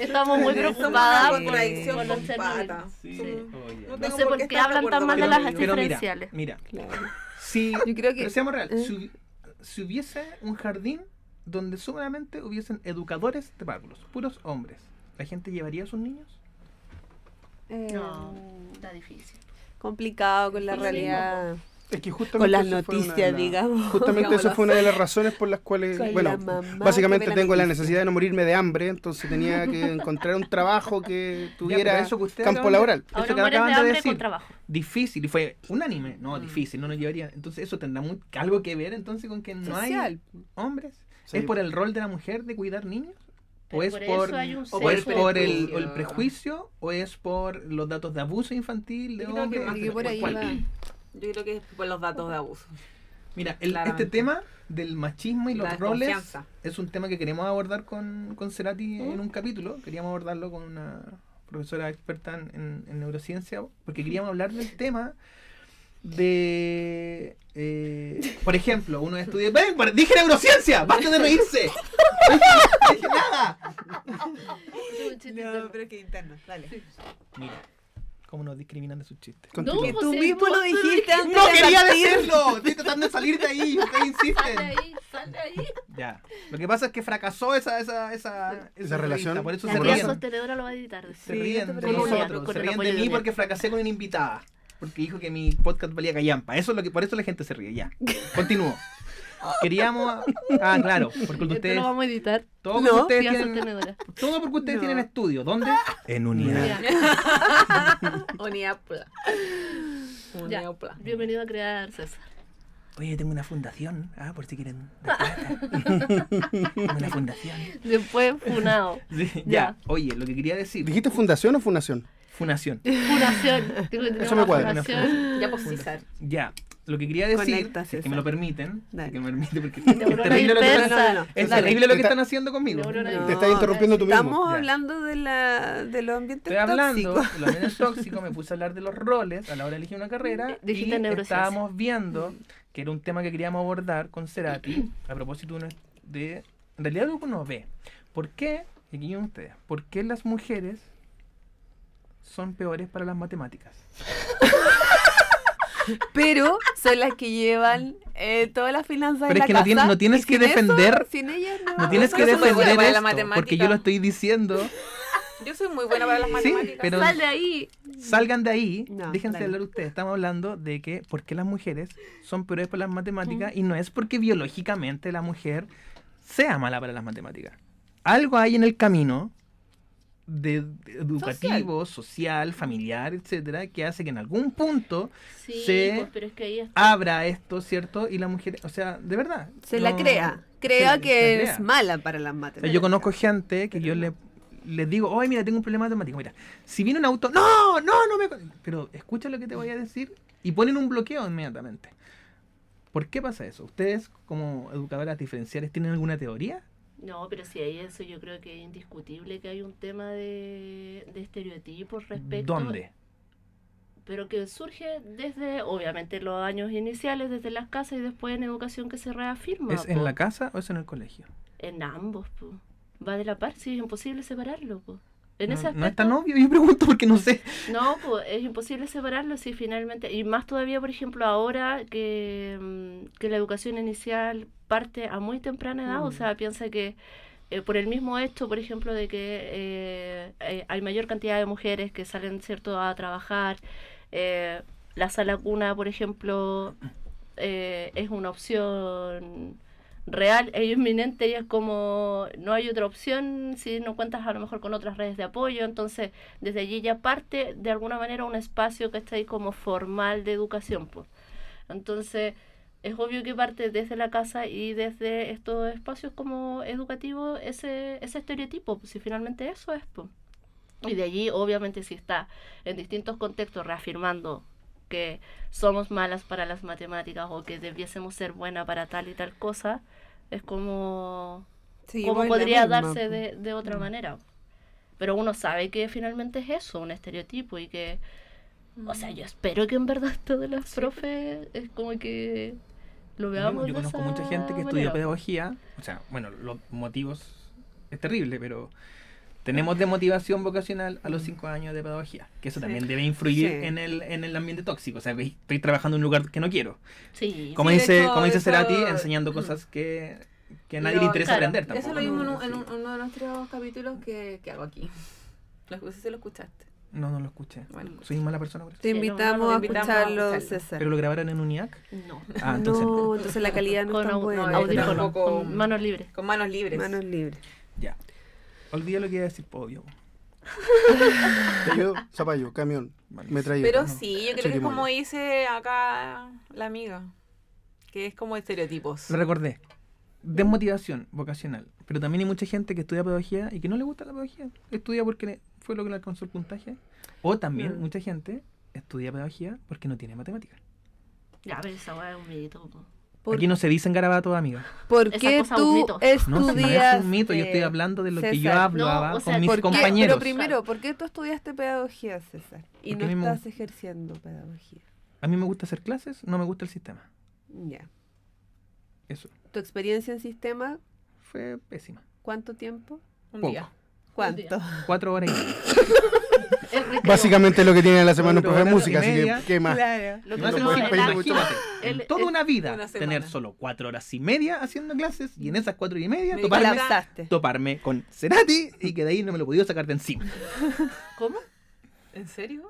Speaker 3: Estamos muy
Speaker 8: Somos una
Speaker 3: preocupadas por-
Speaker 8: contradicción
Speaker 3: por
Speaker 8: con
Speaker 3: los Chernobyl.
Speaker 8: pata.
Speaker 5: Sí. Oye.
Speaker 8: No
Speaker 3: No
Speaker 8: tengo
Speaker 3: sé por
Speaker 8: qué
Speaker 3: qué
Speaker 8: estar de
Speaker 3: hablan tan
Speaker 8: acuerdo
Speaker 3: mal de
Speaker 8: con
Speaker 3: las
Speaker 8: ello.
Speaker 3: así-
Speaker 5: Pero mira,
Speaker 3: diferenciales.
Speaker 5: mira,
Speaker 4: Claro.
Speaker 5: si,
Speaker 2: Yo creo
Speaker 5: pero
Speaker 2: que
Speaker 5: seamos reales, si, hubi- si hubiese un jardín donde solamente hubiesen educadores de párvulos, puros hombres, ¿la gente llevaría a sus niños?
Speaker 4: Eh,
Speaker 3: No, está difícil.
Speaker 4: Complicado con la
Speaker 8: Sí.
Speaker 4: realidad.
Speaker 6: Es que justamente
Speaker 4: Con las
Speaker 6: eso fue una de
Speaker 4: noticias,
Speaker 6: las-
Speaker 4: digamos.
Speaker 6: Justamente eso
Speaker 8: Digámoslo
Speaker 6: fue una de las razones por las cuales,
Speaker 4: Con la
Speaker 6: bueno,
Speaker 4: mamá
Speaker 6: básicamente
Speaker 4: que ve la
Speaker 6: tengo la
Speaker 4: noticia.
Speaker 6: necesidad de no morirme de hambre, entonces tenía que encontrar un trabajo que
Speaker 5: pero
Speaker 6: tuviera
Speaker 5: eso que ustedes
Speaker 6: campo
Speaker 5: acaban de-
Speaker 6: laboral.
Speaker 5: Eso
Speaker 3: Ahora
Speaker 5: que
Speaker 3: mueres de
Speaker 5: acaban de
Speaker 3: hambre
Speaker 5: decir.
Speaker 3: con trabajo.
Speaker 5: Difícil, y fue unánime. No, difícil, no nos llevaría. Entonces, eso tendrá muy- algo que ver entonces con que no hay
Speaker 2: social.
Speaker 5: hombres.
Speaker 6: Sí.
Speaker 5: ¿Es por el rol de la mujer de cuidar niños? ¿O
Speaker 3: Pero
Speaker 5: es
Speaker 3: por
Speaker 5: por,
Speaker 3: eso hay un
Speaker 5: o es
Speaker 3: sesgo.
Speaker 5: por el,
Speaker 8: Prejuicio.
Speaker 5: o el prejuicio? ¿O es por los datos de abuso infantil de
Speaker 8: Yo creo que
Speaker 5: hombres?
Speaker 8: más
Speaker 2: Porque por ahí
Speaker 5: ¿Cuál?
Speaker 2: va.
Speaker 8: Yo creo que es por los datos de abuso.
Speaker 5: Mira, el-
Speaker 8: Claramente.
Speaker 5: este tema del machismo y los
Speaker 8: La
Speaker 5: roles
Speaker 8: desconfianza. Mm.
Speaker 5: es un tema que queremos abordar con, con Cerati en un capítulo. Queríamos abordarlo con una profesora experta en, en- en neurociencia, porque queríamos hablar del tema de. eh, por ejemplo, uno estudia. ¡Ven! por- ¡Dije neurociencia! ¡Basta de reírse! ¡No dije nada!
Speaker 4: No, pero es que interno, dale.
Speaker 5: Mira, cómo nos discriminan de sus chistes.
Speaker 3: No,
Speaker 6: Continúa.
Speaker 4: Que tú
Speaker 3: José,
Speaker 4: mismo
Speaker 3: no,
Speaker 4: lo
Speaker 3: tú
Speaker 4: dijiste antes
Speaker 5: ¡No
Speaker 4: de
Speaker 5: quería
Speaker 4: partir.
Speaker 5: decirlo! Estoy tratando de salir de ahí. Ustedes
Speaker 3: Sal de
Speaker 5: insisten.
Speaker 3: ahí, sal de ahí.
Speaker 5: Ya. Lo que pasa es que fracasó esa, esa, esa,
Speaker 6: Esa relación
Speaker 5: entrevista, Por eso
Speaker 3: La
Speaker 5: se
Speaker 6: amorosa.
Speaker 3: tía
Speaker 5: ríen.
Speaker 3: sostenedora lo va a editar.
Speaker 5: Se
Speaker 4: Sí,
Speaker 5: ríen
Speaker 4: no te
Speaker 5: de
Speaker 4: preocupes.
Speaker 5: nosotros.
Speaker 3: Con
Speaker 5: se
Speaker 3: el
Speaker 5: ríen
Speaker 3: apoyo
Speaker 5: de
Speaker 3: de
Speaker 5: mí
Speaker 3: Mel.
Speaker 5: porque fracasé con una invitada. Porque dijo que mi podcast valía callampa. Eso es lo que, por eso la gente se ríe. Ya. Continúo. Queríamos. Ah, claro. Porque
Speaker 3: Esto
Speaker 5: ustedes.
Speaker 3: lo vamos a editar.
Speaker 5: Todo porque
Speaker 4: Este No.
Speaker 5: ustedes
Speaker 3: Tía
Speaker 5: tienen.
Speaker 3: sostenedora.
Speaker 5: Todo porque ustedes tienen estudio. ¿Dónde? En
Speaker 3: Ya.
Speaker 8: Oniapla. Oniapla.
Speaker 3: Bienvenido a crear, César.
Speaker 5: Oye, tengo una fundación. Ah, por si quieren. dar plata. Tengo una fundación.
Speaker 3: Después, funado.
Speaker 5: Sí, ya.
Speaker 3: Ya.
Speaker 5: Oye, lo que quería decir.
Speaker 6: ¿Dijiste fundación o fundación?
Speaker 5: Fundación.
Speaker 3: Funación. Tengo que tener
Speaker 6: Eso
Speaker 3: una
Speaker 6: me cuadra,
Speaker 5: una
Speaker 3: funación.
Speaker 8: Ya
Speaker 5: pues,
Speaker 8: por César.
Speaker 5: Ya, lo que quería decir,
Speaker 4: Conecta,
Speaker 5: si es que
Speaker 4: César.
Speaker 5: me lo permiten, si es
Speaker 4: Dale.
Speaker 5: que me permite, porque es
Speaker 3: Neurona
Speaker 5: terrible lo que,
Speaker 4: No,
Speaker 3: dispersa.
Speaker 5: están-
Speaker 4: no, no.
Speaker 5: es
Speaker 4: Dale.
Speaker 5: terrible lo que
Speaker 6: Está-
Speaker 5: están haciendo conmigo.
Speaker 3: Neurona
Speaker 4: No.
Speaker 6: Te estás interrumpiendo tú mismo.
Speaker 4: Estamos
Speaker 5: Ya.
Speaker 4: hablando de, la, de los ambientes
Speaker 5: Estoy hablando
Speaker 4: tóxicos.
Speaker 5: de los ambientes tóxicos, me puse a hablar de los roles a la hora de elegir una carrera.
Speaker 3: Dijiste
Speaker 5: y
Speaker 3: neurociencia.
Speaker 5: estábamos viendo que era un tema que queríamos abordar con Cerati a propósito de, uno- de- En realidad, lo que uno ve. ¿Por qué, y aquí vienen ustedes, por qué las mujeres son peores para las matemáticas?
Speaker 4: Pero son las que llevan eh, todas las finanzas de
Speaker 5: Pero es
Speaker 4: la
Speaker 5: que no
Speaker 4: casa.
Speaker 5: tienes- no tienes
Speaker 4: y
Speaker 5: que
Speaker 4: sin eso,
Speaker 5: defender-
Speaker 4: sin ellas Ah, no.
Speaker 5: No tienes que
Speaker 8: soy muy buena
Speaker 5: defender
Speaker 8: para la
Speaker 5: esto,
Speaker 8: matemática.
Speaker 5: porque yo lo estoy diciendo.
Speaker 8: Yo soy muy buena para las
Speaker 5: Sí,
Speaker 8: matemáticas.
Speaker 5: pero
Speaker 3: Sal de ahí.
Speaker 5: Salgan de ahí,
Speaker 4: No,
Speaker 5: déjense
Speaker 4: dale.
Speaker 5: hablar ustedes. Estamos hablando de que por qué las mujeres son peores para las matemáticas y no es porque biológicamente la mujer sea mala para las matemáticas. Algo hay en el camino de, de- educativo, social. familiar, etcétera, que hace que en algún punto
Speaker 3: Sí,
Speaker 5: Sí.
Speaker 3: pues, pero es que ahí es.
Speaker 5: abra esto, ¿cierto? Y la mujer, o sea, de verdad.
Speaker 4: Se la
Speaker 5: no-
Speaker 4: crea.
Speaker 5: se
Speaker 4: Crea
Speaker 5: la
Speaker 4: que
Speaker 5: crea.
Speaker 4: es mala para las
Speaker 5: O sea,
Speaker 4: matemáticas.
Speaker 5: yo conozco gente que yo le, les digo, oye, mira, tengo un problema matemático. Mira, si viene un auto, no, no, no me. co-". Pero escucha lo que te voy a decir y ponen un bloqueo inmediatamente. ¿Por qué pasa eso? ¿Ustedes, como educadoras diferenciales, tienen alguna teoría?
Speaker 3: No, pero sí, ahí eso yo creo que es indiscutible que hay un tema de, de estereotipos respecto.
Speaker 5: ¿Dónde?
Speaker 3: pero que surge desde, obviamente, los años iniciales, desde las casas y después en educación que se reafirma.
Speaker 5: ¿Es en
Speaker 3: po.
Speaker 5: la casa o es en el colegio?
Speaker 3: En ambos, po. va de la par, sí, es imposible separarlo. po. En ese
Speaker 5: No, no es
Speaker 3: aspecto-
Speaker 5: tan obvio, yo pregunto porque no sé.
Speaker 3: No, pues es imposible separarlo si finalmente, y más todavía, por ejemplo, ahora que, mm, que la educación inicial parte a muy temprana edad, o sea, piensa que eh, por el mismo hecho, por ejemplo, de que eh, eh, hay mayor cantidad de mujeres que salen, ¿cierto?, a trabajar, eh, la sala cuna, por ejemplo, eh, es una opción real e inminente y es como no hay otra opción si no cuentas a lo mejor con otras redes de apoyo entonces desde allí ya parte de alguna manera un espacio que está ahí como formal de educación pues entonces es obvio que parte desde la casa y desde estos espacios como educativos ese, ese estereotipo pues, si finalmente eso es pues y de allí obviamente si está en distintos contextos reafirmando que somos malas para las matemáticas o que debiésemos ser buena para tal y tal cosa, es como, como podría
Speaker 2: pues.
Speaker 3: darse de, de
Speaker 2: Mm.
Speaker 3: otra manera. Pero uno sabe que finalmente es eso, un estereotipo y que, o
Speaker 2: Mm.
Speaker 3: sea, yo espero que en verdad todas las profes es como que lo veamos.
Speaker 5: Yo, yo
Speaker 3: de
Speaker 5: conozco
Speaker 3: esa
Speaker 5: mucha gente que estudia
Speaker 3: manera.
Speaker 5: pedagogía. O sea, bueno, los motivos es terrible, pero tenemos de motivación vocacional a los cinco años de pedagogía. Que eso también debe influir
Speaker 4: Sí.
Speaker 5: en, el, en el ambiente tóxico. O sea, que estoy trabajando en un lugar que no quiero.
Speaker 3: Sí,
Speaker 5: Como
Speaker 8: Sí, de
Speaker 5: dice,
Speaker 8: hecho,
Speaker 5: como dice
Speaker 8: eso- mm.
Speaker 5: Cerati, enseñando cosas que, que a nadie le
Speaker 8: Lo-
Speaker 5: interesa
Speaker 3: claro,
Speaker 5: aprender tampoco.
Speaker 8: Eso lo vimos en, un-
Speaker 5: Sí.
Speaker 8: en un- uno de nuestros capítulos que, que hago aquí. Lo- No sé si lo escuchaste.
Speaker 5: No, no lo escuché.
Speaker 8: Bueno,
Speaker 5: Soy mala persona por eso.
Speaker 3: Sí,
Speaker 2: Te
Speaker 3: no,
Speaker 2: invitamos
Speaker 3: no,
Speaker 2: a
Speaker 8: te invitamos a
Speaker 2: escucharlo,
Speaker 8: escucharlo.
Speaker 2: César.
Speaker 5: ¿Pero lo grabaron en un IAC?
Speaker 3: no.
Speaker 5: Ah, entonces no.
Speaker 2: no, entonces la calidad no
Speaker 3: Con
Speaker 2: es tan
Speaker 3: au-
Speaker 2: buena.
Speaker 8: no,
Speaker 2: pero-
Speaker 3: audífonos,
Speaker 8: tampoco-
Speaker 3: con manos libres.
Speaker 8: con manos libres.
Speaker 2: Manos libres.
Speaker 5: Ya. Olvida lo que iba a decir, pues, podio.
Speaker 6: Yo, zapallo, camión, metralleta.
Speaker 8: Pero
Speaker 6: ¿no?
Speaker 8: sí, yo creo que es
Speaker 6: Chirimoya.
Speaker 8: como dice acá la amiga, que es como estereotipos.
Speaker 5: Lo recordé. Desmotivación vocacional. Pero también hay mucha gente que estudia pedagogía y que no le gusta la pedagogía. Estudia porque le- fue lo que le alcanzó el puntaje. O también mucha gente estudia pedagogía porque no tiene matemáticas.
Speaker 3: Ya, pero esa weá es un mito. po.
Speaker 2: ¿Por,
Speaker 5: Aquí no se dicen garabatos, amiga.
Speaker 2: ¿por
Speaker 3: Esa
Speaker 2: qué
Speaker 3: cosa es un
Speaker 2: tú
Speaker 3: mito.
Speaker 2: estudias?
Speaker 5: No, si no es un mito. Yo estoy
Speaker 4: eh,
Speaker 5: hablando de lo que yo
Speaker 2: César,
Speaker 5: hablo
Speaker 3: no,
Speaker 5: hablaba
Speaker 3: o sea,
Speaker 5: con mis
Speaker 2: ¿Por qué?
Speaker 5: compañeros.
Speaker 2: Pero primero, ¿por qué tú estudiaste pedagogía, César? Y
Speaker 5: Porque
Speaker 2: no
Speaker 5: a mí me
Speaker 2: estás
Speaker 5: gusta.
Speaker 2: ejerciendo pedagogía.
Speaker 5: A mí me gusta hacer clases, no me gusta el sistema.
Speaker 2: Ya.
Speaker 5: Eso.
Speaker 2: ¿Tu experiencia en sistema?
Speaker 5: Fue pésima.
Speaker 2: ¿Cuánto tiempo?
Speaker 8: Un
Speaker 5: Poco.
Speaker 8: día.
Speaker 2: ¿Cuánto?
Speaker 5: Cuatro horas y media.
Speaker 3: Es rico.
Speaker 6: Básicamente lo que tiene en la semana un profe de
Speaker 5: Cuatro horas y
Speaker 6: música, así que,
Speaker 5: media.
Speaker 6: ¿qué más?
Speaker 2: Claro.
Speaker 3: Lo que
Speaker 5: No
Speaker 6: se
Speaker 3: no,
Speaker 6: puede
Speaker 3: el
Speaker 6: pedir
Speaker 3: ágil-
Speaker 6: mucho
Speaker 5: más.
Speaker 3: el-
Speaker 5: En toda
Speaker 3: el-
Speaker 5: una vida
Speaker 8: una semana.
Speaker 5: tener solo cuatro horas y media haciendo clases y en esas cuatro y media
Speaker 8: Me
Speaker 5: toparme,
Speaker 2: Colapsaste.
Speaker 5: toparme con Cerati y que de ahí no me lo podía sacar de encima.
Speaker 8: ¿Cómo? ¿En serio?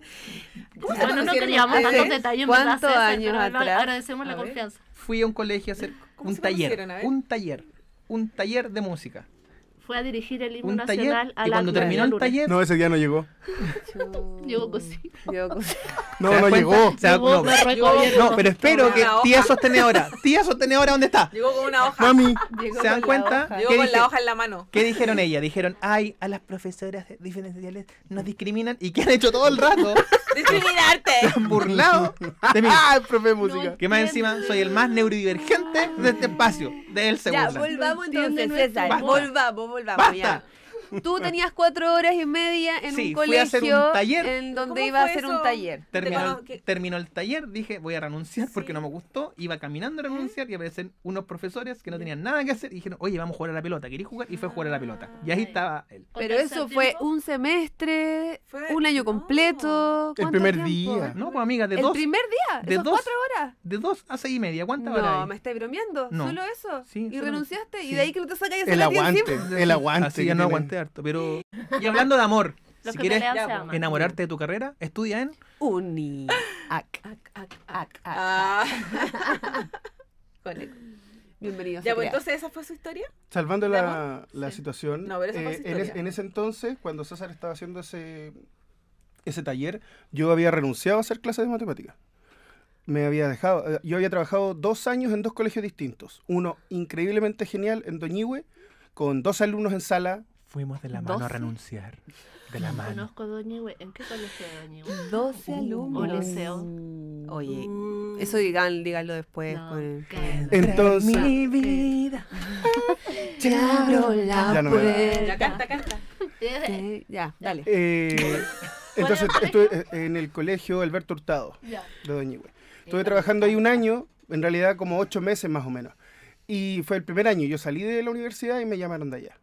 Speaker 3: Bueno, no
Speaker 2: conocieron
Speaker 3: queríamos
Speaker 2: ustedes?
Speaker 3: tantos detalles, en
Speaker 2: ¿Cuántos
Speaker 3: verdad, César,
Speaker 2: años
Speaker 3: pero
Speaker 2: atrás?
Speaker 3: Agradecemos
Speaker 8: A
Speaker 3: la
Speaker 8: ver.
Speaker 3: confianza.
Speaker 5: Fui a un colegio a hacer
Speaker 8: ¿Cómo
Speaker 5: un
Speaker 8: se
Speaker 5: taller,
Speaker 8: conocieron? A ver.
Speaker 5: un taller, un taller de música.
Speaker 3: Fue a dirigir el himno
Speaker 5: Un taller
Speaker 3: nacional a
Speaker 5: y
Speaker 3: la
Speaker 5: cuando terminó el taller
Speaker 6: No, ese día no llegó.
Speaker 3: Llegó cosita.
Speaker 2: Llegó cosita.
Speaker 6: No,
Speaker 5: ¿Se dan
Speaker 6: no
Speaker 5: cuenta?
Speaker 6: llegó.
Speaker 5: Se da-
Speaker 3: Llegó
Speaker 5: no,
Speaker 3: Marruecos.
Speaker 5: no, pero espero
Speaker 8: Una
Speaker 5: que
Speaker 8: hoja.
Speaker 5: tía sostenedora, tía sostenedora, ¿dónde está?
Speaker 8: Llegó con una hoja.
Speaker 6: Mami,
Speaker 2: Llegó
Speaker 5: ¿Se dan
Speaker 2: con la
Speaker 5: cuenta?
Speaker 2: hoja.
Speaker 8: Llegó
Speaker 5: ¿Qué
Speaker 8: con
Speaker 5: dije?
Speaker 8: la hoja en la mano.
Speaker 5: ¿Qué dijeron ella? Dijeron, ay, a las profesoras diferenciales nos discriminan y que han hecho todo el rato,
Speaker 8: ¡Discriminarte!
Speaker 5: burlado de mí.
Speaker 6: ¡Ah, el profe de música!
Speaker 5: Que más encima soy el más neurodivergente de este espacio, de El
Speaker 2: Ya,
Speaker 5: Segundo.
Speaker 2: volvamos
Speaker 3: No entiendo
Speaker 2: entonces,
Speaker 3: nuestro
Speaker 2: César.
Speaker 5: humor.
Speaker 2: Volvamos, volvamos.
Speaker 5: ¡Basta!
Speaker 2: Ya. Tú tenías cuatro horas y media en
Speaker 5: Sí,
Speaker 2: un
Speaker 5: fui a hacer
Speaker 2: colegio
Speaker 5: un taller.
Speaker 2: en donde
Speaker 8: ¿Cómo
Speaker 2: iba a
Speaker 8: fue
Speaker 2: hacer
Speaker 8: eso?
Speaker 2: un taller.
Speaker 5: Terminó,
Speaker 8: Te
Speaker 5: el-
Speaker 8: cono-
Speaker 5: terminó el taller, dije voy a renunciar porque
Speaker 8: Sí.
Speaker 5: no me gustó. Iba caminando a renunciar y aparecen unos profesores que no tenían nada que hacer y dijeron, oye, vamos a jugar a la pelota. ¿Querés jugar? Y fue a jugar a la pelota. Y ahí
Speaker 2: Ah,
Speaker 3: Ay.
Speaker 5: estaba él.
Speaker 2: Pero eso fue un semestre,
Speaker 8: Fue-
Speaker 2: un año
Speaker 8: no.
Speaker 2: completo.
Speaker 6: El
Speaker 2: ¿cuánto
Speaker 6: primer
Speaker 2: tiempo?
Speaker 6: día.
Speaker 5: No, pues amiga, de
Speaker 2: ¿El
Speaker 5: dos,
Speaker 2: primer día?
Speaker 5: de
Speaker 2: ¿Esos
Speaker 5: dos-
Speaker 2: cuatro horas?
Speaker 5: de dos a seis y media. ¿Cuántas horas
Speaker 2: No,
Speaker 5: hay?
Speaker 2: me estáis bromeando.
Speaker 5: No.
Speaker 2: ¿Solo eso?
Speaker 5: Sí,
Speaker 2: ¿Y
Speaker 5: solo-
Speaker 2: renunciaste? ¿Y
Speaker 5: sí.
Speaker 2: de ahí que no te sacáis
Speaker 6: El aguante, el aguante.
Speaker 5: Así
Speaker 6: que
Speaker 5: ya no
Speaker 6: tienen.
Speaker 5: aguanté harto, pero... Y hablando de amor,
Speaker 3: Los
Speaker 5: si
Speaker 3: que
Speaker 5: quieres
Speaker 3: pelean
Speaker 8: ya,
Speaker 3: se
Speaker 8: pues,
Speaker 3: aman.
Speaker 5: enamorarte de tu carrera, estudia en...
Speaker 2: Uni. Ac.
Speaker 8: Ah. Cole.
Speaker 2: Bienvenidos.
Speaker 8: Ya, pues entonces esa fue su historia.
Speaker 6: Salvando
Speaker 8: ¿De
Speaker 6: la, la situación,
Speaker 8: No, pero esa fue
Speaker 6: eh,
Speaker 8: su
Speaker 6: en, es-
Speaker 8: historia.
Speaker 6: en ese entonces, cuando César estaba haciendo ese, ese taller, yo había renunciado a hacer clases de matemáticas. Me había dejado, eh, yo había trabajado dos años en dos colegios distintos. Uno increíblemente genial en Doñihue, con dos alumnos en sala.
Speaker 5: Fuimos de la mano a
Speaker 2: ¿Doce?
Speaker 5: renunciar. De la mano.
Speaker 3: Conozco a Doñihue. ¿En qué colegio de Doñihue?
Speaker 2: 12 alumnos.
Speaker 3: alumnos. O liceo.
Speaker 2: Oye, Mm. eso digan, díganlo después.
Speaker 3: No,
Speaker 2: con el-
Speaker 3: que-
Speaker 6: Entonces,
Speaker 5: Mi vida.
Speaker 2: Te abro la
Speaker 6: Ya no me da.
Speaker 8: Ya
Speaker 2: puerta.
Speaker 8: canta, canta.
Speaker 3: Eh,
Speaker 2: Te- Ya, dale.
Speaker 6: eh, entonces
Speaker 3: ¿Cuál era el
Speaker 6: estuve eh, en el colegio Alberto Hurtado.
Speaker 3: ya.
Speaker 6: de Doñihue. Estuve trabajando ahí un año, en realidad como ocho meses más o menos. Y fue el primer año, yo salí de la universidad y me llamaron de allá.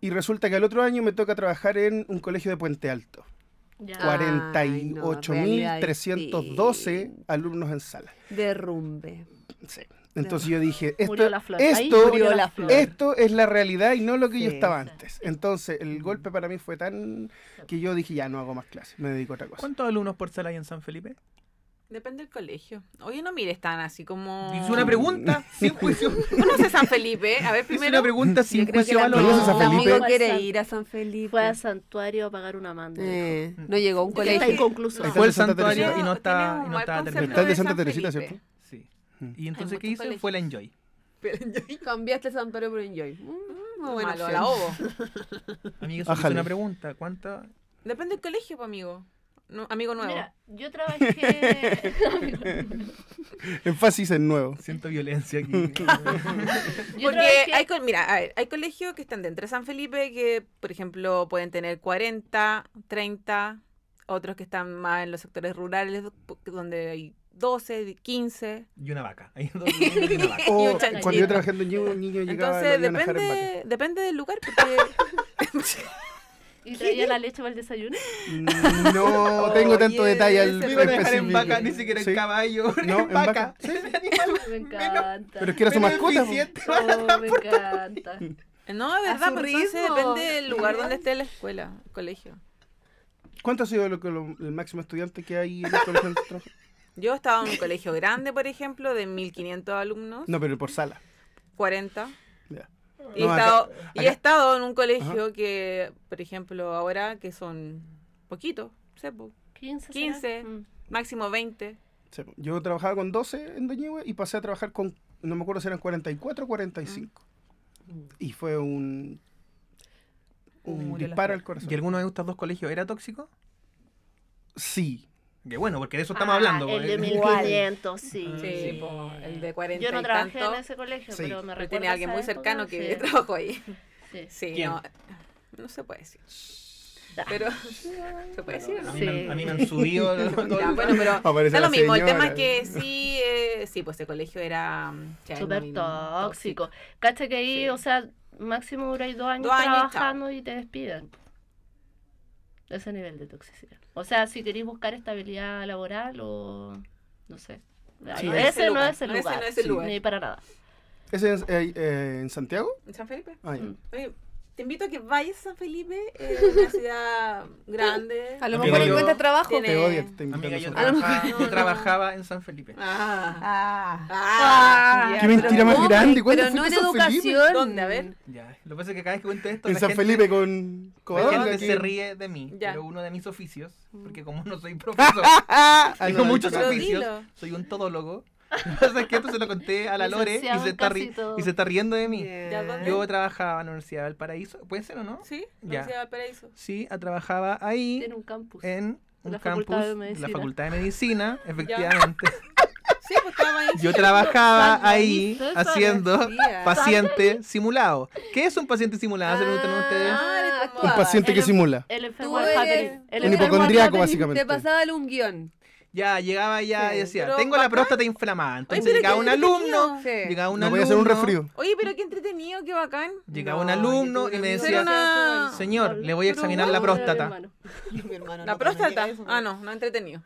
Speaker 6: Y resulta que al otro año me toca trabajar en un colegio de Puente Alto.
Speaker 3: Ya.
Speaker 2: Cuare-
Speaker 4: Ay, no,
Speaker 6: 48.312
Speaker 4: realidad
Speaker 6: alumnos en sala.
Speaker 4: Derrumbe.
Speaker 6: Sí. Entonces yo dije,
Speaker 3: Murió
Speaker 6: esto,
Speaker 3: la flor. Ahí
Speaker 6: esto,
Speaker 3: murió la flor.
Speaker 6: esto es la realidad y no lo que yo
Speaker 4: Sí.
Speaker 6: estaba antes. Entonces el golpe para mí fue tan que yo dije, ya no hago más clases, me dedico a otra cosa.
Speaker 5: ¿Cuántos alumnos por sala hay en San Felipe?
Speaker 8: Depende del colegio. Oye, no mires tan así
Speaker 2: Ah.
Speaker 8: como.
Speaker 5: Hice una pregunta sin juicio.
Speaker 8: ¿Conoces San Felipe? A ver,
Speaker 5: Hice una
Speaker 8: primero.
Speaker 5: pregunta
Speaker 2: Yo
Speaker 5: sin
Speaker 2: creo que
Speaker 5: juicio
Speaker 2: el
Speaker 5: valor.
Speaker 6: ¿Conoces a
Speaker 2: amigo
Speaker 6: Felipe?
Speaker 2: quiere ir a San Felipe.
Speaker 3: Fue al santuario a pagar una manda.
Speaker 4: Eh, no llegó a un
Speaker 3: dijo. Que está
Speaker 4: colegio.
Speaker 3: inconcluso.
Speaker 6: Ahí está.
Speaker 5: Fue el
Speaker 6: Santa
Speaker 5: santuario
Speaker 6: Teresita.
Speaker 5: y no
Speaker 8: Tienes
Speaker 5: está,
Speaker 8: un
Speaker 5: y no
Speaker 8: mal
Speaker 5: está
Speaker 8: concepto
Speaker 6: Está el
Speaker 5: terminado.
Speaker 6: de Santa
Speaker 8: San
Speaker 6: Teresita,
Speaker 8: Felipe.
Speaker 6: ¿cierto?
Speaker 5: Sí. Y entonces,
Speaker 8: muchos
Speaker 5: ¿qué hice?
Speaker 8: colegios.
Speaker 5: Fue la Enjoy.
Speaker 4: Cambiaste Santuario por Enjoy. Mm, muy buena
Speaker 8: Malo, a
Speaker 4: opción.
Speaker 8: la obo.
Speaker 5: Amigos, hice
Speaker 6: Ájale.
Speaker 5: una pregunta. ¿Cuánta?
Speaker 8: Depende del colegio, pues, amigo. No, amigo nuevo.
Speaker 3: Mira, yo trabajé.
Speaker 6: Énfasis en nuevo.
Speaker 5: Siento violencia aquí.
Speaker 3: yo
Speaker 8: Porque
Speaker 3: trabajé-
Speaker 8: hay, co- mira, a ver, hay colegios que están dentro de San Felipe que, por ejemplo, pueden tener 40, 30, otros que están más en los sectores rurales po- donde hay 12, 15.
Speaker 5: y una vaca. Hay dos alumnos y una vaca.
Speaker 6: O
Speaker 8: chanchito.
Speaker 6: Oh, cuando yo trabajando en un niño llegaba
Speaker 8: Entonces,
Speaker 6: lo iban a dejar en vaca.
Speaker 8: depende, depende del lugar porque...
Speaker 3: ¿Y traía la leche para el desayuno?
Speaker 6: No tengo tanto
Speaker 8: Oye,
Speaker 6: detalle al
Speaker 5: Me
Speaker 8: ese
Speaker 5: iban a dejar en
Speaker 6: específico.
Speaker 5: vaca, ni siquiera en
Speaker 6: Sí.
Speaker 5: caballo.
Speaker 6: No,
Speaker 5: en
Speaker 6: en
Speaker 5: vaca.
Speaker 6: vaca.
Speaker 3: Me encanta.
Speaker 6: Pero es que era su
Speaker 5: Menos
Speaker 6: mascota. po.
Speaker 5: eficiente.
Speaker 3: Oh, me encanta.
Speaker 8: No, es verdad,
Speaker 2: su
Speaker 8: porque entonces
Speaker 2: ritmo.
Speaker 8: depende del lugar donde esté la escuela, el colegio.
Speaker 6: ¿Cuánto ha sido lo que lo- el máximo estudiante que hay en el colegio? donde trabaja?
Speaker 8: Yo estaba en un colegio grande, por ejemplo, de 1.500 alumnos,
Speaker 6: No, pero por sala.
Speaker 8: 40.
Speaker 6: Ya.
Speaker 8: Y,
Speaker 6: No,
Speaker 8: he
Speaker 6: acá-
Speaker 8: estado, y he
Speaker 6: acá-
Speaker 8: estado en un colegio que, por ejemplo, ahora que son poquitos, no sé, po,
Speaker 3: 15. será?
Speaker 8: 15.
Speaker 3: Mm.
Speaker 8: máximo 20.
Speaker 6: Sí, po. Yo trabajaba con 12 en Doñihue y pasé a trabajar con, no me acuerdo si eran 44 o 45. Y fue un, un
Speaker 5: Murió la
Speaker 6: disparo al
Speaker 5: flor.
Speaker 6: corazón.
Speaker 5: ¿Y alguno de estos dos colegios era tóxico?
Speaker 6: Sí.
Speaker 5: Que bueno, porque de eso estamos
Speaker 3: Ah,
Speaker 5: hablando.
Speaker 3: El de
Speaker 5: pues.
Speaker 3: 1500, Mm. sí.
Speaker 5: Ah,
Speaker 8: Sí, po, el de 40
Speaker 3: Yo no
Speaker 8: y
Speaker 3: trabajé
Speaker 8: tanto.
Speaker 3: en ese colegio,
Speaker 6: Sí,
Speaker 3: pero me
Speaker 8: pero
Speaker 3: recuerdo.
Speaker 8: tenía alguien
Speaker 3: esa
Speaker 8: muy
Speaker 3: época,
Speaker 8: cercano que
Speaker 3: sí,
Speaker 8: trabajó ahí.
Speaker 3: sí.
Speaker 8: Sí,
Speaker 5: ¿Quién?
Speaker 8: no. No se puede decir. Pero. ¿Se puede decir o no?
Speaker 5: A mí, me,
Speaker 3: Sí.
Speaker 5: a mí me han subido. todo
Speaker 8: Ya,
Speaker 5: el-
Speaker 8: bueno, pero.
Speaker 6: Aparece
Speaker 8: Da
Speaker 6: la
Speaker 8: lo mismo, el tema
Speaker 6: señora.
Speaker 8: es que sí, eh, sí, pues el colegio era mm, ya,
Speaker 3: Súper
Speaker 8: muy
Speaker 3: tóxico. Cacha que ahí,
Speaker 8: Sí.
Speaker 3: o sea, máximo duráis dos años
Speaker 8: Dos años y chao.
Speaker 3: trabajando y te despiden. Ese nivel de toxicidad. O sea, si queréis buscar estabilidad laboral o. No sé.
Speaker 8: Sí,
Speaker 3: Ahí-
Speaker 8: Ah, ese
Speaker 3: ese, no
Speaker 8: lugar,
Speaker 3: es el
Speaker 8: ese
Speaker 3: lugar.
Speaker 8: no es el
Speaker 3: sí,
Speaker 8: lugar.
Speaker 3: Ni para nada.
Speaker 6: ¿Ese es eh, eh, en Santiago?
Speaker 8: ¿En San Felipe?
Speaker 6: Ah, ya.
Speaker 3: Mm.
Speaker 8: Oye, te invito a que vayas a San Felipe, eh, una ciudad grande.
Speaker 2: A lo
Speaker 5: Amigo,
Speaker 2: mejor
Speaker 5: yo-
Speaker 2: encuentra trabajo.
Speaker 8: Tiene-
Speaker 6: Te odio que te invito
Speaker 5: Amiga,
Speaker 6: a
Speaker 5: yo
Speaker 6: nosotros.
Speaker 5: trabajaba,
Speaker 8: No,
Speaker 5: yo
Speaker 8: no.
Speaker 5: trabajaba en San Felipe.
Speaker 8: Ah.
Speaker 2: Ah.
Speaker 8: Ah.
Speaker 6: Qué mentira más
Speaker 2: No,
Speaker 6: grande. ¿Cuándo
Speaker 2: pero no en
Speaker 6: fuiste a San Felipe?
Speaker 2: educación.
Speaker 8: ¿Dónde? A ver.
Speaker 5: Ya. Lo que pasa es que cada vez que cuento esto.
Speaker 6: En
Speaker 5: la
Speaker 6: San
Speaker 5: gente-
Speaker 6: Felipe con
Speaker 5: La
Speaker 6: Coadonga,
Speaker 5: gente
Speaker 6: que-
Speaker 5: se ríe de mí,
Speaker 8: Ya.
Speaker 5: pero uno de mis oficios,
Speaker 3: Mm.
Speaker 5: porque como no soy profesor,
Speaker 6: Ah,
Speaker 5: tengo
Speaker 6: no, no,
Speaker 5: muchos
Speaker 6: no, no.
Speaker 8: Pero
Speaker 5: oficios,
Speaker 8: dilo.
Speaker 5: soy un todólogo. Lo que pasa es que esto se lo conté a la Lore y
Speaker 3: Licenciado
Speaker 5: se,
Speaker 3: en
Speaker 5: está
Speaker 3: casi
Speaker 5: ri-
Speaker 3: todo.
Speaker 5: y se está riendo de mí.
Speaker 8: ¿Ya dónde?
Speaker 5: Yo trabajaba en la Universidad del Paraíso, ¿puede ser o no?
Speaker 8: ¿Sí?
Speaker 5: Ya.
Speaker 8: Ya. Valparaíso.
Speaker 5: Sí, ah, trabajaba ahí
Speaker 3: Tiene un campus.
Speaker 5: en un
Speaker 3: La Facultad
Speaker 5: campus
Speaker 3: de
Speaker 5: de la
Speaker 3: Medicina.
Speaker 5: Facultad de Medicina, efectivamente.
Speaker 8: Sí, pues estaba ahí.
Speaker 5: Yo trabajaba
Speaker 3: Salva,
Speaker 5: ahí
Speaker 3: ¿viste?
Speaker 5: haciendo
Speaker 8: Salva.
Speaker 5: paciente simulado. ¿Qué es un paciente simulado? ¿Se preguntan ustedes?
Speaker 2: Ah,
Speaker 8: ustedes.
Speaker 6: Un paciente que
Speaker 3: Eres-
Speaker 6: simula.
Speaker 3: El enfermo
Speaker 2: Tú
Speaker 3: al
Speaker 2: eres-
Speaker 3: Catherine. El
Speaker 5: pues
Speaker 6: Un
Speaker 3: enfermo al
Speaker 6: hipocondríaco,
Speaker 3: Catherine.
Speaker 6: básicamente.
Speaker 2: Te pasaba un guión.
Speaker 5: Ya, llegaba ya y
Speaker 2: Sí,
Speaker 5: decía,
Speaker 8: pero
Speaker 5: tengo la
Speaker 8: bacán.
Speaker 5: próstata inflamada. Entonces
Speaker 8: pero
Speaker 5: llegaba
Speaker 8: qué
Speaker 5: un alumno,
Speaker 8: entretenido.
Speaker 2: Sí.
Speaker 5: llegaba un
Speaker 6: No
Speaker 5: alumno.
Speaker 6: podía ser un resfrío.
Speaker 8: Oye, pero qué entretenido, qué bacán.
Speaker 5: Llegaba un
Speaker 2: No,
Speaker 5: alumno
Speaker 2: yo tuve
Speaker 5: y me
Speaker 2: un amigo
Speaker 5: decía,
Speaker 8: que hacía eso.
Speaker 5: señor, le voy a
Speaker 8: Pero
Speaker 5: examinar la
Speaker 3: Bueno, era mi
Speaker 5: próstata.
Speaker 3: hermano.
Speaker 8: La próstata. Ah, no, no entretenido.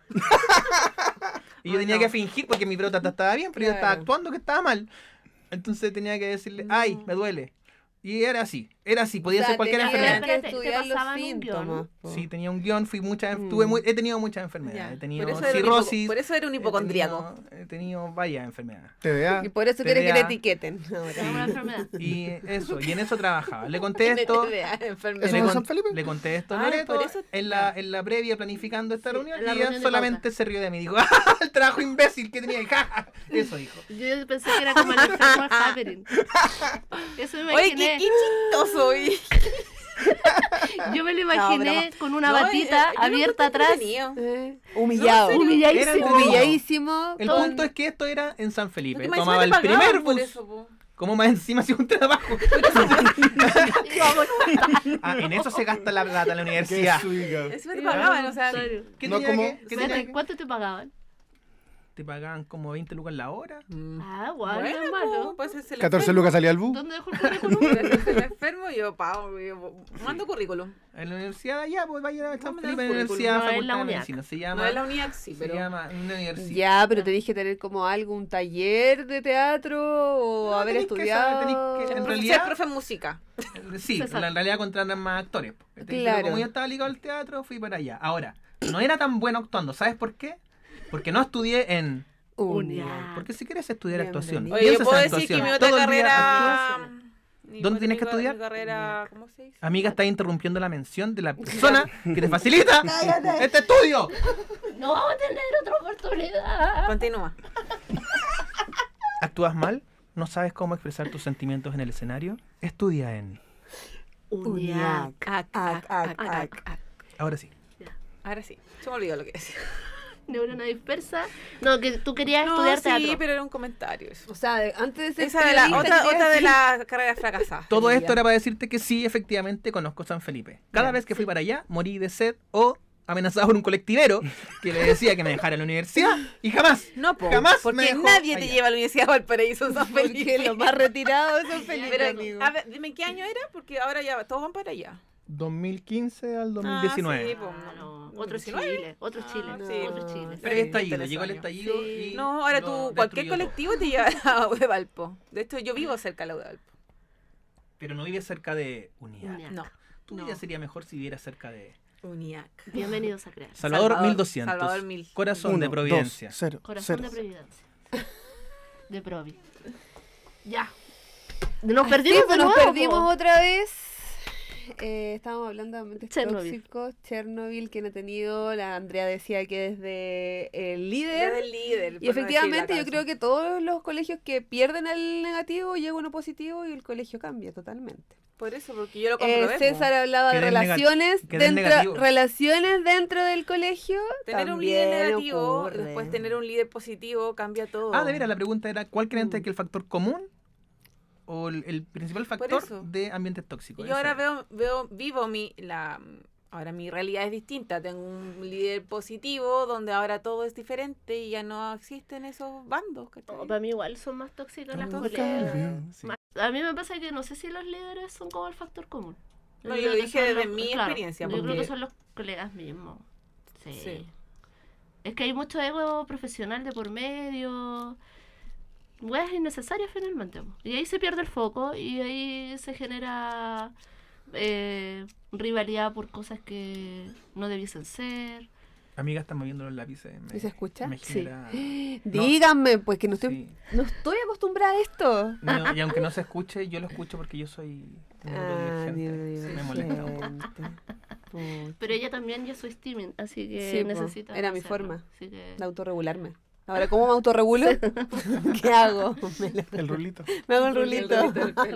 Speaker 5: Y yo
Speaker 8: Ay,
Speaker 5: tenía
Speaker 8: no.
Speaker 5: que fingir porque mi próstata estaba bien, pero yo estaba
Speaker 2: Claro.
Speaker 5: actuando que estaba mal. Entonces tenía que decirle, ay, me duele. Y era así, era así, podía
Speaker 2: O sea,
Speaker 5: ser cualquier
Speaker 2: tenía que
Speaker 5: enfermedad.
Speaker 2: que
Speaker 3: Espérate, te
Speaker 2: estudiar los
Speaker 3: pasaban un
Speaker 2: síntomas.
Speaker 3: guión.
Speaker 2: po.
Speaker 6: Oh.
Speaker 5: Sí, tenía un guión, fui muchas, tuve mu- he tenido muchas enfermedades. He tenido
Speaker 8: Mm. Por eso era un hipo-
Speaker 5: cirrosis.
Speaker 8: Por eso era un
Speaker 5: he
Speaker 8: hipocondríaco.
Speaker 5: tenido- He tenido varias enfermedades.
Speaker 6: TVA.
Speaker 2: Y por eso quiere que le
Speaker 5: TDA.
Speaker 2: etiqueten. ahora.
Speaker 3: Era una enfermedad.
Speaker 5: Y eso, y en eso trabajaba. Le conté esto.
Speaker 6: ¿Eso
Speaker 5: le,
Speaker 6: fue
Speaker 5: con-
Speaker 6: San Felipe?
Speaker 5: le conté esto a
Speaker 8: Ay,
Speaker 5: Loreto
Speaker 8: por eso-
Speaker 5: en, la, en la previa planificando esta reunión
Speaker 3: en la
Speaker 5: y
Speaker 3: reunión
Speaker 5: ella
Speaker 3: de
Speaker 5: solamente se rió de mí. Dijo, ¡ah! El trabajo imbécil que tenía ahí. ¡ja, ja". Eso dijo.
Speaker 3: Yo pensé que era como el enfermo al Catherine. Eso me
Speaker 8: Oye, qué,
Speaker 3: imaginé.
Speaker 8: qué chistoso, oye.
Speaker 3: Yo me lo imaginé con una
Speaker 8: No, eh,
Speaker 3: batita
Speaker 8: eh, yo lo
Speaker 3: abierta
Speaker 8: encuentro
Speaker 3: atrás.
Speaker 8: entretenido.
Speaker 2: Eh,
Speaker 4: Humillado.
Speaker 5: Era
Speaker 3: Humilladísimo.
Speaker 5: entretenido.
Speaker 2: Humilladísimo.
Speaker 5: El
Speaker 2: con-
Speaker 5: punto es que esto era en San Felipe.
Speaker 8: Porque más encima
Speaker 5: Tomaba
Speaker 8: te
Speaker 5: el
Speaker 8: pagaban
Speaker 5: primer
Speaker 8: por
Speaker 5: bus.
Speaker 8: eso, po.
Speaker 5: Como más encima hacía un trabajo. Ah, en eso se gasta la plata en la universidad.
Speaker 6: suiga.
Speaker 8: Encima te pagaban, o sea.
Speaker 3: Sorry.
Speaker 5: ¿Qué
Speaker 6: No
Speaker 5: tenía
Speaker 6: como-
Speaker 5: que- qué tenía
Speaker 3: Espérate,
Speaker 5: que-
Speaker 3: ¿Cuánto te pagaban?
Speaker 5: te pagaban como 20 lucas la hora.
Speaker 3: Ah, guau, no es malo.
Speaker 8: pues es el
Speaker 6: 14 lucas salía al bus.
Speaker 3: ¿Dónde dejó el
Speaker 8: enfermo.
Speaker 3: currículum?
Speaker 8: Es el enfermo, yo pago, yo mando currículum.
Speaker 5: En la universidad, ya, pues vaya a San
Speaker 8: Vamos a dar
Speaker 5: Felipe, en la
Speaker 8: currículum.
Speaker 5: universidad,
Speaker 3: No, es la
Speaker 5: facultad de
Speaker 3: UNIAC.
Speaker 5: medicina. Se
Speaker 8: No
Speaker 5: llama,
Speaker 8: es la UNIAC, sí,
Speaker 5: se
Speaker 8: pero.
Speaker 5: llama una universidad.
Speaker 4: Ya, pero te dije tener como algo, un taller de teatro o
Speaker 5: No,
Speaker 4: haber
Speaker 5: tenés que
Speaker 4: estudiado.
Speaker 5: saber, tenés que- en
Speaker 8: Profe-
Speaker 5: realidad-
Speaker 8: Ser profe en música.
Speaker 5: Sí,
Speaker 3: Se
Speaker 5: la- en realidad contratan más actores. po, ¿cachai? Pero
Speaker 4: Claro.
Speaker 5: como yo estaba ligado al teatro, fui para allá. Ahora, no era tan bueno actuando. ¿Sabes por qué? Porque no estudié en...
Speaker 3: Unia.
Speaker 5: Porque si quieres estudiar
Speaker 4: Bien,
Speaker 5: actuación,
Speaker 4: bien,
Speaker 8: Ah. Oye,
Speaker 5: piensas
Speaker 8: yo puedo
Speaker 5: en
Speaker 8: decir que
Speaker 5: actuación.
Speaker 8: mi otra
Speaker 5: Todo el día
Speaker 8: carrera. Ah,
Speaker 5: actúas.
Speaker 8: mi-
Speaker 5: ¿Dónde tienes que
Speaker 8: mi-
Speaker 5: estudiar?
Speaker 8: Mi carrera, ¿cómo se dice?
Speaker 5: Amiga, estás interrumpiendo la mención de la persona que te facilita este estudio.
Speaker 3: No vamos a tener otra oportunidad.
Speaker 8: Continúa.
Speaker 5: ¿Actúas mal? ¿No sabes cómo expresar tus sentimientos en el escenario? Estudia en...
Speaker 3: Unia.
Speaker 5: Ahora sí.
Speaker 8: Ahora sí, se me olvidó lo que decía.
Speaker 3: Neurona dispersa. No, que tú querías
Speaker 8: No,
Speaker 3: estudiar
Speaker 8: sí,
Speaker 3: teatro.
Speaker 8: pero era un comentario eso.
Speaker 4: O sea, de- antes de ser
Speaker 8: Esa de la
Speaker 4: periodista,
Speaker 8: otra,
Speaker 4: quería
Speaker 8: otra de
Speaker 4: decir-
Speaker 8: las carreras fracasadas.
Speaker 5: Todo
Speaker 4: Ya.
Speaker 5: esto era para decirte que sí, efectivamente, conozco San Felipe. Cada vez que fui para allá, morí de sed o amenazado por un colectivero que le decía que me dejara en la universidad y jamás,
Speaker 8: No, po,
Speaker 5: jamás
Speaker 8: porque
Speaker 5: me dejó
Speaker 8: nadie te
Speaker 5: allá.
Speaker 8: lleva a la Universidad de Valparaíso San Felipe.
Speaker 4: Porque lo más retirado son felices,
Speaker 8: Pero,
Speaker 4: amigo.
Speaker 8: a ver, dime qué año era, porque ahora ya todos van para allá.
Speaker 5: 2015 al
Speaker 8: Ah, sí,
Speaker 5: 2019.
Speaker 8: po,
Speaker 3: Ah,
Speaker 8: no.
Speaker 3: no. Otro
Speaker 8: 19.
Speaker 3: Chile, otro
Speaker 8: Ah,
Speaker 3: Chile,
Speaker 8: sí.
Speaker 3: otro Chile.
Speaker 5: Pero
Speaker 8: Sí,
Speaker 5: el estallido,
Speaker 8: interesante.
Speaker 5: llegó el estallido
Speaker 3: Sí.
Speaker 5: y
Speaker 8: No, ahora
Speaker 5: lo
Speaker 8: tú, cualquier
Speaker 5: destruyó todo.
Speaker 8: colectivo te lleva a Valpo. De hecho, yo vivo cerca de la Valpo.
Speaker 5: Pero no vives cerca de Unidad.
Speaker 3: Unia.
Speaker 8: No,
Speaker 5: Tu
Speaker 8: No.
Speaker 5: vida sería mejor si vivieras cerca de...
Speaker 8: UNIAC.
Speaker 3: Bienvenidos a crear.
Speaker 5: Salvador,
Speaker 8: Salvador,
Speaker 5: 1200.
Speaker 8: Salvador, 1000.
Speaker 5: Corazón de
Speaker 6: Uno,
Speaker 5: Providencia.
Speaker 6: dos, cero,
Speaker 3: Corazón
Speaker 6: cero.
Speaker 3: de Providencia. De Provi. Ya. Nos perdimos,
Speaker 4: Sí, pues
Speaker 3: de nuevo,
Speaker 4: nos
Speaker 3: po.
Speaker 4: perdimos otra vez. Eh, estábamos hablando de ambientes
Speaker 3: Chernobyl.
Speaker 4: tóxicos, Chernobyl, que no ha tenido, la Andrea decía que desde el líder.
Speaker 8: Era del líder.
Speaker 4: Y efectivamente yo creo que todos los colegios que pierden al negativo llega uno positivo y el colegio cambia totalmente.
Speaker 8: Por eso, porque yo lo
Speaker 4: Eh,
Speaker 8: comprobé. po.
Speaker 4: César hablaba de
Speaker 5: Que den nega-
Speaker 4: relaciones
Speaker 5: que den
Speaker 4: dentro,
Speaker 5: negativo.
Speaker 4: relaciones dentro del colegio.
Speaker 8: Tener un líder
Speaker 4: también
Speaker 8: negativo,
Speaker 4: ocurre.
Speaker 8: después tener un líder positivo, cambia todo.
Speaker 5: Ah, de veras, la pregunta era, ¿cuál creen
Speaker 8: Mm.
Speaker 5: ustedes que es el factor común o el, el principal
Speaker 8: eso.
Speaker 5: factor de ambientes tóxicos?
Speaker 8: Yo ahora
Speaker 5: Eso.
Speaker 8: veo, veo, vivo mi, la, ahora mi realidad es distinta. Tengo un líder positivo donde ahora todo es diferente y ya no existen esos bandos. ¿cachai?
Speaker 4: Oh,
Speaker 3: No, para mí igual son más tóxicas las
Speaker 8: Todo
Speaker 3: colegas.
Speaker 5: Sí.
Speaker 3: Más- A mí me pasa que no sé si los líderes son como el factor común.
Speaker 8: No, yo
Speaker 3: creo
Speaker 8: lo
Speaker 3: que
Speaker 8: dije
Speaker 3: son
Speaker 8: desde mi experiencia,
Speaker 3: Yo creo
Speaker 8: porque-
Speaker 3: que son los colegas mismos. Sí.
Speaker 8: Sí.
Speaker 3: Es que hay mucho ego profesional de por medio. Weas innecesarias finalmente. po. Y ahí se pierde el foco y ahí se genera eh, rivalidad por cosas que no debiesen ser.
Speaker 5: Amiga, están moviendo los lápices. me-
Speaker 4: ¿Y se escucha?
Speaker 5: Me
Speaker 4: Sí.
Speaker 5: genera...
Speaker 4: Díganme, pues que no estoy,
Speaker 5: Sí.
Speaker 4: no estoy acostumbrada a esto.
Speaker 5: No, y aunque no se escuche, yo lo escucho porque yo soy
Speaker 8: Ah,
Speaker 4: Ah,
Speaker 5: neurodivergente. me molesta un poco.
Speaker 3: Pero ella también, yo soy steaming, así que
Speaker 4: Sí, po,
Speaker 3: necesita.
Speaker 4: era mi
Speaker 3: hacerlo.
Speaker 4: forma.
Speaker 3: Así que-
Speaker 4: de autorregularme. Ahora, ¿cómo me autorregulo? ¿Qué hago? Me, la-
Speaker 6: El rulito.
Speaker 4: me hago el rulito.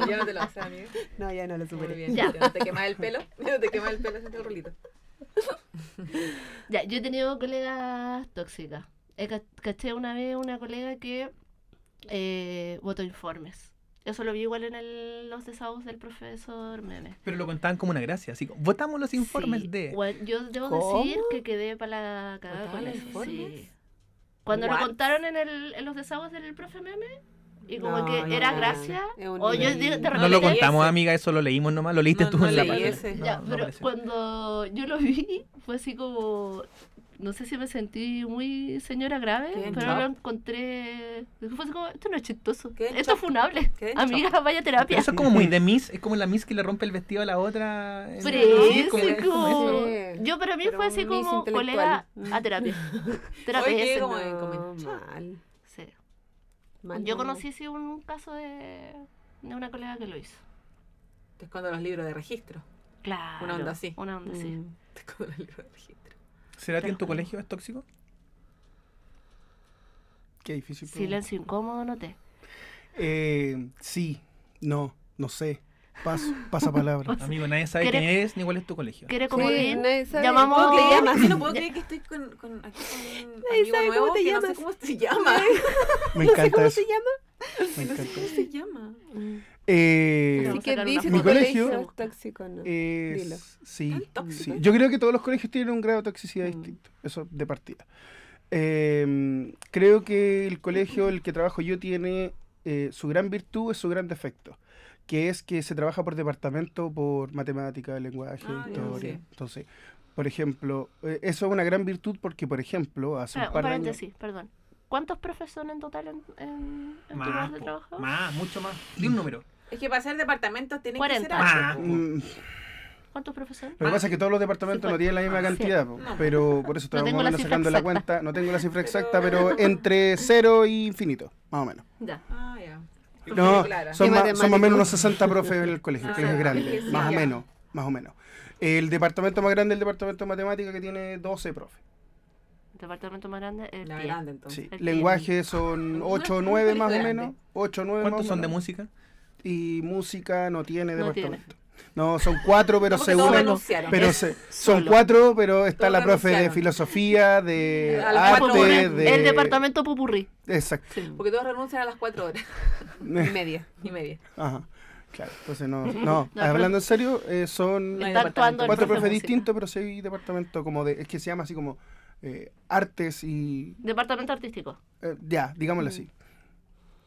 Speaker 8: Ya no te lo haces, amigo.
Speaker 4: No, ya no lo
Speaker 8: Muy
Speaker 4: superé.
Speaker 8: bien.
Speaker 3: Ya.
Speaker 8: Ya no te quemas el pelo. Ya no te quemas el pelo haciendo el rulito.
Speaker 3: Ya, yo he tenido colegas tóxicas. He ca- caché una vez una colega que eh, votó informes. Eso lo vi igual en el- los desahogos del profesor Meme.
Speaker 5: Pero lo contaban como una gracia. Así como, votamos los informes
Speaker 3: Sí,
Speaker 5: de.
Speaker 3: bueno, yo debo
Speaker 4: ¿Cómo?
Speaker 3: decir que quedé para la cagada
Speaker 4: ¿Votaban
Speaker 3: con eso.
Speaker 4: informes?
Speaker 3: sí. Cuando
Speaker 8: What?
Speaker 3: lo contaron en, el, en los desahogos del profe Meme, y como
Speaker 4: No,
Speaker 3: que
Speaker 4: no,
Speaker 3: era
Speaker 4: no, no.
Speaker 3: gracia,
Speaker 4: Es un
Speaker 3: o yo
Speaker 4: nivel.
Speaker 3: de, de
Speaker 4: No
Speaker 5: No
Speaker 3: repente
Speaker 5: lo
Speaker 8: leí
Speaker 5: contamos,
Speaker 8: ese.
Speaker 5: amiga, eso lo leímos nomás. Lo leíste
Speaker 8: No,
Speaker 5: tú
Speaker 8: no
Speaker 5: en la
Speaker 8: leí
Speaker 5: página.
Speaker 8: ese.
Speaker 5: No,
Speaker 3: ya,
Speaker 5: no
Speaker 3: pero
Speaker 5: apareció.
Speaker 3: cuando yo lo vi, fue así como. No sé si me sentí muy señora grave,
Speaker 8: Qué en
Speaker 3: pero
Speaker 8: shock.
Speaker 3: lo encontré. Fue así como: esto no es chistoso,
Speaker 8: Qué en
Speaker 3: esto es
Speaker 8: shock.
Speaker 3: funable.
Speaker 8: Qué en
Speaker 3: Amiga, vaya a
Speaker 5: Pero
Speaker 3: terapia.
Speaker 5: Eso es como muy de Miss, es como la Miss que le rompe el vestido a la otra. en-
Speaker 3: Pero
Speaker 5: Sí,
Speaker 3: es
Speaker 5: como-
Speaker 3: así
Speaker 5: es como eso.
Speaker 3: como-
Speaker 4: eso.
Speaker 3: Yo para mí
Speaker 4: Pero
Speaker 3: fue así
Speaker 4: un miss
Speaker 3: como:
Speaker 4: intelectual.
Speaker 3: colega, a terapia. terapia
Speaker 8: Oye,
Speaker 3: ese,
Speaker 8: como-
Speaker 3: no.
Speaker 4: No,
Speaker 8: Comenzó.
Speaker 4: mal,
Speaker 3: Sí.
Speaker 4: mal,
Speaker 3: Yo
Speaker 4: mal,
Speaker 3: conocí sí, un caso de, de una colega que lo hizo.
Speaker 8: Te escondo los libros de registro.
Speaker 3: Claro.
Speaker 8: onda así.
Speaker 3: Una
Speaker 4: mal.
Speaker 3: onda así.
Speaker 4: Mm.
Speaker 8: Te escondo los libros de registro.
Speaker 5: ¿Será que en tu
Speaker 3: Pero-
Speaker 5: colegio es tóxico?
Speaker 6: Qué difícil. pregunta.
Speaker 3: Silencio incómodo, noté.
Speaker 6: Eh, sí, no, no sé. Paso, pasa palabra.
Speaker 5: Amigo, nadie sabe
Speaker 3: ¿Quieres-
Speaker 5: quién eres ni cuál es tu colegio.
Speaker 3: ¿Quiere
Speaker 4: Sí,
Speaker 3: comodín?
Speaker 4: nadie sabe
Speaker 3: Llamamos-
Speaker 4: cómo te
Speaker 3: ¿Qué
Speaker 4: llamas.
Speaker 8: Yo no puedo creer que estoy con, con, aquí con un amigo
Speaker 4: sabe cómo
Speaker 8: nuevo que
Speaker 4: te
Speaker 8: no
Speaker 4: llamas.
Speaker 8: sé cómo se llama.
Speaker 4: No
Speaker 6: Me
Speaker 4: sé
Speaker 6: encanta
Speaker 4: cómo
Speaker 6: eso.
Speaker 4: se llama.
Speaker 6: Me
Speaker 8: No sé
Speaker 6: encanta
Speaker 8: cómo
Speaker 6: eso.
Speaker 8: se llama.
Speaker 6: Eh,
Speaker 3: Mm. Vamos
Speaker 4: Así
Speaker 3: a
Speaker 4: que
Speaker 3: sacar
Speaker 4: dice
Speaker 3: una
Speaker 4: tu
Speaker 6: foto. Mi
Speaker 4: colegio
Speaker 3: colegio.
Speaker 4: es tóxico, ¿no?
Speaker 6: es-
Speaker 4: Dilo.
Speaker 6: sí,
Speaker 8: tóxico.
Speaker 6: sí. Yo creo que todos los colegios tienen un grado de toxicidad
Speaker 4: Mm.
Speaker 6: distinto. Eso de partida. Eh, creo que el colegio, el que trabajo yo, tiene eh, su gran virtud es su gran defecto, que es que se trabaja por departamento, por matemática, lenguaje,
Speaker 8: Ah, ya,
Speaker 6: historia.
Speaker 8: sí.
Speaker 6: Entonces, por ejemplo, eh, eso es una gran virtud porque, por ejemplo, hace
Speaker 3: Ah,
Speaker 6: un
Speaker 3: un
Speaker 6: par de años...
Speaker 3: paréntesis, perdón. ¿Cuántos profes son en total en, en, en tu lugar
Speaker 5: Más,
Speaker 3: de
Speaker 5: po,
Speaker 3: trabajo?
Speaker 5: más, mucho más. Di un número.
Speaker 8: Es que para ser departamentos tienen que ser
Speaker 3: 40.
Speaker 5: Ah,
Speaker 8: algo. po.
Speaker 6: Mm,
Speaker 3: ¿Cuántos profes son?
Speaker 8: Ah,
Speaker 6: Lo que pasa es que todos los departamentos no tienen la misma
Speaker 3: Ah, sí.
Speaker 6: cantidad, po,
Speaker 8: No.
Speaker 6: pero por eso estamos
Speaker 3: tengo la cifra
Speaker 6: sacando la
Speaker 3: exacta.
Speaker 6: cuenta. No tengo la cifra
Speaker 8: Pero-
Speaker 6: exacta, pero entre cero y infinito, más o menos.
Speaker 3: Ya.
Speaker 8: Ah, ya.
Speaker 6: No,
Speaker 8: Clara.
Speaker 6: son
Speaker 4: Y
Speaker 6: más, son más o menos
Speaker 4: matemáticos.
Speaker 6: unos 60 profes en el colegio, el
Speaker 8: Ah,
Speaker 6: colegio es grande,
Speaker 8: sí,
Speaker 6: más o
Speaker 8: ya.
Speaker 6: menos, más o menos. El departamento más grande es el departamento de matemática que tiene 12 profes.
Speaker 3: El departamento más grande es el
Speaker 8: La
Speaker 3: pie.
Speaker 8: grande, entonces.
Speaker 6: Sí,
Speaker 3: El
Speaker 6: lenguaje son 8 o
Speaker 8: Un
Speaker 6: 9
Speaker 8: colegio
Speaker 6: más o
Speaker 8: grande.
Speaker 6: menos, 8 o 9 más o
Speaker 5: ¿Cuántos son de
Speaker 6: menos.
Speaker 5: música?
Speaker 6: Y música no tiene
Speaker 3: No tiene.
Speaker 6: departamento. No, son 4, pero
Speaker 8: Como
Speaker 6: se
Speaker 8: que todos
Speaker 6: unen.
Speaker 8: renunciaron.
Speaker 6: Pero
Speaker 3: Es
Speaker 6: se- son
Speaker 3: solo.
Speaker 6: cuatro, pero está
Speaker 8: Todos
Speaker 6: la profe de
Speaker 8: renunciaron.
Speaker 6: filosofía, de
Speaker 8: A las cuatro
Speaker 6: arte,
Speaker 8: horas.
Speaker 6: Ah, este de...
Speaker 3: Ah, El departamento pupurrí.
Speaker 6: Exacto.
Speaker 3: Sí.
Speaker 8: Porque todos renuncian a las 4 horas y media. Y media.
Speaker 6: Ajá. Claro, entonces no... No,
Speaker 3: pero-
Speaker 6: hablando en serio, eh, son...
Speaker 8: No hay
Speaker 3: Está actuando
Speaker 8: departamento.
Speaker 3: el profe
Speaker 6: cuatro profes
Speaker 3: de música.
Speaker 6: distintos, pero seis departamentos como de, es que se llama así como eh, artes y
Speaker 3: Departamento artístico.
Speaker 6: eh, ya, digámoslo así.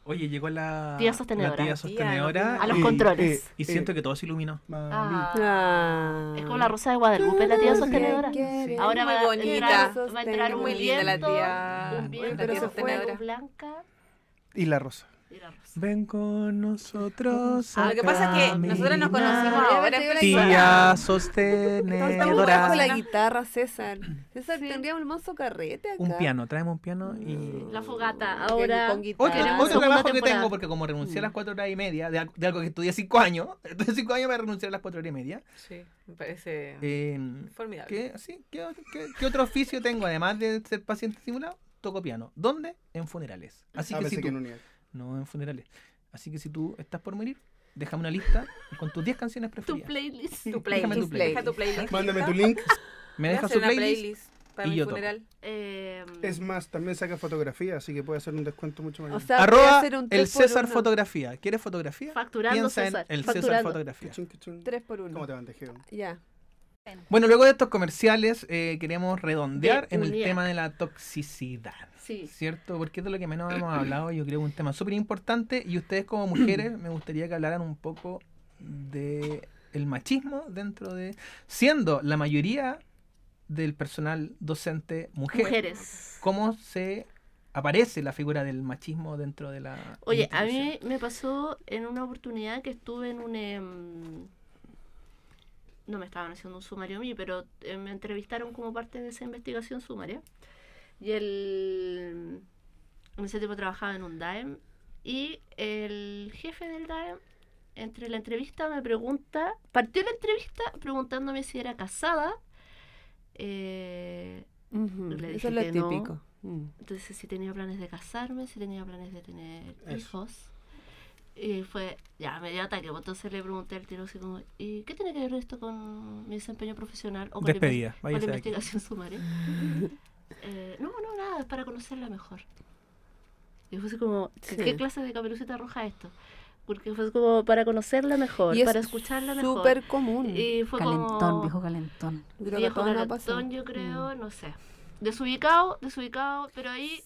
Speaker 5: Oye, llegó la
Speaker 3: Tía sostenedora.
Speaker 5: la tía sostenedora
Speaker 8: no,
Speaker 3: A los
Speaker 6: Eh,
Speaker 3: controles.
Speaker 6: eh,
Speaker 5: y
Speaker 6: eh,
Speaker 5: siento que todo se iluminó.
Speaker 6: mami.
Speaker 3: Ah. Es como la rosa de Guadalupe, la
Speaker 4: Ah.
Speaker 3: tía sostenedora. Ahora
Speaker 8: Muy
Speaker 3: va a, entrar,
Speaker 8: bonita.
Speaker 3: va a entrar un
Speaker 8: Muy linda la
Speaker 3: viento,
Speaker 8: tía.
Speaker 3: un viento,
Speaker 8: pero se fue.
Speaker 3: luz blanca
Speaker 6: Y la rosa.
Speaker 3: y la rosa.
Speaker 5: Ven con nosotros.
Speaker 4: Ah,
Speaker 8: Ah, Lo que pasa es que nosotros nos conocimos
Speaker 7: Ah,
Speaker 8: ahora.
Speaker 7: te
Speaker 8: en
Speaker 7: digo la
Speaker 8: persona.
Speaker 5: Tía
Speaker 8: Estamos
Speaker 5: sostenedora.
Speaker 8: jugando
Speaker 4: con la guitarra, César. César,
Speaker 3: Sí.
Speaker 4: tendríamos el mazo carrete acá.
Speaker 5: Un piano, traemos un piano y.
Speaker 3: La fogata,
Speaker 4: Con-
Speaker 3: ahora.
Speaker 4: con
Speaker 5: Otro,
Speaker 4: guitarra.
Speaker 3: Queremos
Speaker 5: Mm. otro
Speaker 3: segunda
Speaker 5: trabajo que
Speaker 3: temporada.
Speaker 5: tengo, porque como renuncié a las cuatro horas y media de, al- de algo que estudié cinco años, entonces cinco años me renuncié a las cuatro horas y media.
Speaker 8: Sí, me parece
Speaker 5: Eh,
Speaker 8: formidable.
Speaker 5: ¿qué, sí, qué, qué- qué otro oficio tengo además de ser paciente simulado? Toco piano. ¿Dónde? En funerales. Así
Speaker 6: Ah,
Speaker 5: que si
Speaker 6: pensé
Speaker 5: tú,
Speaker 6: que en un nivel.
Speaker 5: No, en funerales. Así que si tú estás por morir, déjame una lista con tus 10 canciones
Speaker 3: Tu
Speaker 5: preferidas.
Speaker 3: playlist.
Speaker 8: Tu
Speaker 5: Déjame
Speaker 8: playlist.
Speaker 5: tu playlist.
Speaker 8: Deja tu playlist.
Speaker 6: Mándame tu
Speaker 8: lista.
Speaker 6: link.
Speaker 8: Voy
Speaker 5: Me
Speaker 8: a
Speaker 5: dejas
Speaker 8: hacer
Speaker 5: tu
Speaker 8: una
Speaker 5: playlist.
Speaker 8: playlist para
Speaker 5: y
Speaker 8: mi
Speaker 5: yo toco.
Speaker 8: funeral.
Speaker 3: Eh,
Speaker 6: Es más, también saca fotografía, así que puede hacer un descuento mucho mayor.
Speaker 4: O sea, voy a
Speaker 5: Arroba
Speaker 4: hacer un
Speaker 5: el
Speaker 4: tres por
Speaker 5: César
Speaker 4: uno.
Speaker 5: Fotografía. ¿Quieres fotografía?
Speaker 3: Facturando
Speaker 5: Piensa
Speaker 3: César.
Speaker 5: en el César
Speaker 3: Facturando.
Speaker 5: Fotografía.
Speaker 6: Cachun, cachun.
Speaker 4: Tres por uno.
Speaker 6: ¿Cómo te van, Tejero?
Speaker 4: Ya.
Speaker 5: Bueno, luego de estos comerciales, eh, queremos redondear
Speaker 3: De
Speaker 5: en el
Speaker 3: unidad.
Speaker 5: tema de la toxicidad.
Speaker 3: Sí.
Speaker 5: ¿Cierto? Porque es de lo que menos hemos hablado, yo creo que es un tema súper importante. Y ustedes como mujeres, me gustaría que hablaran un poco de el machismo dentro de... Siendo la mayoría del personal docente mujer,
Speaker 3: Mujeres.
Speaker 5: ¿cómo se aparece la figura del machismo dentro de la...
Speaker 3: Oye, a
Speaker 5: institución?
Speaker 3: mí me pasó en una oportunidad que estuve en un... em, no me estaban haciendo un sumario a mí, pero eh, me entrevistaron como parte de esa investigación sumaria. Y el... En ese tiempo trabajaba en un DAEM. Y el jefe del DAEM, entre la entrevista, me pregunta... Partió la entrevista preguntándome si era casada. Eh,
Speaker 4: Ujú,
Speaker 3: Le dije
Speaker 4: Eso es lo
Speaker 3: que no.
Speaker 4: típico. Mm.
Speaker 3: entonces, si tenía planes de casarme, si tenía planes de tener
Speaker 6: Eso.
Speaker 3: hijos. Y fue, ya, me dio ataque. pues, Entonces le pregunté al tiro así como, ¿y qué tiene que ver esto con mi desempeño profesional? O con la inves-
Speaker 5: Despedida,
Speaker 3: con la
Speaker 5: váyase de aquí.
Speaker 3: investigación sumaria. Eh, no, no, nada, es para conocerla mejor. Y fue así como, ¿qué,
Speaker 4: Sí.
Speaker 3: qué clase de caperucita roja es esto? Porque fue como para conocerla mejor,
Speaker 4: Y es
Speaker 3: para escucharla mejor.
Speaker 4: Súper común.
Speaker 3: Y fue
Speaker 2: Calentón,
Speaker 3: como...
Speaker 2: viejo calentón.
Speaker 4: Creo que a
Speaker 3: Viejo
Speaker 4: todos nos ha pasado.
Speaker 3: galatón, yo creo,
Speaker 4: Mm.
Speaker 3: no sé. Desubicado, desubicado, pero ahí.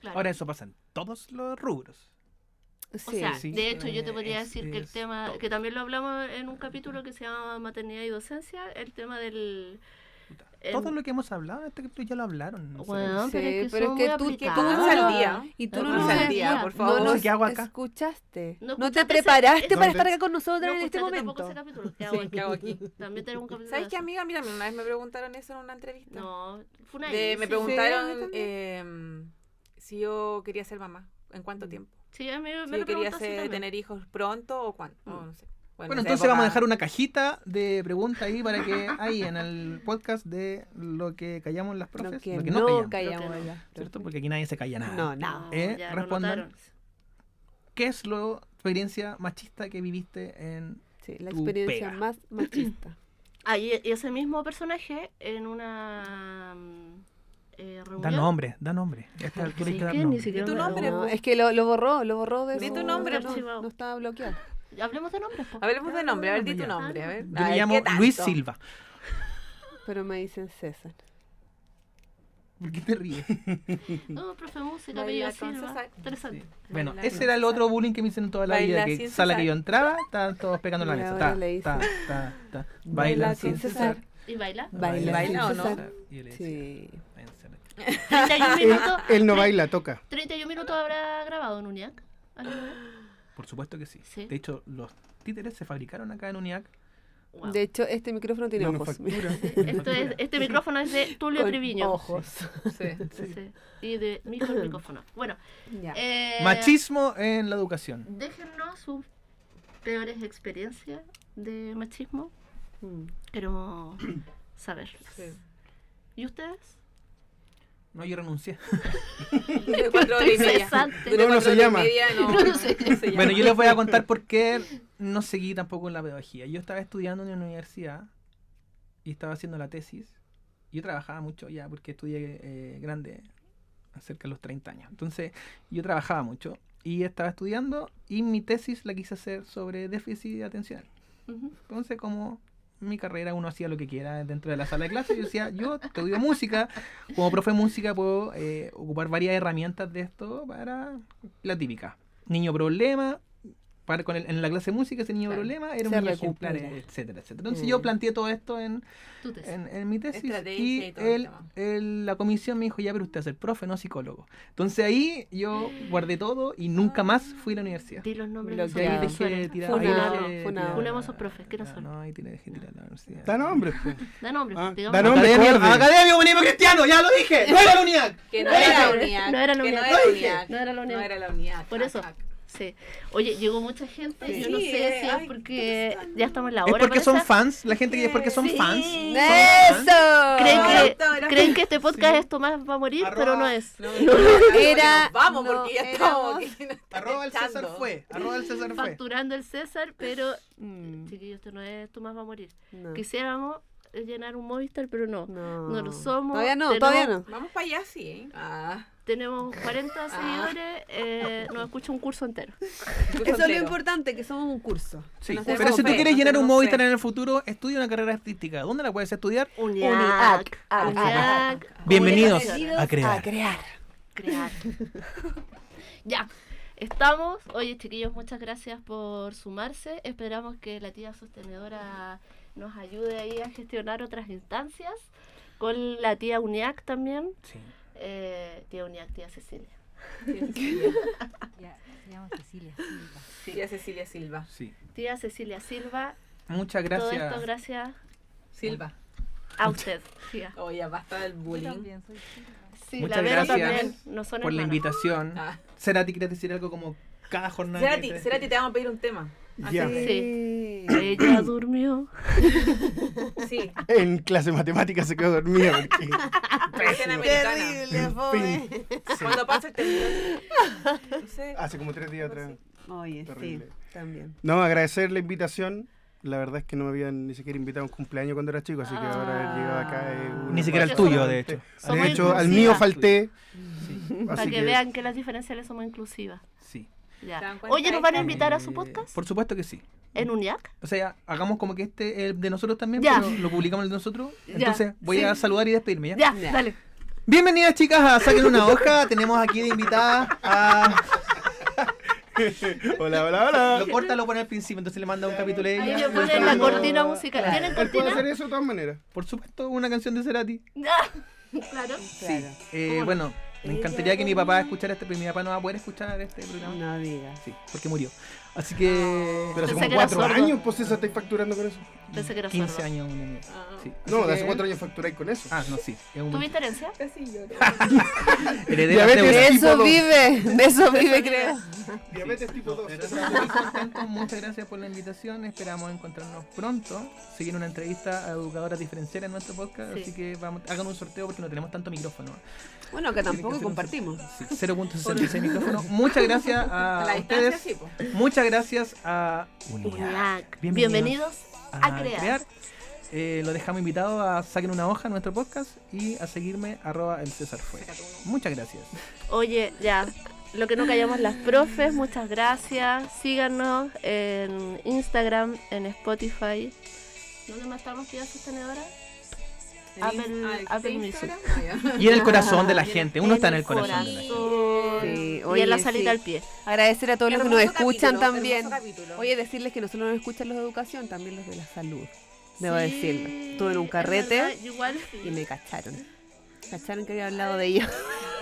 Speaker 3: Claro.
Speaker 5: Ahora eso pasa en todos los rubros.
Speaker 4: Sí.
Speaker 3: o sea,
Speaker 5: sí,
Speaker 3: de hecho, yo te
Speaker 5: eh,
Speaker 3: podría
Speaker 5: es-
Speaker 3: decir que el
Speaker 5: es
Speaker 3: tema,
Speaker 5: todo.
Speaker 3: que también lo hablamos en un capítulo que se llama Maternidad y Docencia, el tema del.
Speaker 5: Puta,
Speaker 3: el-
Speaker 5: Todo lo que hemos hablado en este capítulo ya lo hablaron. no sé.
Speaker 3: Weón, pero
Speaker 4: Sí,
Speaker 3: es que
Speaker 4: pero
Speaker 3: son
Speaker 4: es que
Speaker 3: muy
Speaker 4: tú- que tú
Speaker 8: Tú
Speaker 3: aplicados.
Speaker 8: un al día.
Speaker 4: Y tú
Speaker 3: Tú
Speaker 4: no
Speaker 3: no
Speaker 4: nos,
Speaker 3: sabes
Speaker 8: al día,
Speaker 3: nada.
Speaker 8: por
Speaker 4: no
Speaker 8: favor.
Speaker 4: nos
Speaker 5: ¿Qué hago acá?
Speaker 4: escuchaste.
Speaker 3: No
Speaker 4: No, te
Speaker 3: escuchaste ese-
Speaker 4: preparaste
Speaker 3: ese-
Speaker 4: para
Speaker 6: ¿Dónde?
Speaker 4: estar acá con nosotros
Speaker 3: No
Speaker 4: en este
Speaker 3: escuchaste
Speaker 4: momento.
Speaker 3: tampoco ese capítulo. ¿Qué hago
Speaker 8: Sí,
Speaker 3: aquí?
Speaker 8: ¿qué hago aquí?
Speaker 3: También tenemos un capítulo.
Speaker 8: ¿Sabes
Speaker 3: de
Speaker 8: qué,
Speaker 3: eso.
Speaker 8: amiga? Mira, una vez me preguntaron eso en una entrevista.
Speaker 3: No, fue una
Speaker 8: De- me
Speaker 3: sí,
Speaker 4: Sí, a mí
Speaker 8: preguntaron
Speaker 4: también.
Speaker 8: eh, si yo quería ser mamá, en cuánto tiempo.
Speaker 3: Sí, a mí me,
Speaker 8: Si
Speaker 3: me
Speaker 8: yo
Speaker 3: lo
Speaker 8: quería
Speaker 3: preguntó así
Speaker 8: ser-
Speaker 3: también.
Speaker 8: tener hijos pronto o cuándo. o no sé.
Speaker 5: Bueno,
Speaker 8: en esa
Speaker 5: entonces vamos
Speaker 8: época-
Speaker 5: a dejar una cajita de preguntas ahí para que ahí en el podcast de lo que callamos las profes,
Speaker 4: Lo que
Speaker 5: lo que no,
Speaker 4: no
Speaker 5: callamos,
Speaker 4: callamos.
Speaker 3: Lo que no.
Speaker 4: ya.
Speaker 5: ¿cierto? Porque aquí nadie se calla nada.
Speaker 3: Ah.
Speaker 4: No, nada.
Speaker 5: Eh,
Speaker 3: ya lo
Speaker 5: respondan.
Speaker 3: notaron.
Speaker 5: ¿Qué es la experiencia machista que viviste en
Speaker 4: Sí, la
Speaker 5: Tú
Speaker 4: experiencia
Speaker 5: pega.
Speaker 4: más machista.
Speaker 3: Ah, y, y ese mismo personaje en una mm, eh, reunión.
Speaker 5: Da nombre, da nombre. A esta altura hay
Speaker 3: Ah, Sí,
Speaker 5: que dar
Speaker 3: que ni
Speaker 5: nombre.
Speaker 8: ¿Y
Speaker 3: siquiera
Speaker 8: tu
Speaker 3: me-
Speaker 8: nombre? pues?
Speaker 4: No,
Speaker 8: po.
Speaker 4: es que lo, lo borró, lo borró de
Speaker 8: Di
Speaker 4: su-
Speaker 8: tu nombre,
Speaker 4: no,
Speaker 3: po.
Speaker 4: no estaba bloqueado.
Speaker 3: Hablemos de nombres. po. Ah,
Speaker 8: Hablemos de nombre, a ver, di
Speaker 5: Ya.
Speaker 8: tu nombre, a ver.
Speaker 5: Yo
Speaker 8: A
Speaker 5: me
Speaker 8: ver,
Speaker 5: llamo
Speaker 8: ¿qué tanto?
Speaker 5: Luis Silva.
Speaker 4: Pero me dicen César.
Speaker 5: ¿Por qué te ríes?
Speaker 3: No, profe de música,
Speaker 8: Baila
Speaker 3: apellido
Speaker 8: con
Speaker 3: Silva.
Speaker 8: César.
Speaker 3: Interesante.
Speaker 5: Sí. Bueno,
Speaker 8: Bailar
Speaker 5: ese
Speaker 8: sin
Speaker 5: era el otro
Speaker 8: cesar.
Speaker 5: bullying que me hicieron toda la
Speaker 2: Bailar
Speaker 5: vida. Que
Speaker 2: sin
Speaker 5: sala que
Speaker 2: cesar.
Speaker 5: yo entraba, estaban todos pegando la
Speaker 2: Y
Speaker 5: mesa.
Speaker 2: ahora
Speaker 5: Ta,
Speaker 2: le dice,
Speaker 5: ta, ta, ta. Baila sin cesar.
Speaker 3: ¿Y baila?
Speaker 2: Baila
Speaker 8: Baila o no.
Speaker 5: cesar. Y yo le decía,
Speaker 2: Sí.
Speaker 5: "Váyanse a la chucha".
Speaker 3: 31
Speaker 6: Él,
Speaker 3: minutos.
Speaker 6: él no baila, toca.
Speaker 3: 31 minutos habrá grabado en UNIAC. ¿Alguna vez?
Speaker 5: Por supuesto que sí.
Speaker 3: Sí.
Speaker 5: De hecho, los títeres se fabricaron acá en UNIAC.
Speaker 3: Wow.
Speaker 2: De hecho, este micrófono tiene ojos.
Speaker 6: Manufactura.
Speaker 3: Esto es, este micrófono es de Tulio
Speaker 2: Con
Speaker 3: Triviño.
Speaker 2: Ojos.
Speaker 8: Sí.
Speaker 3: Sí. Y de mi con micrófono. Bueno,
Speaker 2: Ya.
Speaker 3: eh,
Speaker 5: Machismo en la educación.
Speaker 3: Déjennos sus peores experiencias de machismo.
Speaker 2: Mm.
Speaker 3: Queremos saberlas.
Speaker 8: Sí.
Speaker 3: ¿Y ustedes?
Speaker 5: No, yo renuncié.
Speaker 8: Desde cuatro horas y media.
Speaker 3: Interesante.
Speaker 8: Dura
Speaker 6: No, no
Speaker 8: cuatro
Speaker 6: se
Speaker 8: horas y
Speaker 6: llama.
Speaker 8: media, no,
Speaker 3: No, no se
Speaker 8: llama.
Speaker 5: Bueno, yo les voy a contar por qué no seguí tampoco en la pedagogía. Yo estaba estudiando en la universidad y estaba haciendo la tesis. Yo trabajaba mucho ya porque estudié eh, grande, cerca de los 30 años. Entonces, yo trabajaba mucho y estaba estudiando y mi tesis la quise hacer sobre déficit atencional.
Speaker 3: Ujú.
Speaker 5: Entonces, como mi carrera uno hacía lo que quiera dentro de la sala de clase, yo decía, yo estudio música, como profe de música puedo eh, ocupar varias herramientas de esto para la típica. Niño problema, para con el- en la clase de música ese niño
Speaker 8: Claro.
Speaker 5: problema era un
Speaker 2: Se
Speaker 5: niño
Speaker 2: recupera.
Speaker 5: ejemplar, etcétera, etcétera. Entonces
Speaker 2: Mm.
Speaker 5: yo planteé todo esto en,
Speaker 3: Tú te
Speaker 5: en, en mi tesis
Speaker 8: Estrategia
Speaker 5: y,
Speaker 8: y todo el
Speaker 5: el-
Speaker 8: tema.
Speaker 5: el- la comisión me dijo, ya, pero usted es el profe, no psicólogo. Entonces ahí yo guardé todo y
Speaker 8: Ah.
Speaker 5: nunca más fui a la universidad.
Speaker 3: Di los nombres
Speaker 2: Lo
Speaker 3: de sus
Speaker 5: Y ahí
Speaker 2: Bloqueado.
Speaker 3: profesores.
Speaker 5: dejé tirar. ahí
Speaker 2: Funado,
Speaker 5: dejé tirar
Speaker 2: funado.
Speaker 5: la-
Speaker 3: Funamos a esos profes, que no son.
Speaker 5: No, ahí tiene- dejé tirar la universidad.
Speaker 6: Da nombre. pues.
Speaker 3: Da nombres,
Speaker 6: Ah,
Speaker 3: digamos.
Speaker 6: da nombre,
Speaker 5: Academia,
Speaker 6: cobarde.
Speaker 5: Academia Humanismo Cristiano, ya lo dije. No era la unidad.
Speaker 8: Que no era la
Speaker 3: era-
Speaker 8: unidad.
Speaker 3: no era la
Speaker 8: que no
Speaker 3: UNIAC.
Speaker 8: era la
Speaker 3: Oye,
Speaker 8: unidad.
Speaker 3: no era la
Speaker 8: No
Speaker 3: UNIAC.
Speaker 8: era la unidad.
Speaker 3: Por eso.
Speaker 8: Ah,
Speaker 3: Sí. Oye, llegó mucha gente. Yo no
Speaker 8: Sí,
Speaker 3: sé
Speaker 8: eh,
Speaker 3: si es
Speaker 8: ay,
Speaker 3: porque ya estamos en la
Speaker 5: Es
Speaker 3: hora.
Speaker 5: porque son
Speaker 3: parece.
Speaker 5: fans. La gente que es porque son fans. son fans.
Speaker 2: ¡Eso!
Speaker 8: Ahora,
Speaker 3: ¿Creen que,
Speaker 8: ahora.
Speaker 3: creen que este podcast esto más va a morir, pero no es.
Speaker 8: ah,
Speaker 2: Era-
Speaker 8: nos Vamos,
Speaker 2: no,
Speaker 8: porque ya
Speaker 2: éramos-
Speaker 8: estamos. aquí, nos están
Speaker 5: Arroba el César
Speaker 8: echando.
Speaker 5: fue. Arroba el César fue.
Speaker 3: Facturando el César, pero chiquillos, esto no es esto más va a morir.
Speaker 2: No.
Speaker 3: Quisiéramos eh, llenar un Movistar, pero no.
Speaker 2: No.
Speaker 3: No lo somos,
Speaker 2: Todavía no,
Speaker 3: tenemos-
Speaker 2: todavía no.
Speaker 8: Vamos para allá, sí. ¿eh? Ah,
Speaker 3: Tenemos 40 seguidores, eh, nos escucha un curso entero.
Speaker 2: Eso es lo
Speaker 8: entero.
Speaker 2: importante, que somos un curso.
Speaker 5: Sí.
Speaker 2: Nos
Speaker 5: Pero
Speaker 2: tenemos
Speaker 5: si tú
Speaker 2: fe,
Speaker 5: quieres
Speaker 8: nos
Speaker 5: llenar un
Speaker 8: tenemos
Speaker 5: Movistar
Speaker 8: fe.
Speaker 5: en el futuro, estudia una carrera artística. ¿Dónde la puedes estudiar?
Speaker 2: Uniac. Ah,
Speaker 3: Uniac.
Speaker 5: Bienvenidos
Speaker 3: Comunicaciones.
Speaker 5: a crear.
Speaker 3: crear. ya, estamos. Oye, chiquillos, muchas gracias por sumarse. Esperamos que la tía sostenedora nos ayude ahí a gestionar otras instancias. Con la tía UNIAC también.
Speaker 5: Sí.
Speaker 3: Eh, tía UNIAC, tía Cecilia.
Speaker 9: Ya, se llama Cecilia Silva.
Speaker 8: Sí, a Cecilia Silva.
Speaker 5: Sí.
Speaker 3: Tía Cecilia Silva.
Speaker 5: Muchas
Speaker 3: Todo esto
Speaker 5: gracias.
Speaker 3: gracias
Speaker 8: Silva.
Speaker 3: a usted, tía.
Speaker 8: Oye, basta del
Speaker 9: Yo
Speaker 8: bullying.
Speaker 9: también soy Silva.
Speaker 3: Sí,
Speaker 5: Muchas
Speaker 3: la Vero
Speaker 5: gracias
Speaker 3: también. No son
Speaker 5: Por la
Speaker 3: hermanas.
Speaker 5: invitación.
Speaker 8: Ah.
Speaker 5: Cerati, ¿quieres decir algo como cada jornada? que
Speaker 8: Cerati,
Speaker 5: te-
Speaker 8: Cerati, te vamos a pedir un tema. Antes
Speaker 6: Ya.
Speaker 8: de-
Speaker 3: Sí. Ella durmió.
Speaker 8: Sí,
Speaker 6: En clase de matemáticas se quedó dormido. Porque...
Speaker 8: versión americana.
Speaker 2: Terrible, fome.
Speaker 8: Cuando pasa el temblor. No sé.
Speaker 6: Hace como tres días atrás.
Speaker 2: Oye,
Speaker 6: Terrible.
Speaker 2: sí, también.
Speaker 6: No, agradecer la invitación. La verdad es que no me habían ni siquiera invitado a un cumpleaños cuando era chico, así que ahora haber llegado acá. es una
Speaker 5: Ni siquiera el
Speaker 6: pasada.
Speaker 5: tuyo, de hecho.
Speaker 3: Somos
Speaker 6: De hecho,
Speaker 3: inclusivas.
Speaker 6: al mío falté.
Speaker 3: Para
Speaker 6: Así
Speaker 3: que,
Speaker 6: que-
Speaker 3: vean que las diferenciales somos inclusivas.
Speaker 5: Sí.
Speaker 3: Ya.
Speaker 8: ¿Se dan cuenta
Speaker 3: Oye, ¿nos
Speaker 8: de
Speaker 3: van a
Speaker 8: que-
Speaker 3: invitar a su
Speaker 5: Eh,
Speaker 3: podcast?
Speaker 5: Por supuesto que sí.
Speaker 3: ¿En UNIAC?
Speaker 5: O sea, hagamos como que este es el de nosotros también,
Speaker 3: Ya.
Speaker 5: pero lo publicamos el de nosotros.
Speaker 3: Ya.
Speaker 5: Entonces voy a saludar y despedirme ya.
Speaker 3: Ya, dale.
Speaker 5: Bienvenidas chicas a Saquen una hoja. Tenemos aquí de invitada a...
Speaker 6: Hola, hola, hola.
Speaker 5: Lo corta, lo pone al principio, entonces le manda un capítulo a
Speaker 3: Ahí
Speaker 5: ella.
Speaker 3: me ponen la cortina musical. ¿Tienen
Speaker 6: Él puede hacer
Speaker 3: cortina?
Speaker 6: eso de todas maneras.
Speaker 5: Por supuesto, una canción de Cerati.
Speaker 3: Claro. Eh.
Speaker 2: Claro.
Speaker 5: Eh, bueno, me encantaría que mi papá escuchara este, pero mi papá no va a poder escuchar este programa.
Speaker 2: No digas.
Speaker 5: Sí, porque murió. Así que...
Speaker 6: Pero
Speaker 3: Ah. Pensé
Speaker 6: hace como
Speaker 3: que era
Speaker 6: cuatro
Speaker 3: sordo.
Speaker 6: años, pues esa estáis facturando con eso.
Speaker 3: Pensé que era
Speaker 5: 15
Speaker 3: sordo. Ah.
Speaker 5: años. una mierda. Sí.
Speaker 6: No,
Speaker 5: Así
Speaker 6: de
Speaker 5: que-
Speaker 6: hace cuatro años facturáis con eso.
Speaker 5: Ah, no, sí. Es un
Speaker 3: ¿Tuviste herencia?
Speaker 8: Casi lloro.
Speaker 5: heredero
Speaker 6: Diabetes.
Speaker 5: de
Speaker 2: De
Speaker 5: una-
Speaker 6: Tipo
Speaker 2: eso
Speaker 6: dos.
Speaker 2: vive, de eso vive, creo.
Speaker 6: Diabetes tipo
Speaker 5: No,
Speaker 6: 2.
Speaker 5: pero estamos muy contentos, muchas gracias por la invitación. Esperamos encontrarnos pronto. Se viene una entrevista a educadoras diferenciales en nuestro podcast,
Speaker 3: Sí.
Speaker 5: así que vamos, hagan un sorteo porque no tenemos tanto micrófono.
Speaker 2: Bueno, que
Speaker 5: Tienen que
Speaker 2: tampoco
Speaker 5: hacer un
Speaker 2: compartimos.
Speaker 5: Sí, 0.66 micrófonos. Muchas gracias
Speaker 8: A
Speaker 5: a,
Speaker 8: la distancia,
Speaker 5: ustedes.
Speaker 8: sí, po.
Speaker 5: Muchas gracias a
Speaker 3: UNIAC.
Speaker 5: Bienvenidos
Speaker 3: Bienvenidos a crear.
Speaker 5: Eh, lo dejamos invitado a saquen una hoja a nuestro podcast y a seguirme arroba el César Fue. Muchas gracias.
Speaker 3: Oye, ya. Lo que no callamos las profes, muchas gracias. Síganos en Instagram, en Spotify. ¿Dónde más estamos, tía sostenedora?
Speaker 8: En
Speaker 3: Apple-
Speaker 8: Inst- ah,
Speaker 3: Apple
Speaker 8: ¿en
Speaker 3: Music.
Speaker 8: Instagram? Ah, ya.
Speaker 5: Y en el corazón de la gente. Uno está en el corazón. de la gente.
Speaker 3: corazón.
Speaker 4: Sí,
Speaker 3: y
Speaker 4: oye,
Speaker 3: en la salita
Speaker 4: sí.
Speaker 3: al pie.
Speaker 4: Agradecer a todos los que
Speaker 8: Hermoso
Speaker 4: nos escuchan
Speaker 8: capítulo,
Speaker 4: también.
Speaker 8: hermoso capítulo.
Speaker 4: Oye, decirles que no solo nos escuchan los de educación, también los de la salud. Debo
Speaker 3: Sí,
Speaker 4: decirlo. Estuve en un
Speaker 3: es
Speaker 4: carrete
Speaker 3: verdad, yo igual.
Speaker 4: y me cacharon. Cacharon que había hablado de ellos.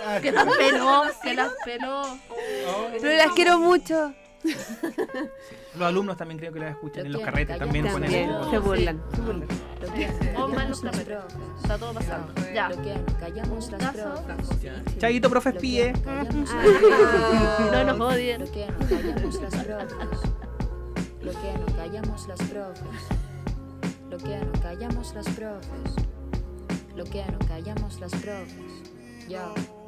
Speaker 6: Ah,
Speaker 3: Que las peló, que las peló.
Speaker 4: Pero las quiero mucho.
Speaker 5: Los alumnos también creo que la escuchan
Speaker 1: Lo
Speaker 5: en los
Speaker 1: quieren,
Speaker 5: carretes. También
Speaker 1: callan
Speaker 5: ponen
Speaker 4: También
Speaker 5: el-
Speaker 4: se burlan. se burlan.
Speaker 1: Lo que han-
Speaker 3: O malos
Speaker 1: callamos las
Speaker 3: carretes.
Speaker 1: profes.
Speaker 3: Está todo pasando. Ya.
Speaker 1: Lo que han- callamos las
Speaker 3: Puntazo.
Speaker 1: profes.
Speaker 5: Chaito, profes,
Speaker 1: Lo que
Speaker 5: píe.
Speaker 1: han- callamos las
Speaker 3: No nos odien.
Speaker 1: Lo que no callamos las profes. Lo que no callamos las profes. Lo que no callamos las profes. Lo que no callamos las profes. Ya.